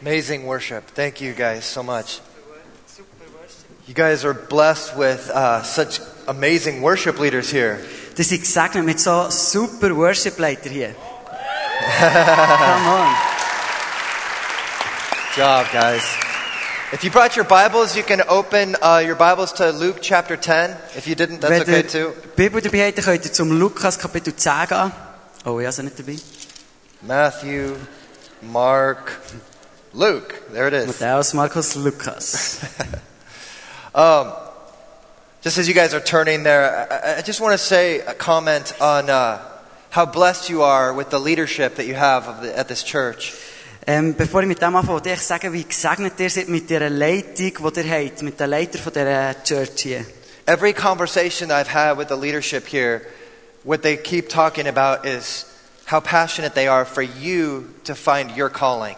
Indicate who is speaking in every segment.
Speaker 1: Amazing worship. Thank you guys so much. You guys are blessed with uh, such amazing worship leaders here.
Speaker 2: Das sind gesegnet mit so super Worship-Leiter hier. Come on.
Speaker 1: Good job, guys. If you brought your Bibles, you can open uh, your Bibles to Luke chapter 10. If you didn't, that's
Speaker 2: Wenn ihr
Speaker 1: okay
Speaker 2: die
Speaker 1: too.
Speaker 2: Bibel dabei habt, dann könnt ihr zum Lukas Kapitel 10 gehen. Oh, ich habe sie nicht dabei.
Speaker 1: Matthew, Mark, Luke. There it is.
Speaker 2: Matthäus, Markus, Lukas.
Speaker 1: Um, just as you guys are turning there, I- I, I just want to say a comment on uh, how blessed you are with the leadership that you have of the, at this church.
Speaker 2: Ähm, bevor ich mit dem anfange, wollte ich sagen, wie gesegnet ihr seid mit dieser Leitung, die ihr habt, mit der Leiter von dieser Church hier.
Speaker 1: Every conversation I've had with the leadership here, what they keep talking about is how passionate they are for you to find your calling.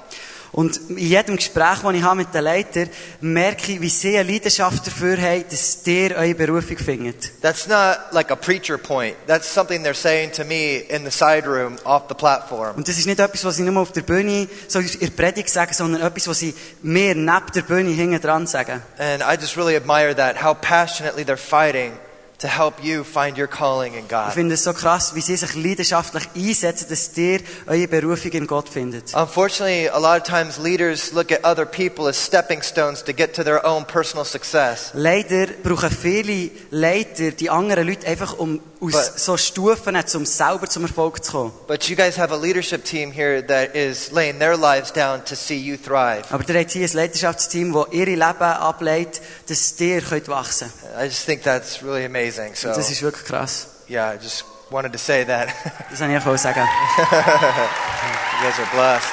Speaker 2: Und in jedem Gespräch, das ich habe mit den Leitern merke ich, wie sie eine Leidenschaft dafür haben, dass ihr eure Berufung findet.
Speaker 1: That's not like a preacher point. That's something they're saying to me in the side room off the platform.
Speaker 2: Und das ist nicht etwas, was sie nur auf der Bühne, so in der Predigt sagen, sondern etwas, was sie mir neben der Bühne hinten dran sagen.
Speaker 1: And I just really admire that, how passionately they're fighting to help you find your calling in
Speaker 2: Ich
Speaker 1: God.
Speaker 2: finde es so krass, wie sie sich leidenschaftlich einsetzen, dass ihr eure Berufung in Gott findet.
Speaker 1: Unfortunately, a lot of times leaders look at other people as stepping stones to get to their own personal success.
Speaker 2: Leider brauchen viele Leiter die anderen Leute einfach, um aus
Speaker 1: But-
Speaker 2: so Stufen, um selber zum Erfolg zu kommen.
Speaker 1: But you guys have a leadership team here that is laying their lives down to see you thrive.
Speaker 2: Aber ihr habt hier ein Leiterschaftsteam, das ihre Leben ableitet, dass ihr könnt wachsen könnt.
Speaker 1: I just think that's really amazing. So,
Speaker 2: Das ist wirklich krass.
Speaker 1: yeah, I just wanted to say that.
Speaker 2: Das wollte ich auch sagen.
Speaker 1: You guys are blessed.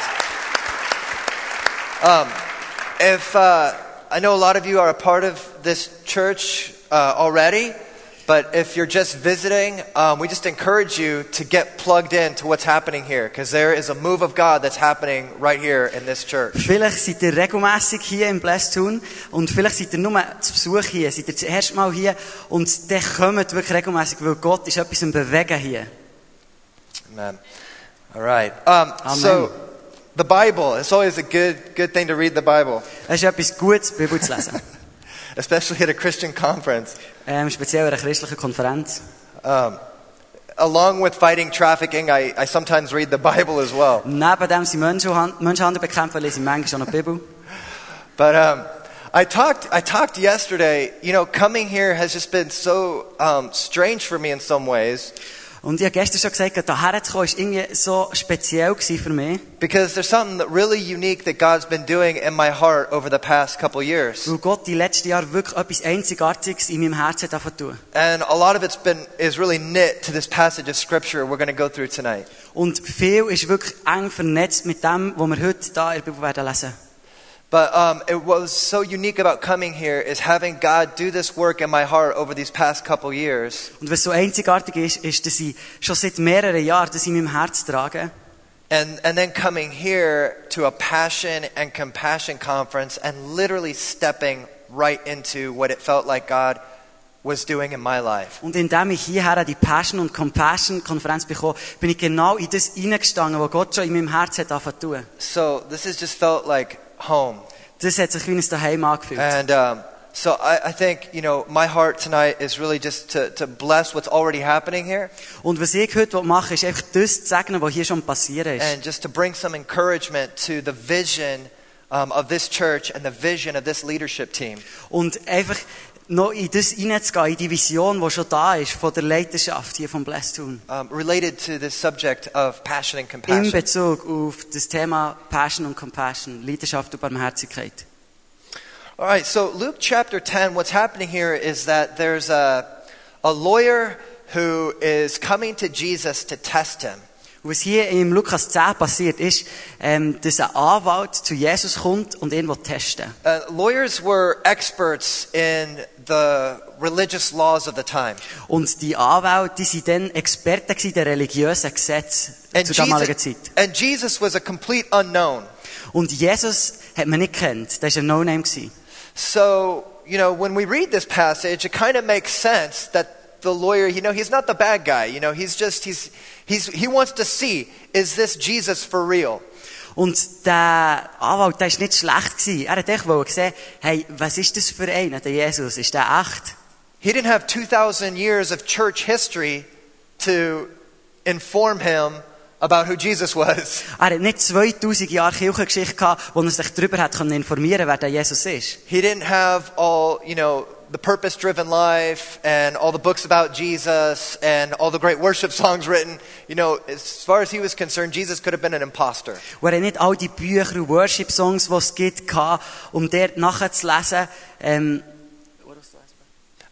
Speaker 1: Um, if uh, I know a lot of you are a part of this church uh, already, but if you're just visiting, um, we just encourage you to get plugged in to what's happening here because there is a move of God that's happening right here in this church.
Speaker 2: Vielleicht seid ihr regelmässig hier im Blästun und vielleicht seid ihr nur zu Besuch hier, seid ihr das erste Mal hier und dann kommt wirklich regelmässig, weil Gott ist etwas im Bewegen hier.
Speaker 1: Amen. All right. Um, So the Bible. It's always a good good thing to read the Bible,
Speaker 2: Es ist etwas Gutes, die Bibel zu lesen.
Speaker 1: especially at a Christian conference.
Speaker 2: ähm, speziell an einer christlichen Konferenz.
Speaker 1: Um, along with fighting trafficking, I, I sometimes read the Bible as well.
Speaker 2: Neben dem sie Menschenhand Menschenhandel bekämpfen, lese ich manchmal auch noch die Bibel.
Speaker 1: But um, I talked. I talked yesterday. You know, coming here has just been so um, strange for me in some ways
Speaker 2: Und ich habe gestern schon gesagt, hierher zu kommen war irgendwie so speziell gewesen für mich.
Speaker 1: because there's something that really unique that God's been doing in my heart over the past couple years,
Speaker 2: Weil Gott die letzten Jahre wirklich etwas Einzigartiges in meinem Herzen hat angefangen zu tun.
Speaker 1: and a lot of it's been is really knit to this passage of scripture we're going to go through tonight.
Speaker 2: Und viel ist wirklich eng vernetzt mit dem, was wir heute hier in der Bibel werden lesen.
Speaker 1: But um, it, what was so unique about coming here is having God do this work in my heart over these past couple years,
Speaker 2: Und was so einzigartig ist, ist, dass ich schon seit mehreren Jahren das in meinem Herz trage.
Speaker 1: and and then coming here to a passion and compassion conference and literally stepping right into what it felt like God was doing in my life.
Speaker 2: Und indem ich hierher an die Passion und Compassion Konferenz bekomme, bin ich genau in das hineingestanden, was Gott schon in meinem Herz hat angefangen zu tun.
Speaker 1: So this has just felt like home,
Speaker 2: Das hat sich wie ein Daheim angefühlt.
Speaker 1: and um, so I, I think you know my heart tonight is really just to to bless what's already happening here
Speaker 2: Und was ich heute machen will, ist einfach das zu segnen, was hier schon passiert ist.
Speaker 1: and just to bring some encouragement to the vision um, of this church and the vision of this leadership team.
Speaker 2: Und einfach noch in das hineinzugehen, in die Vision, die schon da ist, von der Leiterschaft hier vom Blästun.
Speaker 1: Um, related to this subject of passion and
Speaker 2: In
Speaker 1: compassion.
Speaker 2: Bezug auf das Thema Passion und Compassion, Leidenschaft und Barmherzigkeit.
Speaker 1: All right, so Luke chapter 10, what's happening here is that there's a, a lawyer who is coming to Jesus to test him.
Speaker 2: Und was hier im Lukas 10 passiert ist, ähm, dass ein Anwalt zu Jesus kommt und ihn will testen will.
Speaker 1: Uh, lawyers were experts in the religious laws of the time.
Speaker 2: Und die Anwälte, die waren dann Experten gewesen in den religiösen Gesetzen zu damaliger
Speaker 1: Äh, Jesus,
Speaker 2: Zeit.
Speaker 1: and Jesus was a complete unknown.
Speaker 2: Und Jesus hat man nicht kennt. Das war ein No-Name. gewesen.
Speaker 1: So, you know, when we read this passage, it kind of makes sense that the lawyer, you know, he's not the bad guy. You know, he's just, he's, he's, he wants to see, is this Jesus for real?
Speaker 2: Und der Anwalt, der war nicht schlecht. Gewesen. Er hat echt wollen sehen, hey, was ist das für einer, der Jesus? Ist der echt?
Speaker 1: He didn't have 2,000 years of church history to inform him about who Jesus was.
Speaker 2: Er hat nicht 2000 Jahre Kirchengeschichte gehabt, wo er sich darüber hat können informieren wer der Jesus ist.
Speaker 1: He didn't have all, you know, the purpose driven life and all the books about Jesus and all the great worship songs written. You know, as far as he was concerned, Jesus could have been an imposter.
Speaker 2: Und er hat nicht all die Bücher und Worship-Songs, die es gibt, gehabt, um dort nachzulesen. Ähm,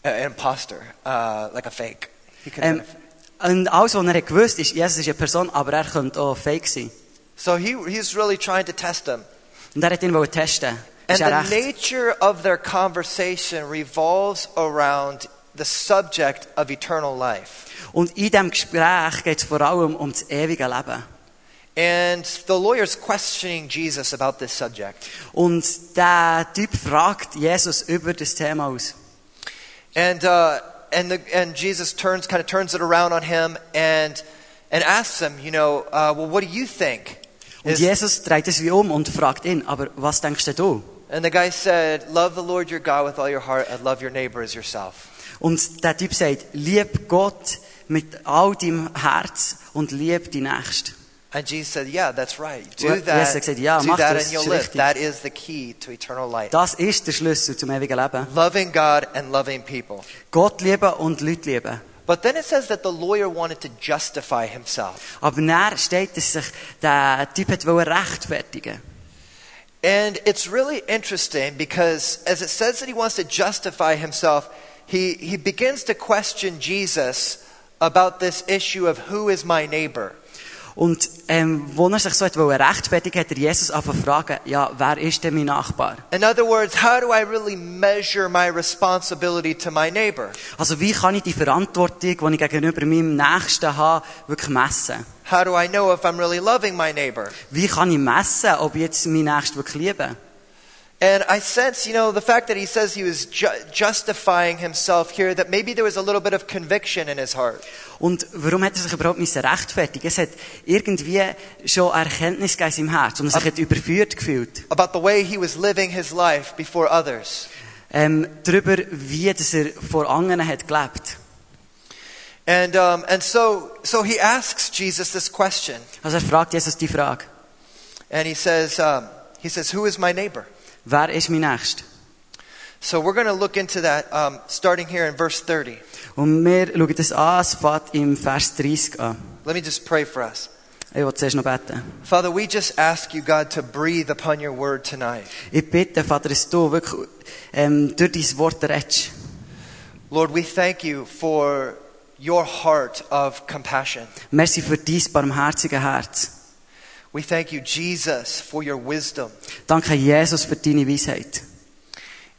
Speaker 1: An imposter, uh, like a fake. He could have
Speaker 2: ähm,
Speaker 1: been a fake.
Speaker 2: und alles, was er hat gewusst ist, Jesus ist eine Person, aber er könnte auch fake sein.
Speaker 1: So he, he's really trying to test them.
Speaker 2: Und er hat ihn wollen testen.
Speaker 1: And
Speaker 2: Ist er
Speaker 1: the
Speaker 2: recht?
Speaker 1: nature of their conversation revolves around the subject of eternal life.
Speaker 2: Und in diesem Gespräch geht es vor allem um das ewige Leben.
Speaker 1: And the lawyer's questioning Jesus about this subject.
Speaker 2: Und der Typ fragt Jesus über das Thema aus.
Speaker 1: And, uh, and, the, and Jesus turns, kind of turns it around on him and, and asks him, you know, uh, well, what do you think?
Speaker 2: Und
Speaker 1: Is-
Speaker 2: Jesus dreht es wie um und fragt ihn, aber was denkst denn du?
Speaker 1: and the guy said, love the Lord your God with all your heart and love your neighbor as yourself.
Speaker 2: Und der Typ sagt, lieb Gott mit all deinem Herz und lieb die Nächste.
Speaker 1: And Jesus said, yeah, that's right.
Speaker 2: Ja,
Speaker 1: Do
Speaker 2: yes,
Speaker 1: that,
Speaker 2: ik zeg, ja,
Speaker 1: do
Speaker 2: mag
Speaker 1: that
Speaker 2: dus,
Speaker 1: and you'll
Speaker 2: is
Speaker 1: live.
Speaker 2: richtig.
Speaker 1: That is the key to eternal life.
Speaker 2: Das ist der Schlüssel zum ewigen Leben.
Speaker 1: Loving God and loving people.
Speaker 2: Gott lieben und Leute lieben.
Speaker 1: But then it says that the lawyer wanted to justify himself.
Speaker 2: Aber dann steht, dass sich der Typ hat wollen rechtfertigen
Speaker 1: And it's really interesting because as it says that he wants to justify himself, he, he begins to question Jesus about this issue of who is my neighbor.
Speaker 2: Und ähm, wo er sich so hat wollen rechtfertigen, hat er Jesus angefangen zu fragen, ja, wer ist denn mein Nachbar?
Speaker 1: In other words, how do I really measure my responsibility to my neighbor?
Speaker 2: Also wie kann ich die Verantwortung, die ich gegenüber meinem Nächsten habe, wirklich messen?
Speaker 1: How do I know if I'm really loving my neighbor?
Speaker 2: Wie kann ich messen, ob ich jetzt meinen Nächsten wirklich liebe?
Speaker 1: And I sense, you know, the fact that he says he was ju- justifying himself here, that maybe there was a little bit of conviction in his heart.
Speaker 2: Und warum hat er sich überhaupt müssen rechtfertigen? Es hat irgendwie schon Erkenntnis gegeben in seinem Herz und er sich hat überführt gefühlt.
Speaker 1: about the way he was living his life before others.
Speaker 2: Ähm, darüber, wie dass er vor anderen hat gelebt.
Speaker 1: And, um, and so, so he asks Jesus this question,
Speaker 2: Also er fragt Jesus die Frage,
Speaker 1: and he says, um, he says, who is my neighbor?
Speaker 2: wer ist mein Nächster?
Speaker 1: So we're going to look into that um, starting here in verse 30.
Speaker 2: Und wir schauen das an, es fängt im Vers 30 an.
Speaker 1: Let me just pray for us.
Speaker 2: Ich will zuerst noch beten.
Speaker 1: Father, we just ask you, God, to breathe upon your word tonight.
Speaker 2: Ich bitte, Vater, dass du wirklich ähm, durch dein Wort redest.
Speaker 1: Lord, we thank you for your heart of compassion.
Speaker 2: Merci für dein barmherzige Herz.
Speaker 1: We thank you, Jesus, for your wisdom.
Speaker 2: Danke, Jesus, für deine Weisheit.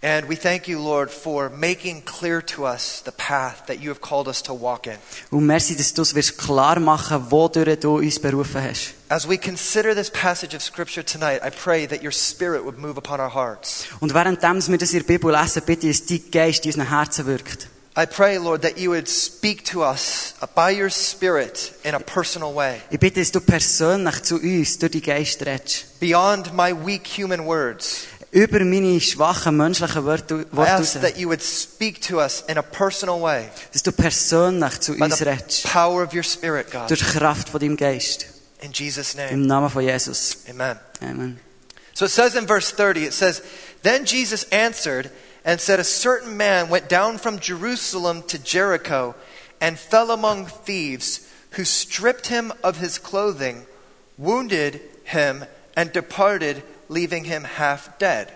Speaker 1: And we thank you, Lord, for making clear to us the path that you have called us to walk in.
Speaker 2: Und merci, dass du es wirst klar machen, wodurch du uns berufen hast.
Speaker 1: As we consider this passage of Scripture tonight, I pray that your Spirit would move upon our hearts.
Speaker 2: Und währenddem wir das in der Bibel lesen, bitte, dass dein Geist in unseren Herzen wirkt.
Speaker 1: I pray, Lord, that you would speak to us by your Spirit in a personal way,
Speaker 2: Ich bitte, dass du persönlich zu uns durch deinen Geist redest.
Speaker 1: beyond my weak human words.
Speaker 2: Über meine schwachen menschlichen Worte,
Speaker 1: I
Speaker 2: Worte raus.
Speaker 1: ask that you would speak to us in a personal way
Speaker 2: dass du persönlich zu
Speaker 1: by
Speaker 2: uns
Speaker 1: the
Speaker 2: redest.
Speaker 1: power of your Spirit, God.
Speaker 2: Durch die Kraft von deinem Geist.
Speaker 1: In Jesus'
Speaker 2: Im
Speaker 1: name,
Speaker 2: Namen von Jesus.
Speaker 1: amen.
Speaker 2: Amen.
Speaker 1: So it says in verse 30, it says, Then Jesus answered and said, A certain man went down from Jerusalem to Jericho and fell among thieves, who stripped him of his clothing, wounded him, and departed, leaving him half dead.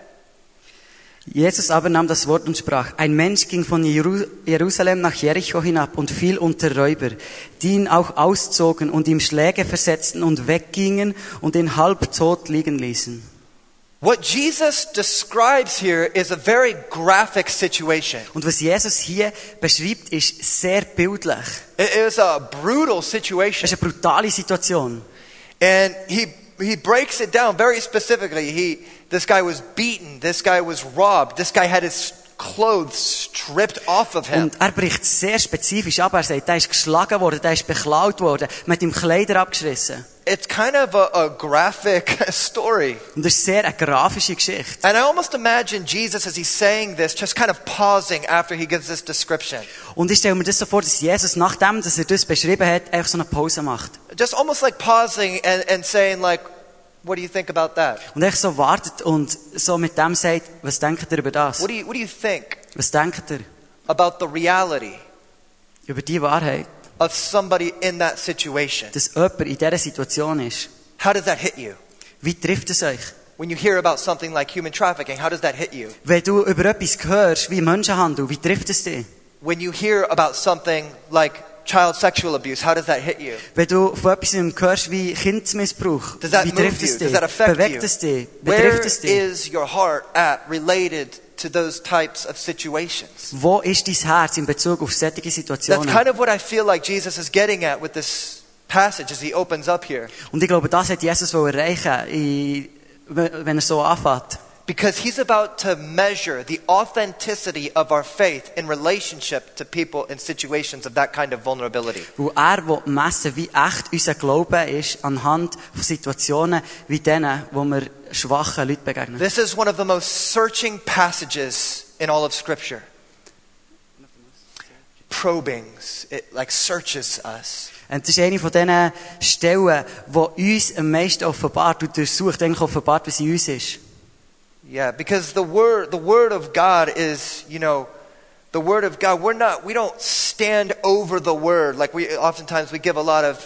Speaker 2: Jesus aber nahm das Wort und sprach, ein Mensch ging von Jeru Jerusalem nach Jericho hinab und fiel unter Räuber, die ihn auch auszogen und ihm Schläge versetzten und weggingen und ihn halb tot liegen ließen.
Speaker 1: What Jesus describes here is a very graphic situation.
Speaker 2: Und was Jesus hier beschreibt, ist sehr bildlich.
Speaker 1: It is a brutal
Speaker 2: Es
Speaker 1: situation.
Speaker 2: ist eine brutale Situation.
Speaker 1: And he he breaks it down very specifically. He this guy was beaten. This guy was robbed. This guy had his clothes stripped off of him.
Speaker 2: Und er bricht sehr spezifisch ab. Er sagt, er ist geschlagen worden, er ist beklaut worden, mit ihm Kleider abgerissen.
Speaker 1: It's kind of a, a graphic story.
Speaker 2: Und das ist sehr eine grafische Geschichte.
Speaker 1: And I almost imagine Jesus, as he's saying this, just kind of pausing after he gives this description.
Speaker 2: Und ich stelle mir das so vor, dass Jesus, nachdem dass er das beschrieben hat, einfach so eine Pause macht.
Speaker 1: Just almost like pausing and, and saying, like, what do you think about that?
Speaker 2: Und einfach so wartet und so mit dem sagt, was denkt ihr über das?
Speaker 1: What do you, what do you think
Speaker 2: Was denkt ihr
Speaker 1: about the reality
Speaker 2: über die Wahrheit,
Speaker 1: of somebody in that situation?
Speaker 2: dass jemand in dieser Situation ist?
Speaker 1: How does that hit you?
Speaker 2: Wie trifft es euch?
Speaker 1: When you hear about something like human trafficking, how does that hit you?
Speaker 2: Wenn du über etwas hörst, wie Menschenhandel, wie trifft es dich?
Speaker 1: When you hear about something like child sexual abuse, how does that hit you?
Speaker 2: Wenn du von etwas hörst, wie Kindesmissbrauch,
Speaker 1: Does that
Speaker 2: wie
Speaker 1: move
Speaker 2: trifft
Speaker 1: you?
Speaker 2: es dich?
Speaker 1: Does that affect
Speaker 2: Bewegt
Speaker 1: you?
Speaker 2: es dich?
Speaker 1: Where
Speaker 2: Betrifft es dich?
Speaker 1: is your heart at related to those types of situations?
Speaker 2: Wo ist dein Herz in Bezug auf solche
Speaker 1: That's
Speaker 2: Situationen?
Speaker 1: kind of what I feel like Jesus is getting at with this passage as he opens up here.
Speaker 2: Und ich glaube, das hat Jesus wohl erreichen, in- wenn er so anfängt.
Speaker 1: Because he's about to measure the authenticity of our faith in relationship to people in situations of that kind of vulnerability.
Speaker 2: Weil er will messen, wie echt unser Glaube ist, anhand von Situationen wie denen, wo wir schwachen Leuten begegnen.
Speaker 1: This is one of the most searching passages in all of Scripture. Probings, it like searches us.
Speaker 2: Und das ist eine von diesen Stellen, die uns am meisten offenbart und durchsucht, eigentlich offenbart, was in uns ist.
Speaker 1: Yeah, because the word the word of God is, you know, the word of God, we're not we don't stand over the word like we oftentimes we give a lot of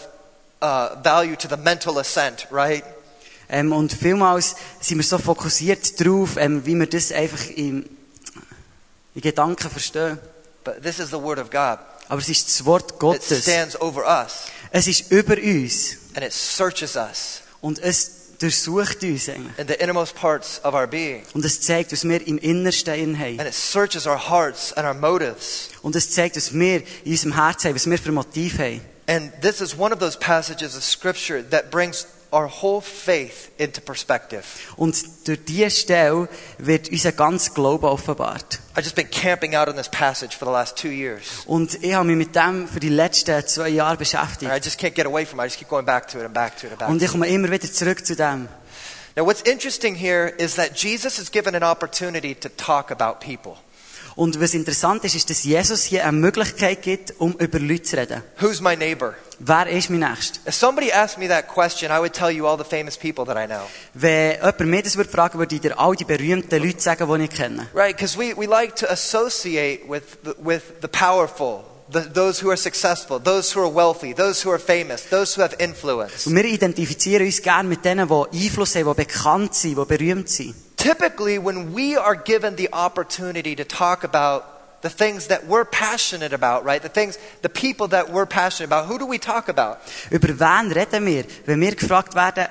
Speaker 1: uh, value to the mental assent, right?
Speaker 2: Ähm, und vielmals sind wir so fokussiert darauf, ähm, wie wir das einfach im, in Gedanken verstehen.
Speaker 1: But this is the word of God.
Speaker 2: Aber es ist das Wort
Speaker 1: It
Speaker 2: Gottes.
Speaker 1: stands over us
Speaker 2: Es ist über uns.
Speaker 1: and it searches us
Speaker 2: Und es durchsucht uns eigentlich.
Speaker 1: in the innermost parts of our being.
Speaker 2: Und es zeigt, was wir im Innersten drin haben.
Speaker 1: And it searches our hearts and our motives.
Speaker 2: Und es zeigt, was wir in unserem Herzen haben, was wir für Motiv haben.
Speaker 1: And this is one of those passages of Scripture that brings our whole faith into perspective.
Speaker 2: Und durch diese Stelle wird unser ganzer Glaube offenbart.
Speaker 1: I've just been camping out on this passage for the last two years.
Speaker 2: Und ich habe mich mit dem für die letzten zwei Jahre
Speaker 1: And I
Speaker 2: beschäftigt.
Speaker 1: just can't get away from it. I just keep going back to it and back to it and back
Speaker 2: Und
Speaker 1: to
Speaker 2: ich
Speaker 1: it.
Speaker 2: komme immer wieder zurück zu dem.
Speaker 1: Now, what's interesting here is that Jesus is given an opportunity to talk about people.
Speaker 2: Und was interessant ist, ist, dass Jesus hier eine Möglichkeit gibt, um über Leute zu reden.
Speaker 1: Who's my neighbor?
Speaker 2: Wer ist mein Nächster?
Speaker 1: If somebody asked me that question, I would tell you all the famous people that I know.
Speaker 2: Wenn jemand mir das würde fragen, würde ich dir all die berühmten Leute sagen, die ich kenne.
Speaker 1: Right? Because we, we like to associate with the, with the powerful, the, those who are successful, those who are wealthy, those who are famous, those who have influence.
Speaker 2: Und wir identifizieren uns gerne mit denen, die Einfluss haben, die bekannt sind, die berühmt sind.
Speaker 1: Typically, when we are given the opportunity to talk about the things that we're passionate about, right? The things, the people that we're passionate about, who do we talk about?
Speaker 2: Über wen reden wir? Wenn wir gefragt werden,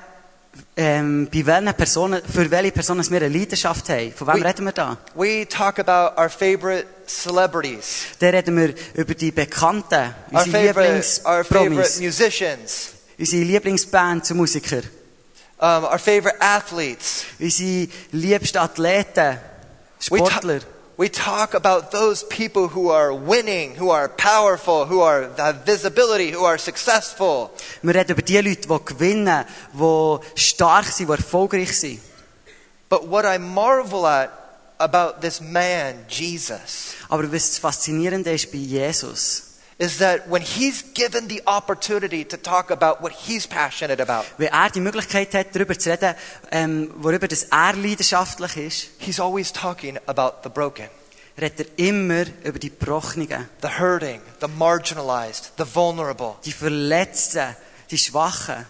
Speaker 2: ähm, bei welchen Personen, für welche Personen wir eine Leidenschaft haben, von wem
Speaker 1: Ui.
Speaker 2: reden wir da?
Speaker 1: We talk about our favorite celebrities,
Speaker 2: Dann reden wir über die Bekannten,
Speaker 1: our
Speaker 2: unsere
Speaker 1: favorite, our favorite
Speaker 2: Lieblingspromis,
Speaker 1: musicians,
Speaker 2: unsere Lieblingsband zu Musiker,
Speaker 1: um, our favorite athletes.
Speaker 2: unsere liebsten Athleten,
Speaker 1: We, ta-
Speaker 2: Sportler.
Speaker 1: we talk about those people who are winning, who are powerful, who are have visibility, who are successful.
Speaker 2: Wir reden über die Leute, die gewinnen, die stark sind, die erfolgreich sind.
Speaker 1: But what I marvel at about this man, Jesus,
Speaker 2: Aber was das Faszinierende ist bei Jesus,
Speaker 1: is that when he's given the opportunity to talk about what he's passionate about,
Speaker 2: wenn er die Möglichkeit hat, darüber zu reden, ähm, worüber das er leidenschaftlich ist,
Speaker 1: he's always talking about the broken,
Speaker 2: redet er immer über die Gebrochenen,
Speaker 1: the hurting, the marginalized, the vulnerable.
Speaker 2: die Verletzten, die Schwachen.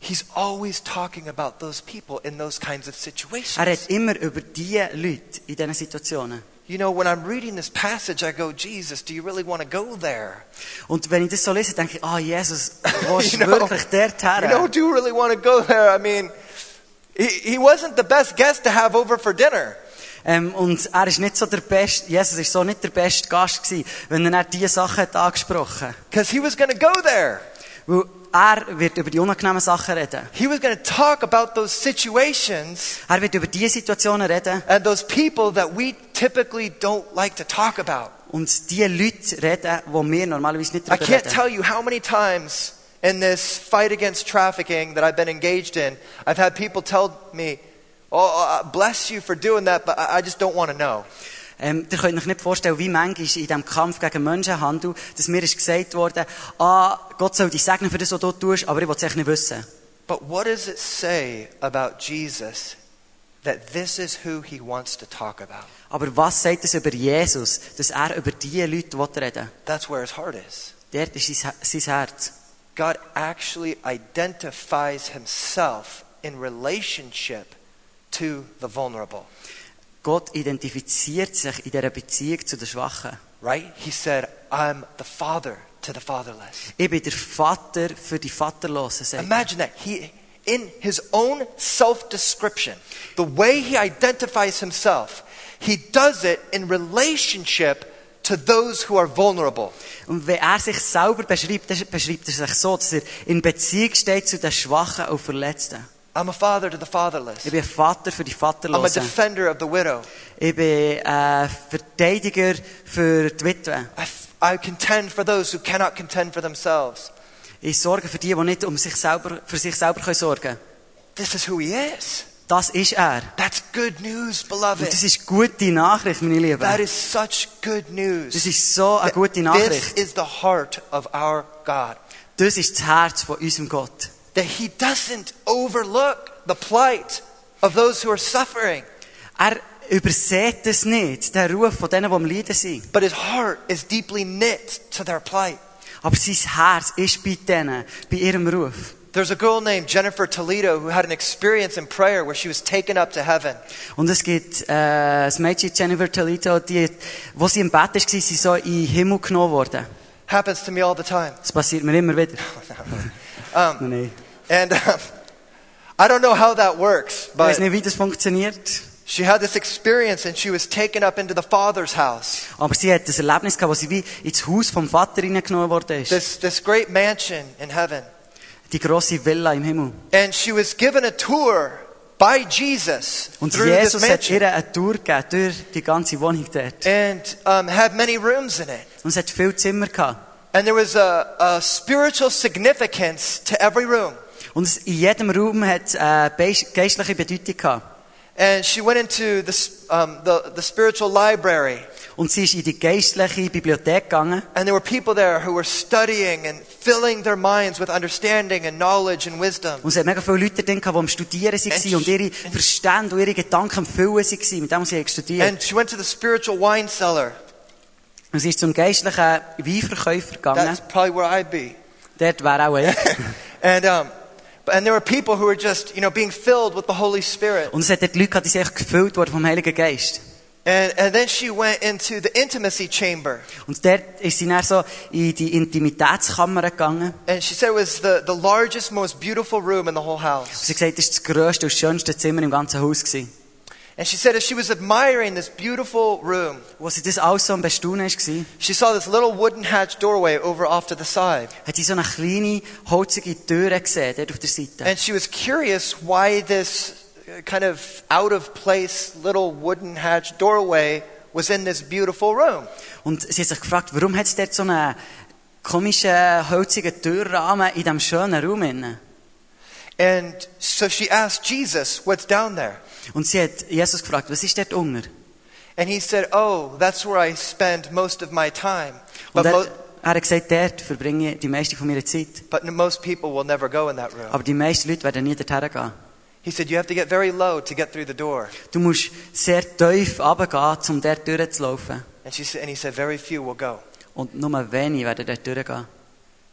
Speaker 1: He's always talking about those people in those kinds of
Speaker 2: Er
Speaker 1: situations.
Speaker 2: redet immer über die Leute in diesen Situationen.
Speaker 1: You know, when I'm reading this passage, I go, Jesus, do you really want to go there?
Speaker 2: Und wenn ich das so lese, denke ich, ah, Jesus, du willst
Speaker 1: You know,
Speaker 2: wirklich dort
Speaker 1: You
Speaker 2: her?
Speaker 1: know, do you really want to go there? I mean, he, he wasn't the best guest to have over for dinner.
Speaker 2: Ähm, und er ist nicht so der beste, Jesus ist so nicht der beste Gast gewesen, wenn er nicht diese Sachen hat angesprochen.
Speaker 1: Because he was going to go there.
Speaker 2: Weil er wird über die unangenehmen Sachen reden.
Speaker 1: He was going to talk about those situations
Speaker 2: Er wird über die Situationen reden
Speaker 1: and those people that we typically don't like to talk about.
Speaker 2: und die Leute reden, die wir normalerweise nicht
Speaker 1: I
Speaker 2: darüber
Speaker 1: can't
Speaker 2: reden.
Speaker 1: tell you how many times in this fight against trafficking that I've been engaged in, I've had people tell me, Oh, uh, bless you for doing that, but I I just don't want to know.
Speaker 2: Ähm, ihr könnt euch nicht vorstellen, wie manchmal in diesem Kampf gegen Menschenhandel, dass mir ist gesagt wurde, ah, Gott soll dich segnen für das, was du tust, aber ich will es echt nicht wissen.
Speaker 1: But what does it say about Jesus that this is who he wants to talk about?
Speaker 2: Aber was sagt es über Jesus, dass er über die Leute will reden
Speaker 1: That's where his heart is.
Speaker 2: Dort ist sein, He- sein Herz.
Speaker 1: God actually identifies himself in relationship to the vulnerable,
Speaker 2: Gott identifiziert sich in dieser Beziehung zu den Schwachen.
Speaker 1: right? He said, I'm the father to the fatherless.
Speaker 2: Ich bin der Vater für die Vaterlosen. sagt er.
Speaker 1: Imagine that. He, in his own self description, the way he identifies himself, he does it in relationship to those who are vulnerable.
Speaker 2: Und wenn er sich selber beschreibt, dann beschreibt er sich so, dass er in Beziehung steht zu den Schwachen und Verletzten.
Speaker 1: I'm a father to the
Speaker 2: Ich
Speaker 1: fatherless.
Speaker 2: bin Vater für die
Speaker 1: I'm a
Speaker 2: Vaterlosen.
Speaker 1: defender of the widow.
Speaker 2: Ich bin äh, Verteidiger für die Witwe.
Speaker 1: I, f- I contend for those who cannot contend for themselves.
Speaker 2: Ich sorge für die, die nicht um sich selber, für sich selber können sorgen können.
Speaker 1: This is who he is.
Speaker 2: Das ist er.
Speaker 1: That's good news,
Speaker 2: Und
Speaker 1: beloved.
Speaker 2: das ist gute Nachricht, meine Lieben.
Speaker 1: That is such good news.
Speaker 2: Das ist so eine gute
Speaker 1: This
Speaker 2: Nachricht.
Speaker 1: is the heart of our God.
Speaker 2: Das ist das Herz von unserem Gott.
Speaker 1: That he doesn't overlook the plight of those who are suffering,
Speaker 2: Er übersieht das nicht, den Ruf von denen, die am Leiden sind.
Speaker 1: but his heart is deeply knit to their plight.
Speaker 2: Aber sein Herz ist bei denen, bei ihrem Ruf.
Speaker 1: There's a girl named Jennifer Toledo who had an experience in prayer where she was taken up to heaven.
Speaker 2: Und es gibt äh, das Mädchen Jennifer Toledo, die, wo sie im Bett war, sie so in den Himmel genommen worden.
Speaker 1: Happens to me all the time.
Speaker 2: Das passiert mir immer wieder.
Speaker 1: Um,
Speaker 2: Nein.
Speaker 1: and um, I don't know how that works,
Speaker 2: Ich weiß
Speaker 1: but
Speaker 2: nicht, wie das funktioniert.
Speaker 1: she had this experience and she was taken up into the Father's house.
Speaker 2: Aber sie hat das Erlebnis gehabt, wo sie wie ins Haus vom Vater hineingenommen worden ist.
Speaker 1: this, this great mansion in heaven.
Speaker 2: Die grosse Villa im Himmel.
Speaker 1: And she was given a tour by Jesus
Speaker 2: Und
Speaker 1: through this
Speaker 2: Jesus hat
Speaker 1: mansion
Speaker 2: ihr eine Tour gegeben durch die ganze Wohnung dort.
Speaker 1: and um, had many rooms in it.
Speaker 2: Und es hat viele Zimmer gehabt.
Speaker 1: And there was a, a spiritual significance to every room.
Speaker 2: Und es, in jedem Raum hat äh, beis- geistliche Bedeutung gehabt.
Speaker 1: And she went into the, s- um, the, the spiritual library,
Speaker 2: Und sie ist in die geistliche Bibliothek gegangen.
Speaker 1: and there were people there who were studying and filling their minds with understanding and knowledge and wisdom.
Speaker 2: Und es hat mega viele Leute drin gehabt, die am Studieren waren und ihre Verstände und ihre Gedanken am Füllen waren mit dem, was sie studiert haben.
Speaker 1: And she went to the spiritual wine cellar.
Speaker 2: Und sie ist zum geistlichen Weinverkäufer gegangen.
Speaker 1: That's probably where I'd be.
Speaker 2: Dort wäre auch ich.
Speaker 1: And, um, and there were people who were just, you know, being filled with the Holy Spirit.
Speaker 2: Und es hat dort Leute gehabt, die sind echt gefüllt worden vom Heiligen Geist.
Speaker 1: And, and then she went into the intimacy chamber.
Speaker 2: Und dort ist sie dann so in die Intimitätskammer gegangen. Und
Speaker 1: And she said it was the, the largest, most beautiful room in the whole house.
Speaker 2: sie hat gesagt, das war das grösste und schönste Zimmer im ganzen Haus. Gewesen.
Speaker 1: And she said as she was admiring this beautiful room,
Speaker 2: Wo sie das alles so am Bestaunen war,
Speaker 1: she saw this little wooden hatch doorway over off to the side.
Speaker 2: hat sie so eine kleine, holzige Tür gesehen, dort auf der Seite.
Speaker 1: And she was curious why this uh, kind of out of place little wooden hatch doorway was in this beautiful room.
Speaker 2: Und sie hat sich gefragt, warum hat es dort so einen komischen, holzigen Türrahmen in diesem schönen Raum. Drin?
Speaker 1: And so she asked Jesus, What's down there?
Speaker 2: Und sie hat Jesus gefragt, was ist dort unter?
Speaker 1: And he said, Oh, that's where I spend most of my time.
Speaker 2: Und
Speaker 1: But,
Speaker 2: er,
Speaker 1: mo-
Speaker 2: er hat gesagt, dort verbringe ich die meiste von meiner Zeit.
Speaker 1: but most people will never go in that room.
Speaker 2: Aber die meisten Leute werden nie dorthin gehen.
Speaker 1: He said, You have to get very low to get through the door.
Speaker 2: Du musst sehr tief runtergehen, um dort durchzulaufen.
Speaker 1: And, she said, and he said, Very few will go.
Speaker 2: Und nur wenige werden dort durchgehen.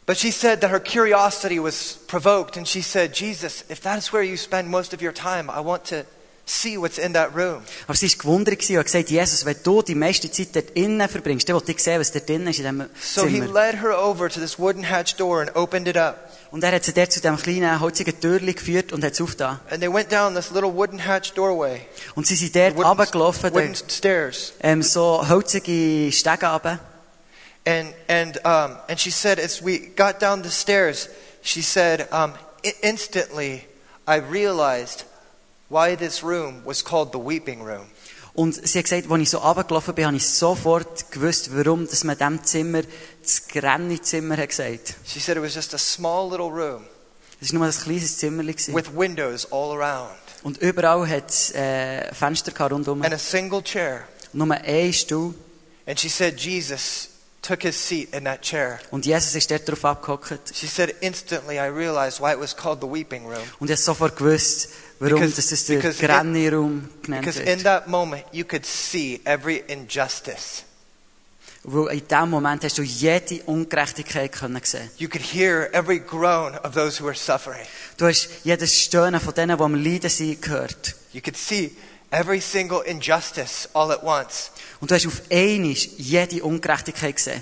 Speaker 1: But she said that her curiosity was provoked, and she said, Jesus, if that's where you spend most of your time, I want to see what's in that room.
Speaker 2: Aber sie war gewundert gewesen und hat gesagt, Jesus, wenn du die meiste Zeit dort innen verbringst, dann will ich sehen, was dort innen ist in diesem
Speaker 1: So he
Speaker 2: Zimmer.
Speaker 1: led her over to this wooden hatch door and opened it up.
Speaker 2: Und er hat sie dort zu diesem kleinen, holzigen Türchen geführt und hat es aufgetan.
Speaker 1: And they went down this little wooden hatch doorway,
Speaker 2: Und sie sind dort runtergelaufen,
Speaker 1: wooden
Speaker 2: dort,
Speaker 1: stairs.
Speaker 2: ähm, so holzige Stege runter.
Speaker 1: And, and, um, and she said, as we got down the stairs, She said, um, "I- instantly I realized why this room was called the weeping room.
Speaker 2: Und sie hat gesagt, als ich so runtergelaufen bin, habe ich sofort gewusst, warum dass man diesem Zimmer das Granny-Zimmer hat gesagt.
Speaker 1: She said it was just a small little room
Speaker 2: Es war nur ein kleines Zimmer. gewesen.
Speaker 1: with windows all around
Speaker 2: Und überall hat es äh, Fenster gehabt rundherum.
Speaker 1: and a single chair.
Speaker 2: Nur ein Stuhl.
Speaker 1: And she said Jesus took his seat in that chair.
Speaker 2: Und Jesus ist dort drauf abgehockt.
Speaker 1: She said instantly I realized why it was called the weeping room.
Speaker 2: Und ich habe sofort gewusst, warum
Speaker 1: Because-
Speaker 2: dass das der
Speaker 1: because in-
Speaker 2: Granny-Raum genannt
Speaker 1: Because in
Speaker 2: wird.
Speaker 1: that moment you could see every injustice.
Speaker 2: Weil in diesem Moment hast du jede Ungerechtigkeit können sehen
Speaker 1: You could hear every groan of those who are suffering.
Speaker 2: Du hast jedes Stöhnen von denen, die am Leiden sind, gehört.
Speaker 1: You could see every single injustice all at once.
Speaker 2: Und du hast auf einmal jede Ungerechtigkeit gesehen.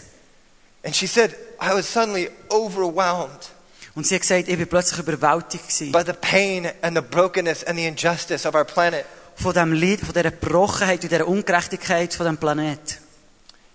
Speaker 1: And she said, I was suddenly overwhelmed
Speaker 2: Und sie hat gesagt, ich war plötzlich überwältigt gewesen.
Speaker 1: by the pain and the brokenness and the injustice of our planet.
Speaker 2: von dem Leid, von dieser Brochenheit und dieser Ungerechtigkeit von dem Planet.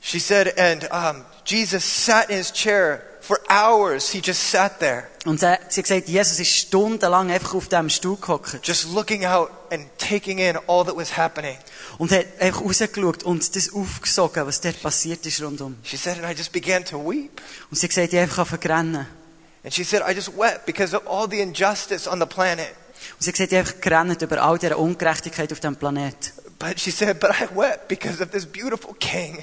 Speaker 1: She said, and um, Jesus sat in his chair for hours. He just sat there,
Speaker 2: Und sie, sie hat gesagt, Jesus ist stundenlang einfach auf diesem Stuhl gehockt
Speaker 1: just looking out and taking in all that was happening.
Speaker 2: und hat einfach rausgeschaut und das aufgesogen, was dort passiert ist rundum.
Speaker 1: She said, and I just began to weep.
Speaker 2: Und sie hat gesagt, ich habe einfach vergrennen.
Speaker 1: And she said, I just wept because of all the injustice on the planet.
Speaker 2: Und sie hat gesagt, ich habe einfach gerannt über all diese Ungerechtigkeit auf diesem Planet.
Speaker 1: But she said, but I wept because of this beautiful king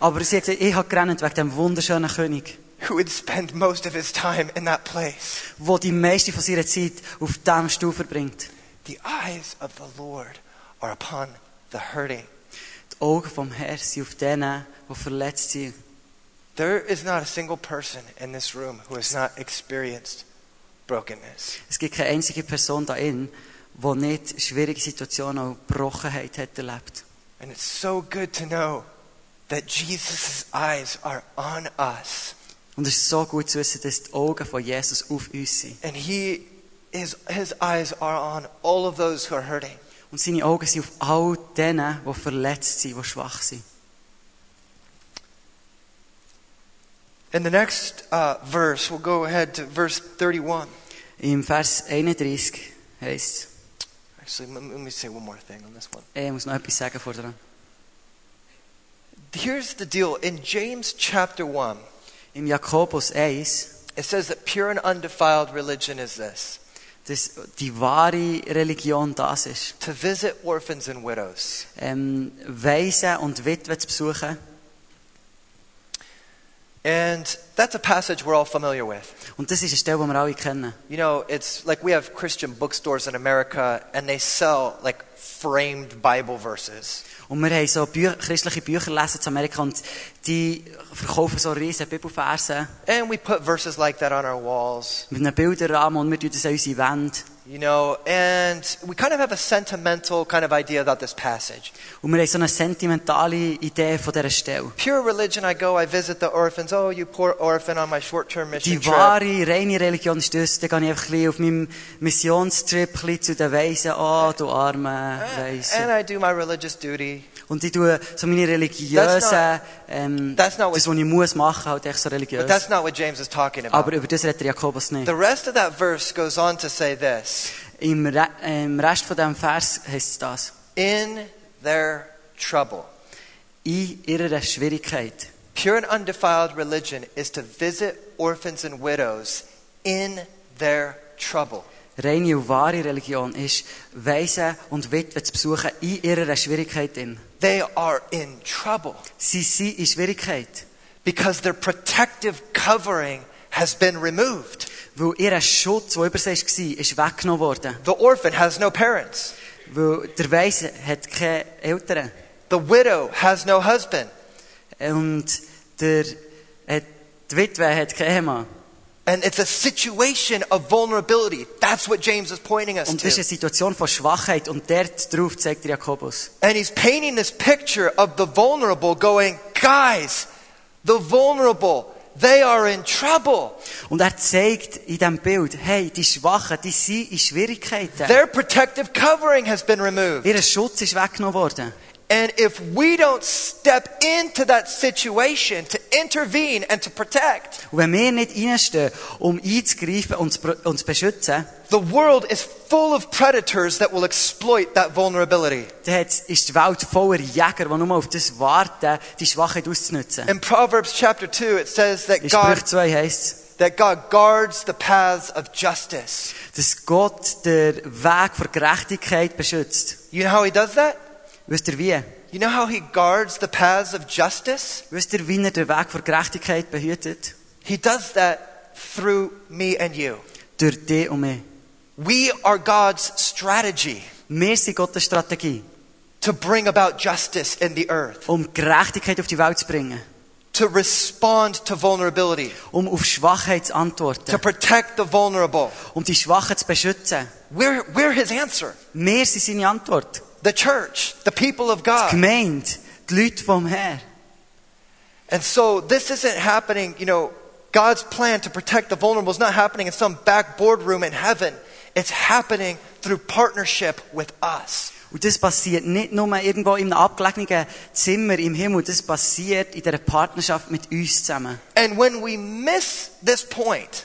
Speaker 2: Aber sie hat gesagt, ich habe gerannt wegen dem wunderschönen König,
Speaker 1: who would spend most of his time in that place.
Speaker 2: der die meiste von seiner Zeit auf diesem Stuhl verbringt.
Speaker 1: The eyes of the Lord are upon the hurting.
Speaker 2: Die Augen vom Herrn sind auf denen, die verletzt sind.
Speaker 1: There is not a single person in this room who has not experienced brokenness.
Speaker 2: Es gibt keine einzige Person da in, die nicht schwierige Situationen und Brochenheit hat erlebt.
Speaker 1: And it's so good to know that Jesus' eyes are on us
Speaker 2: Und es ist so gut zu wissen, dass die Augen von Jesus auf uns sind.
Speaker 1: and he is, his eyes are on all of those who are hurting.
Speaker 2: Und seine Augen sind auf all denen, die verletzt sind, die schwach sind.
Speaker 1: In the next uh, verse, we'll go ahead to verse 31.
Speaker 2: Im Vers 31 heisst es,
Speaker 1: Actually, let me let me say one more thing on this one.
Speaker 2: ich muss noch etwas sagen vor dran.
Speaker 1: Here's the deal. In James chapter 1,
Speaker 2: Im Jakobus 1,
Speaker 1: it says that pure and undefiled religion is this
Speaker 2: dass die wahre Religion das ist.
Speaker 1: to visit orphans and widows.
Speaker 2: Ähm, Weisen und Witwen zu besuchen.
Speaker 1: And that's a passage we're all familiar with.
Speaker 2: Und das ist eine Stelle, die wir alle kennen.
Speaker 1: You know, it's like we have Christian bookstores in America and they sell like framed Bible verses.
Speaker 2: Und wir haben so Bü christliche Bücher lesen zu Amerika und die verkaufen so riesen Bibelverse
Speaker 1: And we put verses like that on our walls,
Speaker 2: mit einem Bilderrahmen und wir tun das an unsere Wände.
Speaker 1: you know, and we kind of have a sentimental kind of idea about this passage.
Speaker 2: Und wir haben so eine sentimentale Idee von dieser Stelle.
Speaker 1: Pure religion, I go, I visit the orphans. Oh, you poor orphan on my short term mission
Speaker 2: Die
Speaker 1: trip.
Speaker 2: wahre, reine Religion ist das, da gehe ich einfach ein bisschen auf meinem Missionstrip ein bisschen zu den Weisen, oh du arme
Speaker 1: And
Speaker 2: Weisen.
Speaker 1: I do my religious duty.
Speaker 2: Und ich tue so meine
Speaker 1: That's
Speaker 2: religiösen,
Speaker 1: not-
Speaker 2: ähm, das,
Speaker 1: that's not what-
Speaker 2: was ich muss machen, halt echt so
Speaker 1: But
Speaker 2: religiös.
Speaker 1: that's not what James is talking
Speaker 2: Aber
Speaker 1: about.
Speaker 2: über das redet der Jakobus nicht.
Speaker 1: The rest of that verse goes on to say this
Speaker 2: Im, Re Im Rest von diesem Vers heißt es das.
Speaker 1: In their trouble.
Speaker 2: in ihrer Schwierigkeit.
Speaker 1: Pure and undefiled religion is to visit orphans and widows in their trouble.
Speaker 2: Reine und wahre Religion ist, Weisen und Witwen zu besuchen in ihrer Schwierigkeit. drin.
Speaker 1: They are in trouble
Speaker 2: Sie sind in Schwierigkeit,
Speaker 1: because their protective covering has been removed.
Speaker 2: weil ihr Schutz, der über sie war, ist weggenommen worden.
Speaker 1: The orphan has no parents,
Speaker 2: Weil der Weise hat keine Eltern.
Speaker 1: the widow has no husband.
Speaker 2: Und der, äh, die Witwe hat keinen Ehemann.
Speaker 1: And it's a situation of vulnerability. That's what James is pointing us
Speaker 2: Und das ist eine
Speaker 1: to.
Speaker 2: Situation von Schwachheit. Und dort drauf zeigt der Jakobus.
Speaker 1: And he's painting this picture of the vulnerable going, guys, the vulnerable, they are in trouble.
Speaker 2: Und er zeigt in diesem Bild, hey, die Schwachen, die sind in Schwierigkeiten.
Speaker 1: Their protective covering has been removed.
Speaker 2: Ihr Schutz ist weggenommen worden.
Speaker 1: And if we don't step into that situation to intervene and to protect,
Speaker 2: Und wenn wir nicht reinstehen, um einzugreifen und zu, pro- und zu beschützen,
Speaker 1: the world is full of predators that will exploit that vulnerability.
Speaker 2: dann hat's- ist die Welt voller Jäger, die nur auf das warten, die Schwachheit auszunutzen.
Speaker 1: In Proverbs chapter 2, it says
Speaker 2: In
Speaker 1: that
Speaker 2: Sprüche
Speaker 1: God,
Speaker 2: 2 heisst
Speaker 1: that God guards the paths of justice.
Speaker 2: es, dass Gott den Weg der Gerechtigkeit beschützt.
Speaker 1: You know how he does that?
Speaker 2: Wisst ihr wie?
Speaker 1: You know how he guards the paths of justice?
Speaker 2: Wisst ihr, wie er den Weg der Gerechtigkeit behütet?
Speaker 1: He does that through me and you.
Speaker 2: Durch dich und mich.
Speaker 1: We are God's strategy
Speaker 2: Wir sind Gottes Strategie,
Speaker 1: to bring about justice in the earth,
Speaker 2: um Gerechtigkeit auf die Welt zu bringen,
Speaker 1: to respond to vulnerability,
Speaker 2: um auf Schwachheit zu
Speaker 1: to
Speaker 2: antworten,
Speaker 1: protect the vulnerable.
Speaker 2: um die Schwachen zu beschützen.
Speaker 1: We're, we're his answer.
Speaker 2: Wir sind seine Antwort.
Speaker 1: The church, the people of
Speaker 2: Die
Speaker 1: God.
Speaker 2: Gemeinde, die Leute vom Herr.
Speaker 1: And so this isn't happening, you know, God's plan to protect the vulnerable is not happening in some back boardroom in heaven. It's happening through partnership with us.
Speaker 2: Und das passiert nicht nur irgendwo in einem abgelegenen Zimmer im Himmel, das passiert in dieser Partnerschaft mit uns zusammen.
Speaker 1: And when we miss this point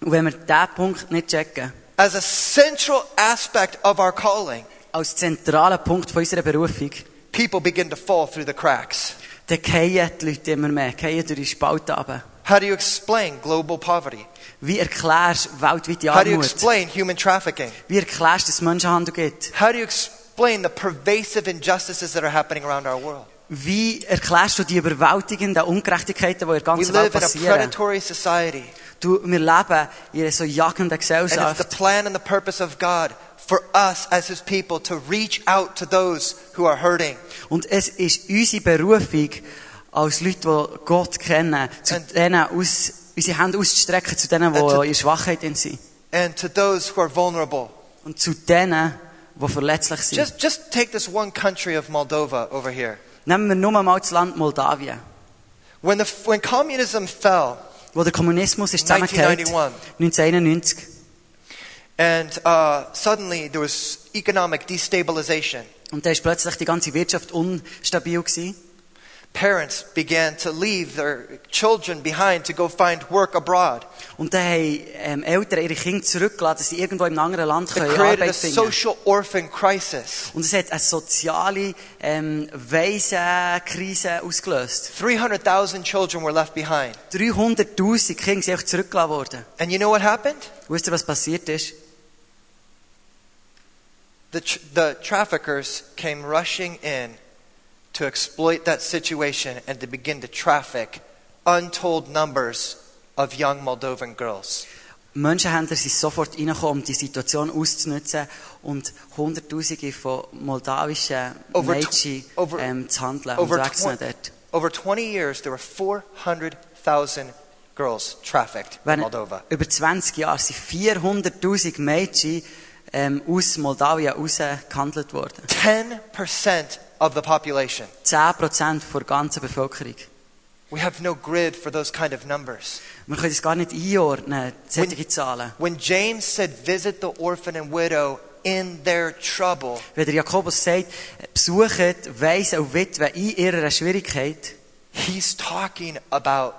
Speaker 2: Und wenn wir diesen Punkt nicht checken,
Speaker 1: as a central aspect of our calling,
Speaker 2: als zentralen Punkt von unserer Berufung,
Speaker 1: people begin to fall through the cracks.
Speaker 2: dann fallen die Leute immer mehr, fallen durch die Spalte runter.
Speaker 1: How do you explain global poverty?
Speaker 2: Wie erklärst du weltweite
Speaker 1: How do you
Speaker 2: Armut?
Speaker 1: explain human trafficking?
Speaker 2: Wie erklärst du, dass es Menschenhandel gibt?
Speaker 1: How do you explain the pervasive injustices that are happening around our world?
Speaker 2: Wie erklärst du die überwältigenden Ungerechtigkeiten, die in der
Speaker 1: We
Speaker 2: ganzen
Speaker 1: live
Speaker 2: Welt
Speaker 1: in a
Speaker 2: passieren?
Speaker 1: predatory society,
Speaker 2: Du, wir leben in einer so
Speaker 1: and
Speaker 2: jagenden
Speaker 1: it's the
Speaker 2: Gesellschaft.
Speaker 1: plan and the purpose of God for us as His people to reach out to those who are hurting.
Speaker 2: Und es ist unsere Berufung, als Leute, die Gott kennen, zu
Speaker 1: And-
Speaker 2: denen aus, unsere Hände auszustrecken, zu denen,
Speaker 1: And to-
Speaker 2: die in Schwachheit sind.
Speaker 1: And to those who are vulnerable.
Speaker 2: Und zu denen, die verletzlich sind.
Speaker 1: Just, just take this one country of Moldova over here.
Speaker 2: Nehmen wir nur mal das Land Moldawien.
Speaker 1: When, the, when communism fell,
Speaker 2: Wo der Kommunismus ist zusammengekommen. 1991.
Speaker 1: and uh, suddenly there was economic destabilization,
Speaker 2: Und da ist plötzlich die ganze Wirtschaft unstabil gewesen.
Speaker 1: parents began to leave their children behind to go find work abroad.
Speaker 2: Und da haben ähm, Eltern ihre Kinder zurückgelassen, dass sie irgendwo in einem anderen Land
Speaker 1: It
Speaker 2: können
Speaker 1: created a
Speaker 2: Arbeit finden
Speaker 1: social orphan crisis.
Speaker 2: Und es hat eine soziale ähm, Waisenkrise ausgelöst.
Speaker 1: 300,000 children were left behind.
Speaker 2: 300'000 Kinder sind einfach zurückgelassen worden.
Speaker 1: And you know what happened?
Speaker 2: Wisst ihr, was passiert ist?
Speaker 1: The, tr- the traffickers came rushing in to exploit that situation and to begin to traffic untold numbers of young Moldovan girls.
Speaker 2: Menschenhändler sind sofort reingekommen, um die Situation auszunutzen und Hunderttausende von moldawischen
Speaker 1: Over tw-
Speaker 2: Mädchen
Speaker 1: over-
Speaker 2: ähm, zu handeln und
Speaker 1: over
Speaker 2: wechseln
Speaker 1: twen-
Speaker 2: dort.
Speaker 1: Over 20 years, there were 400,000 girls trafficked in
Speaker 2: Wenn
Speaker 1: Moldova.
Speaker 2: über 20 Jahre sind 400'000 Mädchen ähm, aus Moldawien rausgehandelt worden.
Speaker 1: 10% of the population.
Speaker 2: 10% der ganzen Bevölkerung.
Speaker 1: We have no grid for those kind of numbers.
Speaker 2: Wir können es gar nicht einordnen, solche Zahlen.
Speaker 1: When James said, Visit the orphan and widow in their trouble,
Speaker 2: Wenn der Jakobus sagt, besucht Weisen und Witwen in ihrer Schwierigkeit,
Speaker 1: he's talking about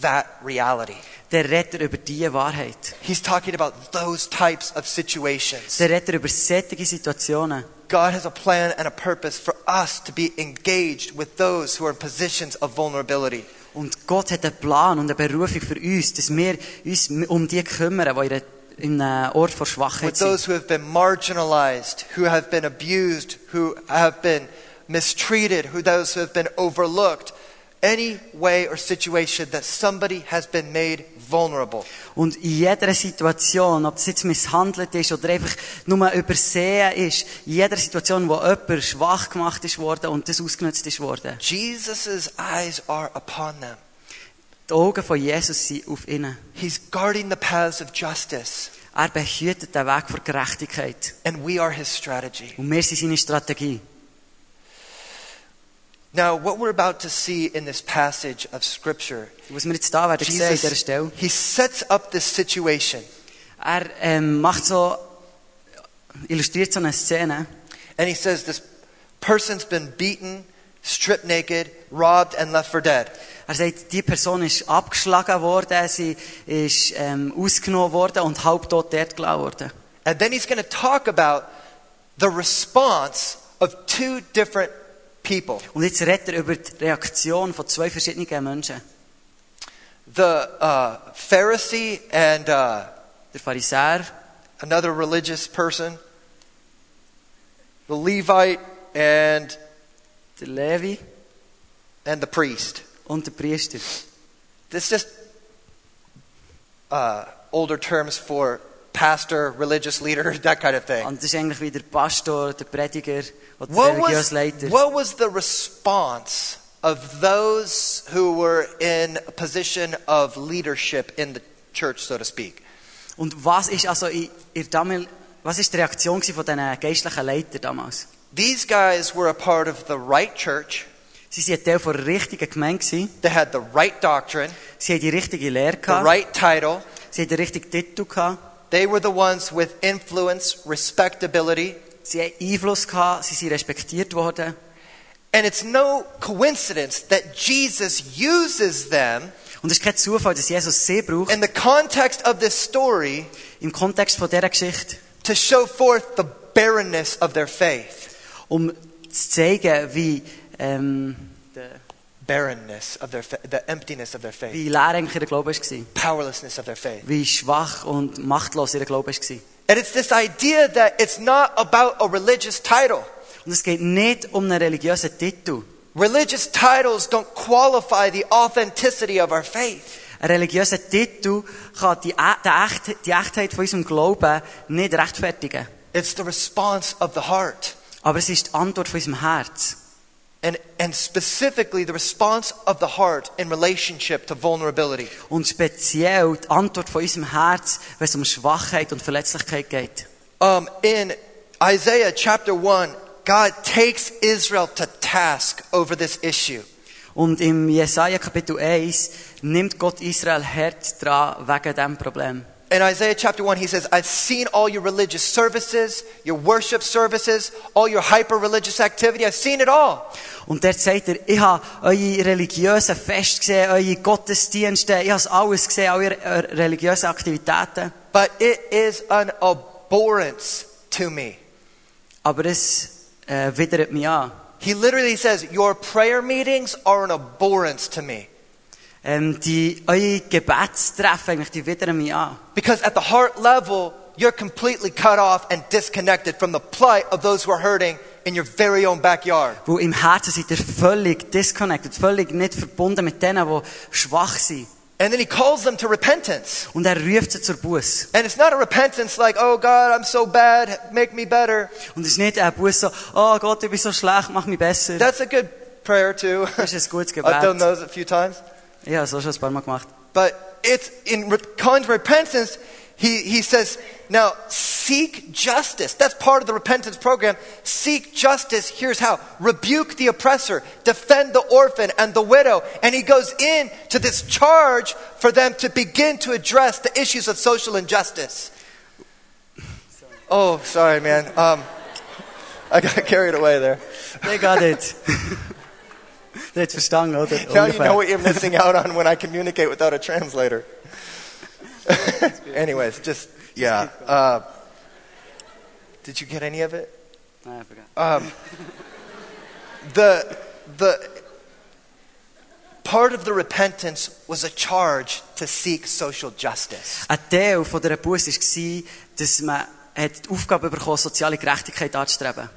Speaker 1: that reality.
Speaker 2: dann redet er über diese Wahrheit.
Speaker 1: He's talking about those types of situations.
Speaker 2: Dann redet er über solche Situationen.
Speaker 1: God has a plan and a purpose for us to be engaged with those who are in positions of vulnerability.
Speaker 2: Und Gott hat einen Plan und eine Berufung für uns, dass wir uns um die kümmern, die in einer- in einem Ort von
Speaker 1: With
Speaker 2: Schwachheit sind.
Speaker 1: those who have been marginalized, who have been abused, who have been mistreated, who those who have been overlooked. Any way or situation that somebody has been made vulnerable.
Speaker 2: Und in jeder Situation, ob das jetzt misshandelt ist oder einfach nur übersehen ist, in jeder Situation, wo jemand schwach gemacht ist worden und das ausgenutzt ist worden,
Speaker 1: Jesus' eyes are upon them.
Speaker 2: die Augen von Jesus sind auf ihnen.
Speaker 1: He's guarding the paths of justice,
Speaker 2: Er behütet den Weg vor Gerechtigkeit.
Speaker 1: and we are his strategy.
Speaker 2: Und wir sind seine Strategie.
Speaker 1: Now, what we're about to see in this passage of Scripture,
Speaker 2: Was wir jetzt da werden sehen an dieser
Speaker 1: Jesus,
Speaker 2: Stelle,
Speaker 1: he sets up this situation
Speaker 2: er ähm, macht so, illustriert so eine Szene
Speaker 1: and he says this person's been beaten, stripped naked, robbed, and left for dead.
Speaker 2: Er sagt, die Person ist abgeschlagen worden, sie ist ähm, ausgenommen worden und halbtot dort gelassen worden.
Speaker 1: And then he's going to talk about the response of two different people.
Speaker 2: Und jetzt redet er über die Reaktion von zwei verschiedenen Menschen.
Speaker 1: The uh, Pharisee and uh,
Speaker 2: Der Pharisäer,
Speaker 1: another religious person, the Levite and,
Speaker 2: der Levi
Speaker 1: and the priest.
Speaker 2: und der Priester.
Speaker 1: This just uh, older terms for pastor, religious leader, that kind of thing.
Speaker 2: Und das ist eigentlich wie der Pastor, der Prediger oder der
Speaker 1: What was,
Speaker 2: religiöse Leiter.
Speaker 1: what was the response of those who were in a position of leadership in the church, so to speak?
Speaker 2: Und was ist also in, in damals, was ist die Reaktion gewesen von diesen geistlichen Leitern damals?
Speaker 1: These guys were a part of the right church.
Speaker 2: Sie waren ein Teil von der richtigen Gemeinde. gewesen.
Speaker 1: They had the right doctrine,
Speaker 2: Sie hatten die richtige Lehre.
Speaker 1: the
Speaker 2: Gehabt.
Speaker 1: right title.
Speaker 2: Sie hatten den richtigen Titel. Gehabt.
Speaker 1: They were the ones with influence, respectability.
Speaker 2: Sie hatten Einfluss. Gehabt. Sie sind respektiert worden.
Speaker 1: And it's no coincidence that Jesus uses them
Speaker 2: Und es ist kein Zufall, dass Jesus sie braucht,
Speaker 1: in the context of this story
Speaker 2: im Kontext von dieser Geschichte,
Speaker 1: to show forth the barrenness of their faith.
Speaker 2: um zu zeigen, wie, ähm, der-
Speaker 1: Barrenness of their fa- the emptiness of their faith,
Speaker 2: wie leer eigentlich ihr Glaube war.
Speaker 1: powerlessness of their faith.
Speaker 2: Wie schwach und machtlos ihr Glaube war.
Speaker 1: And it's this idea that it's not about a religious title.
Speaker 2: Und es geht nicht um einen religiösen Titel.
Speaker 1: Religious titles don't qualify the authenticity of our faith.
Speaker 2: Ein religiöser Titel kann die, Ä- die, Echt, die Echtheit von unserem Glauben nicht rechtfertigen.
Speaker 1: It's the response of the heart.
Speaker 2: Aber es ist die Antwort von unserem Herz.
Speaker 1: And, and specifically, the response of the heart in relationship to vulnerability.
Speaker 2: Und speziell die Antwort von unserem Herz, wenn es um Schwachheit und Verletzlichkeit geht.
Speaker 1: Um, in Isaiah chapter 1, God takes Israel to task over this issue.
Speaker 2: Und im Jesaja Kapitel 1 nimmt Gott Israel hart dran wegen diesem Problem.
Speaker 1: In Isaiah chapter 1, he says, I've seen all your religious services, your worship services, all your hyper religious activity. I've seen it all.
Speaker 2: Und dort sagt er, ich habe eure religiösen Feste gesehen, eure Gottesdienste, ich habe es alles gesehen, all eure eure religiösen Aktivitäten.
Speaker 1: But it is an abhorrence to me.
Speaker 2: Aber es äh, widert mich an.
Speaker 1: He literally says, Your prayer meetings are an abhorrence to me.
Speaker 2: Ähm, die, eure Gebetstreffen, eigentlich, die widern mich an.
Speaker 1: Because at the heart level, you're completely cut off and disconnected from the plight of those who are hurting in your very own backyard.
Speaker 2: Weil im Herzen seid ihr völlig disconnected, völlig nicht verbunden mit denen, die schwach sind.
Speaker 1: And then he calls them to repentance.
Speaker 2: Und er ruft sie zur Buße.
Speaker 1: And it's not a repentance like, oh God, I'm so bad, make me better.
Speaker 2: Und es ist nicht ein Buße so, oh Gott, ich bin so schlecht, mach mich besser.
Speaker 1: That's a good prayer too.
Speaker 2: Das ist ein gutes
Speaker 1: I've done
Speaker 2: Gebet.
Speaker 1: those a few times.
Speaker 2: Ich habe es auch schon ein paar Mal gemacht.
Speaker 1: But it's in re- calling to repentance, he, he says, now seek justice. That's part of the repentance program. Seek justice. Here's how. Rebuke the oppressor, defend the orphan and the widow. And he goes in to this charge for them to begin to address the issues of social injustice. Oh, sorry, man. Um, I got carried away there.
Speaker 2: They got it. Der hat verstanden, oder?
Speaker 1: Now you
Speaker 2: Ungefähr.
Speaker 1: know what you're missing out on when I communicate without a translator. Anyways, just yeah. Uh, did you get any of it?
Speaker 2: Nein, ich vergesse.
Speaker 1: Um, the the part of the repentance was a charge to seek social justice.
Speaker 2: Ein Teil von dieser Buße war, dass man hat die Aufgabe bekommen soziale Gerechtigkeit anzustreben.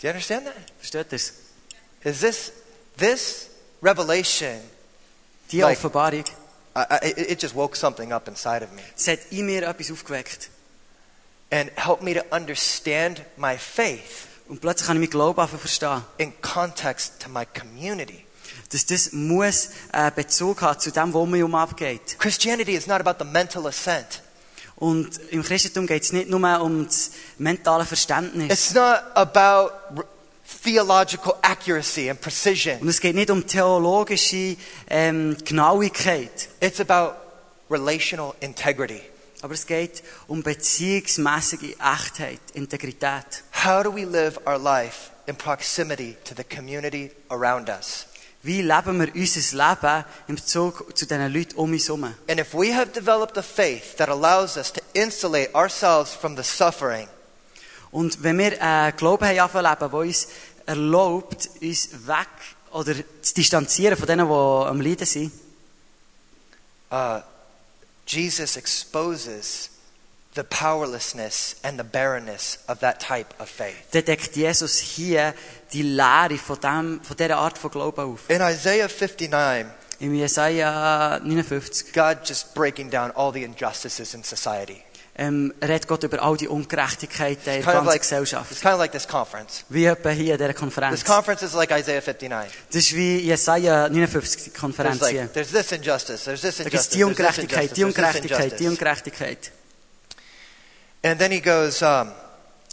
Speaker 1: Do you understand that?
Speaker 2: Versteht ihr es?
Speaker 1: Is this this revelation?
Speaker 2: Die
Speaker 1: Like-
Speaker 2: Offenbarung,
Speaker 1: I, I, it it just woke something up inside of me
Speaker 2: es hat in mir etwas aufgeweckt.
Speaker 1: and helped me to understand my faith
Speaker 2: Und plötzlich kann ich meinen Glauben anfangen zu verstehen.
Speaker 1: in context to my community.
Speaker 2: Dass das muss äh, Bezug haben zu dem, was um mich herum abgeht.
Speaker 1: Christianity is not about the mental assent.
Speaker 2: Und im Christentum geht es nicht nur um das mentale Verständnis.
Speaker 1: It's not about r- theological accuracy and precision.
Speaker 2: Und es geht nicht um theologische ähm, Genauigkeit.
Speaker 1: It's about relational integrity.
Speaker 2: Aber es geht um beziehungsmäßige Echtheit, Integrität.
Speaker 1: How do we live our life in proximity to the community around us.
Speaker 2: Wie leben wir unser Leben im Bezug zu diesen Leuten um uns herum?
Speaker 1: And if we have developed a faith that allows us to insulate ourselves from the suffering,
Speaker 2: Und wenn wir einen Glauben haben angefangen zu leben, der uns erlaubt, uns weg oder zu distanzieren von denen, die am Leiden sind,
Speaker 1: uh, Jesus exposes the powerlessness and the barrenness of that type of faith.
Speaker 2: dann deckt Jesus hier die Lehre von, dem, von dieser Art von Glauben auf.
Speaker 1: In Isaiah 59,
Speaker 2: Im Jesaja 59
Speaker 1: God just breaking down all the injustices in society.
Speaker 2: ähm, redet Gott über all die Ungerechtigkeiten in der
Speaker 1: Kind of
Speaker 2: ganzen
Speaker 1: like, it's
Speaker 2: Gesellschaft.
Speaker 1: kind of like this conference.
Speaker 2: Wie etwa hier in dieser
Speaker 1: This
Speaker 2: Konferenz.
Speaker 1: conference is like Isaiah 59.
Speaker 2: Das ist wie Jesaja 59 die
Speaker 1: There's,
Speaker 2: Konferenz hier.
Speaker 1: like, there's this injustice, there's this
Speaker 2: Da gibt es
Speaker 1: injustice,
Speaker 2: die
Speaker 1: there's this
Speaker 2: Ungerechtigkeit,
Speaker 1: injustice,
Speaker 2: die
Speaker 1: there's this
Speaker 2: Ungerechtigkeit, die
Speaker 1: injustice.
Speaker 2: Ungerechtigkeit.
Speaker 1: And then he goes, um,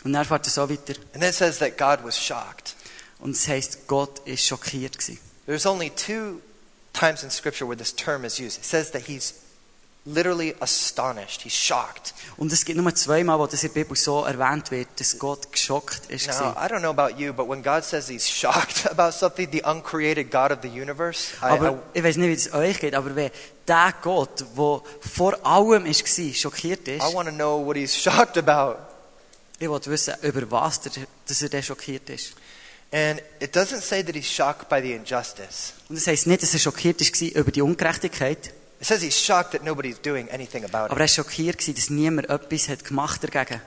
Speaker 2: Und dann fährt er so weiter.
Speaker 1: and then it says that God was shocked.
Speaker 2: Und es heisst, Gott ist schockiert gewesen.
Speaker 1: There's only two times in Scripture where this term is used. It says that he's literally astonished. He's shocked.
Speaker 2: Und es gibt nur zweimal, wo das in der Bibel so erwähnt wird, dass Gott geschockt ist.
Speaker 1: Now,
Speaker 2: gewesen.
Speaker 1: I don't know about you, but when God says he's shocked about something, the uncreated God of the universe, I, I,
Speaker 2: Aber ich weiß nicht, wie es euch geht, aber wenn der Gott, der vor allem war, schockiert ist,
Speaker 1: I want to know what he's shocked about.
Speaker 2: ich will wissen, über was der, dass er dann schockiert ist.
Speaker 1: And it doesn't say that he's shocked by the injustice.
Speaker 2: Und das heisst nicht, dass er schockiert war über die Ungerechtigkeit,
Speaker 1: It says he's shocked that nobody's doing anything about
Speaker 2: aber
Speaker 1: it.
Speaker 2: er war schockiert, war, dass niemand etwas hat gemacht dagegen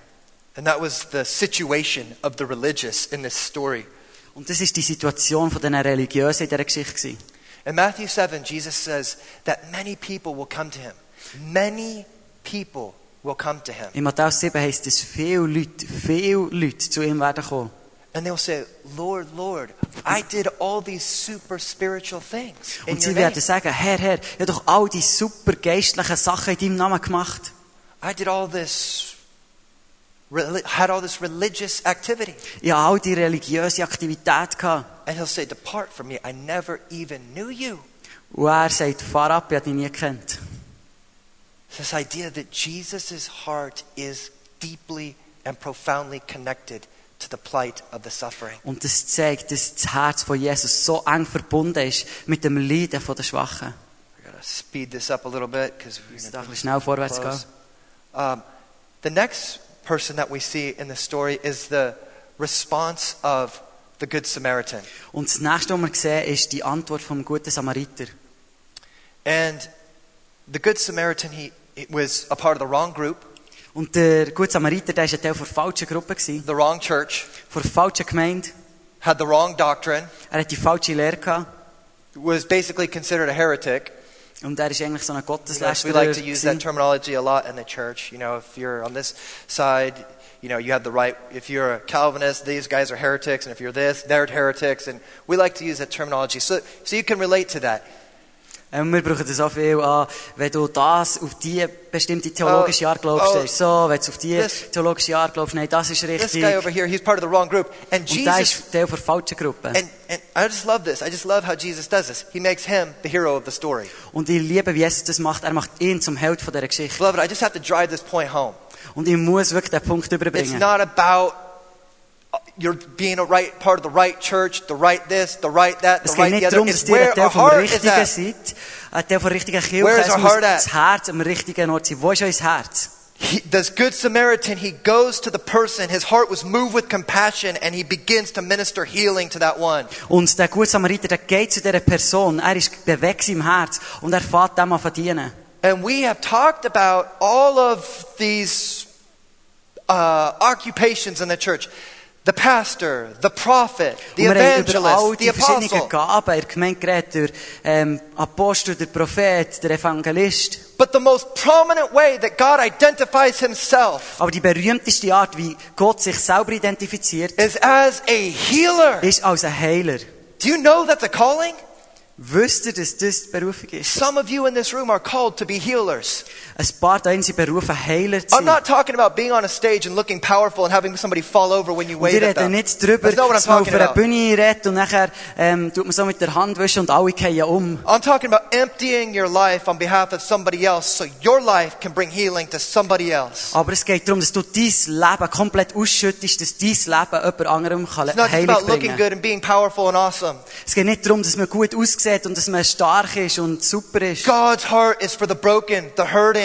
Speaker 1: And that was the situation of the religious in this story.
Speaker 2: Und das ist die Situation von diesen Religiösen in dieser Geschichte. gewesen.
Speaker 1: In Matthew 7, Jesus says that many people will come to him. Many people will come to him.
Speaker 2: In Matthäus 7 heisst es, viele Leute, viele Leute zu ihm werden kommen.
Speaker 1: And they'll say, Lord, Lord, I did all these super spiritual things. In
Speaker 2: Und
Speaker 1: your
Speaker 2: sie
Speaker 1: name.
Speaker 2: werden sagen, Herr, Herr, ich habe doch all die super geistlichen Sachen in deinem Namen gemacht.
Speaker 1: I did all this, reli- had all this religious activity.
Speaker 2: Ich habe all die religiöse Aktivität gehabt.
Speaker 1: And he'll say, Depart from me. I never even knew you.
Speaker 2: Und er sagt, fahr ab, ich habe dich nie gekannt.
Speaker 1: This idea that Jesus' heart is deeply and profoundly connected to the plight of the suffering.
Speaker 2: Und das zeigt, dass das Herz von Jesus so eng verbunden ist mit dem Leiden der Schwachen.
Speaker 1: We're going to speed this up a little bit because we're
Speaker 2: Wir müssen da ein
Speaker 1: going
Speaker 2: bisschen schnell
Speaker 1: to
Speaker 2: vorwärts gehen.
Speaker 1: close. Um, the next person that we see in the story is the response of the Good Samaritan.
Speaker 2: Und das nächste, was wir sehen, ist die Antwort vom guten Samariter.
Speaker 1: And the Good Samaritan, he, he was a part of the wrong group,
Speaker 2: Und der gute Samariter, der war ein Teil der falschen Gruppe, gewesen,
Speaker 1: the wrong church,
Speaker 2: von der falschen Gemeinde.
Speaker 1: had the wrong doctrine,
Speaker 2: Er hat die falsche Lehre gehabt.
Speaker 1: was basically considered a heretic.
Speaker 2: Und er ist eigentlich so ein
Speaker 1: You know,
Speaker 2: Gotteslästerer.
Speaker 1: we like to use
Speaker 2: gewesen.
Speaker 1: that terminology a lot in the church. You know, if you're on this side, you know, you have the right. If you're a Calvinist, these guys are heretics, and if you're this, they're heretics. And we like to use that terminology, so so you can relate to that.
Speaker 2: Ähm, wir brauchen das so viel an, wenn du das auf die bestimmte theologische
Speaker 1: Oh,
Speaker 2: Art glaubst,
Speaker 1: oh,
Speaker 2: dann ist so, wenn du auf die
Speaker 1: this-
Speaker 2: theologische Art glaubst, nein, das ist
Speaker 1: This
Speaker 2: dus richtig.
Speaker 1: guy over here, he's part of the wrong group, and
Speaker 2: Und der
Speaker 1: Jesus.
Speaker 2: ist Teil der falschen Gruppe.
Speaker 1: And, and I just love this. I just love how Jesus does this. He makes him the hero of the story.
Speaker 2: Und ich liebe, wie Jesus das macht. Er macht ihn zum Held von dieser Geschichte.
Speaker 1: Beloved, I just have to drive this point home.
Speaker 2: Und ich muss wirklich den Punkt
Speaker 1: It's
Speaker 2: überbringen.
Speaker 1: not about uh, you're being a right part of the right church, the right this, the right that, the
Speaker 2: Es geht
Speaker 1: right the
Speaker 2: nicht
Speaker 1: other.
Speaker 2: darum,
Speaker 1: It's
Speaker 2: dass ihr
Speaker 1: where
Speaker 2: ein Teil
Speaker 1: our
Speaker 2: vom
Speaker 1: heart is
Speaker 2: Richtigen
Speaker 1: at.
Speaker 2: seid, ein Teil von richtigen
Speaker 1: Where
Speaker 2: Kirche.
Speaker 1: is
Speaker 2: Es
Speaker 1: our
Speaker 2: muss
Speaker 1: heart at?
Speaker 2: das Herz am richtigen Ort sein. Wo ist unser Herz?
Speaker 1: He, this good Samaritan, he goes to the person. His heart was moved with compassion, and he begins to minister healing to that one.
Speaker 2: Und der gute Samariter, der geht zu dieser Person. Er ist bewegt im Herz. Und er fährt dem an verdienen.
Speaker 1: And we have talked about all of these uh, occupations in the church: the pastor, the prophet, the
Speaker 2: und wir haben über all
Speaker 1: evangelist, the
Speaker 2: die verschiedenen
Speaker 1: apostle.
Speaker 2: Gaben in der Gemeinde geredet, durch ähm, Apostel, der Prophet, der Evangelist.
Speaker 1: But the most prominent way that God identifies Himself
Speaker 2: Aber die berühmteste Art, wie Gott sich selber identifiziert,
Speaker 1: is as a healer.
Speaker 2: Eh. ist als ein Heiler.
Speaker 1: Do you know that's a calling?
Speaker 2: Wisst ihr, dass das die Berufung ist?
Speaker 1: Some of you in this room are called to be healers.
Speaker 2: Ein paar da sind berufen, Heiler
Speaker 1: I'm
Speaker 2: zu sein.
Speaker 1: not talking about being on a stage and looking powerful and having somebody fall over when you
Speaker 2: Und
Speaker 1: wave
Speaker 2: ich
Speaker 1: at
Speaker 2: rede
Speaker 1: them.
Speaker 2: nicht drüber,
Speaker 1: That's not what I'm
Speaker 2: dass man auf
Speaker 1: talking
Speaker 2: einer
Speaker 1: about.
Speaker 2: Bühne redet und nachher ähm, tut man so mit der Hand wischen und alle fallen um.
Speaker 1: I'm talking about emptying your life on behalf of somebody else so your life can bring healing to somebody else.
Speaker 2: Aber es geht darum, dass du dein Leben komplett ausschüttest, dass dein Leben jemand anderem kann
Speaker 1: It's not just
Speaker 2: Heilung
Speaker 1: about looking
Speaker 2: bringen
Speaker 1: good and being powerful and awesome.
Speaker 2: Es geht nicht darum, dass man gut aussieht und dass man stark ist und super ist.
Speaker 1: God's heart is for the broken, the hurting.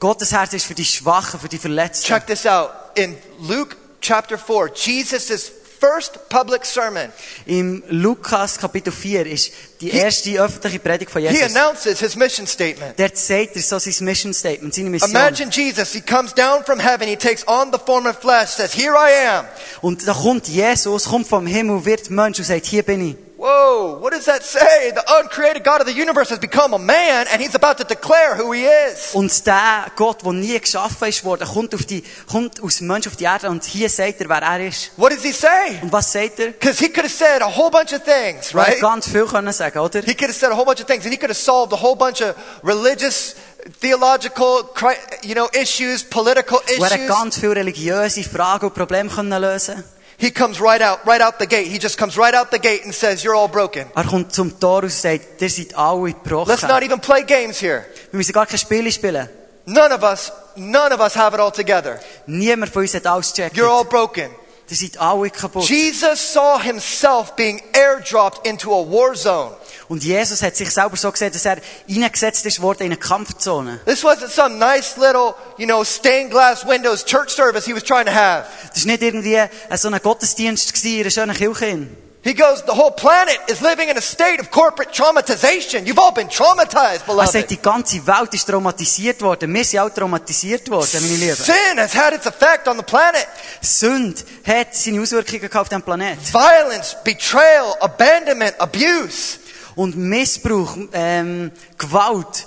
Speaker 2: Gottes Herz ist für die Schwachen, für die Verletzten.
Speaker 1: Check this out. In Luke chapter 4, Jesus' first public sermon,
Speaker 2: Im Lukas Kapitel 4 ist die
Speaker 1: He-
Speaker 2: erste öffentliche Predigt von
Speaker 1: he
Speaker 2: Jesus.
Speaker 1: announces his mission statement.
Speaker 2: Dort sagt er so sein Mission Statement, seine Mission.
Speaker 1: Imagine Jesus, he comes down from heaven, he takes on the form of flesh, says, Here I am.
Speaker 2: Und da kommt Jesus, kommt vom Himmel, wird Mensch und sagt, hier bin ich.
Speaker 1: Whoa, what does that say? The uncreated God of the universe has become a man and he's about to declare who he is.
Speaker 2: Und der Gott, der nie geschaffen ist worden, kommt, auf die, kommt aus Mensch auf die Erde und hier sagt er, wer er ist.
Speaker 1: What does he say?
Speaker 2: Und was sagt er?
Speaker 1: Because he could have said a whole bunch of things,
Speaker 2: Er hätte
Speaker 1: right?
Speaker 2: ganz viel können sagen, oder?
Speaker 1: He could have said a whole bunch of things, and he could have solved a whole bunch of religious, theological, cri- you know, issues, political
Speaker 2: Und er hätte
Speaker 1: issues.
Speaker 2: ganz viele religiöse Fragen und Probleme können lösen
Speaker 1: He comes right out, right out the gate. He just comes right out the gate and says, "You're all broken.
Speaker 2: Er kommt zum Tor und sagt, ihr seid alle gebrochen.
Speaker 1: Let's not e- even play games here.
Speaker 2: Wir müssen gar keine Spiele spielen.
Speaker 1: None of us, none of us have it all together.
Speaker 2: Niemand von uns hat alles gecheckt.
Speaker 1: You're all broken."
Speaker 2: Ihr seid alle kaputt.
Speaker 1: Jesus saw himself being airdropped into a war zone.
Speaker 2: Und Jesus hat sich selber so gesehen, dass er reingesetzt ist worden in eine Kampfzone.
Speaker 1: This wasn't some nice little, you know, stained glass windows church service he was trying to have.
Speaker 2: Das war nicht irgendwie äh, so ein Gottesdienst gewesen in einer schönen Kirche. hin.
Speaker 1: He goes, the whole planet is living in a state of corporate traumatization. You've all been traumatized,
Speaker 2: Er
Speaker 1: beloved.
Speaker 2: sagt, die ganze Welt ist traumatisiert worden. Wir sind auch traumatisiert worden, meine Lieben.
Speaker 1: Sin has had its effect on the planet.
Speaker 2: Sünde hat seine Auswirkungen gehabt auf diesem Planeten.
Speaker 1: Violence, betrayal, abandonment, abuse
Speaker 2: Und Missbrauch, ähm, Gewalt,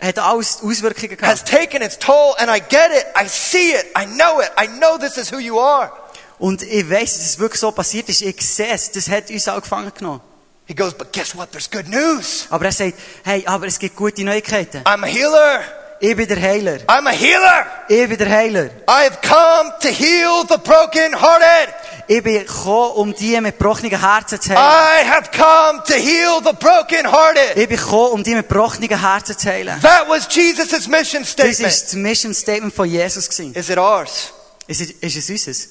Speaker 2: hat alles Auswirkungen
Speaker 1: has
Speaker 2: gehabt.
Speaker 1: taken its toll, and I get it. I see it. I know it. I know this is who you are.
Speaker 2: Und ich weiss, dass es wirklich so passiert ist. Ich sehe es. Das hat uns auch gefangen genommen.
Speaker 1: He goes, but guess what? There's good news.
Speaker 2: Aber er sagt, hey, aber es gibt gute Neuigkeiten.
Speaker 1: I'm a healer.
Speaker 2: Ich bin der Heiler.
Speaker 1: I'm a healer.
Speaker 2: Ich bin der Heiler.
Speaker 1: I have come to heal the brokenhearted.
Speaker 2: Ich bin gekommen, um die mit gebrochenen Herzen zu heilen.
Speaker 1: I have come to heal the brokenhearted.
Speaker 2: Ich bin gekommen, um die mit gebrochenen Herzen zu heilen.
Speaker 1: That was Jesus' mission
Speaker 2: Das
Speaker 1: statement.
Speaker 2: war das Mission Statement von Jesus. gewesen.
Speaker 1: Is it ours?
Speaker 2: Ist, es- ist es unseres?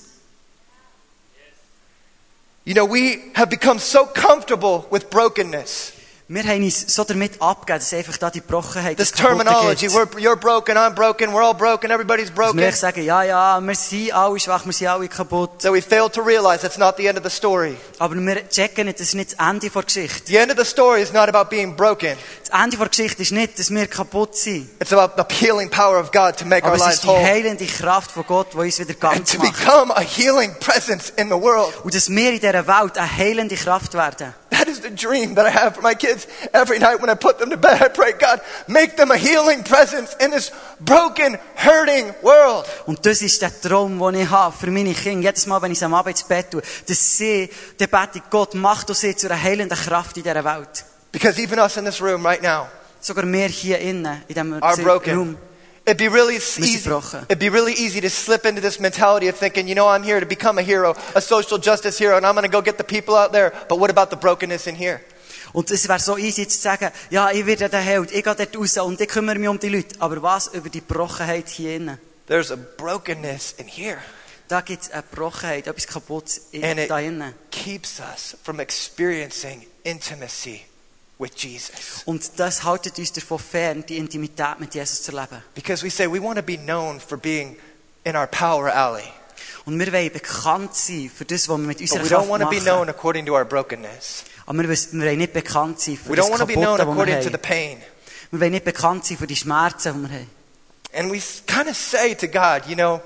Speaker 1: You know, we have become so comfortable with brokenness.
Speaker 2: Wir haben uns so damit abgegeben, dass einfach da die Brochenheit
Speaker 1: This terminology, we're, you're broken, I'm broken, we're all broken, everybody's
Speaker 2: Dass wir
Speaker 1: broken.
Speaker 2: echt sagen, ja, ja, wir sind alle schwach, wir sind alle kaputt.
Speaker 1: So we fail to realize that's not the end of the story.
Speaker 2: Aber wir checken nicht, das ist nicht das Ende der Geschichte.
Speaker 1: The end of the story is not about being broken.
Speaker 2: Das Ende der Geschichte ist nicht, dass wir kaputt sind.
Speaker 1: It's about the healing power of God to make
Speaker 2: Aber
Speaker 1: our
Speaker 2: es
Speaker 1: lives
Speaker 2: ist die
Speaker 1: whole
Speaker 2: heilende Kraft von Gott, die uns wieder
Speaker 1: and
Speaker 2: ganz
Speaker 1: to
Speaker 2: macht.
Speaker 1: become a healing presence in the world.
Speaker 2: Und dass wir in dieser Welt eine heilende Kraft werden.
Speaker 1: That is the dream that I have for my kids every night when I put them to bed. I pray, God, make them a healing presence in this broken, hurting world.
Speaker 2: Und das ist der Traum, den ich habe für meine Kinder. Jedes Mal, wenn ich sie am Abend ins Bett tue, dass sie, der Bette, Gott macht uns sie zu einer heilenden Kraft in dieser Welt.
Speaker 1: Because even us in this room right now,
Speaker 2: Sogar wir hier innen, in diesem
Speaker 1: are broken.
Speaker 2: Raum.
Speaker 1: It'd be really easy.
Speaker 2: Missbrochen.
Speaker 1: It'd be really easy to slip into this mentality of thinking, you know, I'm here to become a hero, a social justice hero, and I'm going to go get the people out there. But what about the brokenness in here?
Speaker 2: Und es wäre so easy zu sagen, ja, ich werde der Held, ich gehe dort raus und ich kümmere mich um die Leute. Aber was über die Brochenheit hier innen?
Speaker 1: There's a brokenness in here,
Speaker 2: Da gibt es eine Brochenheit, etwas kaputt
Speaker 1: and
Speaker 2: in,
Speaker 1: it
Speaker 2: da innen.
Speaker 1: keeps us from experiencing intimacy with Jesus.
Speaker 2: Und das haltet uns davon fern, die Intimität mit Jesus zu erleben.
Speaker 1: Because we say we want to be known for being in our power alley,
Speaker 2: Und wir wollen bekannt sein für das, was wir mit
Speaker 1: but
Speaker 2: unserer
Speaker 1: we don't
Speaker 2: Kraft
Speaker 1: want to be
Speaker 2: machen.
Speaker 1: known according to our brokenness.
Speaker 2: Aber wir, wissen- wir wollen nicht bekannt sein für
Speaker 1: We
Speaker 2: das
Speaker 1: don't want to be
Speaker 2: Kaputte,
Speaker 1: known
Speaker 2: das wir
Speaker 1: according to the
Speaker 2: haben.
Speaker 1: pain.
Speaker 2: Wir wollen nicht bekannt sein für die Schmerzen, die wir haben.
Speaker 1: And we kind of say to God, you know,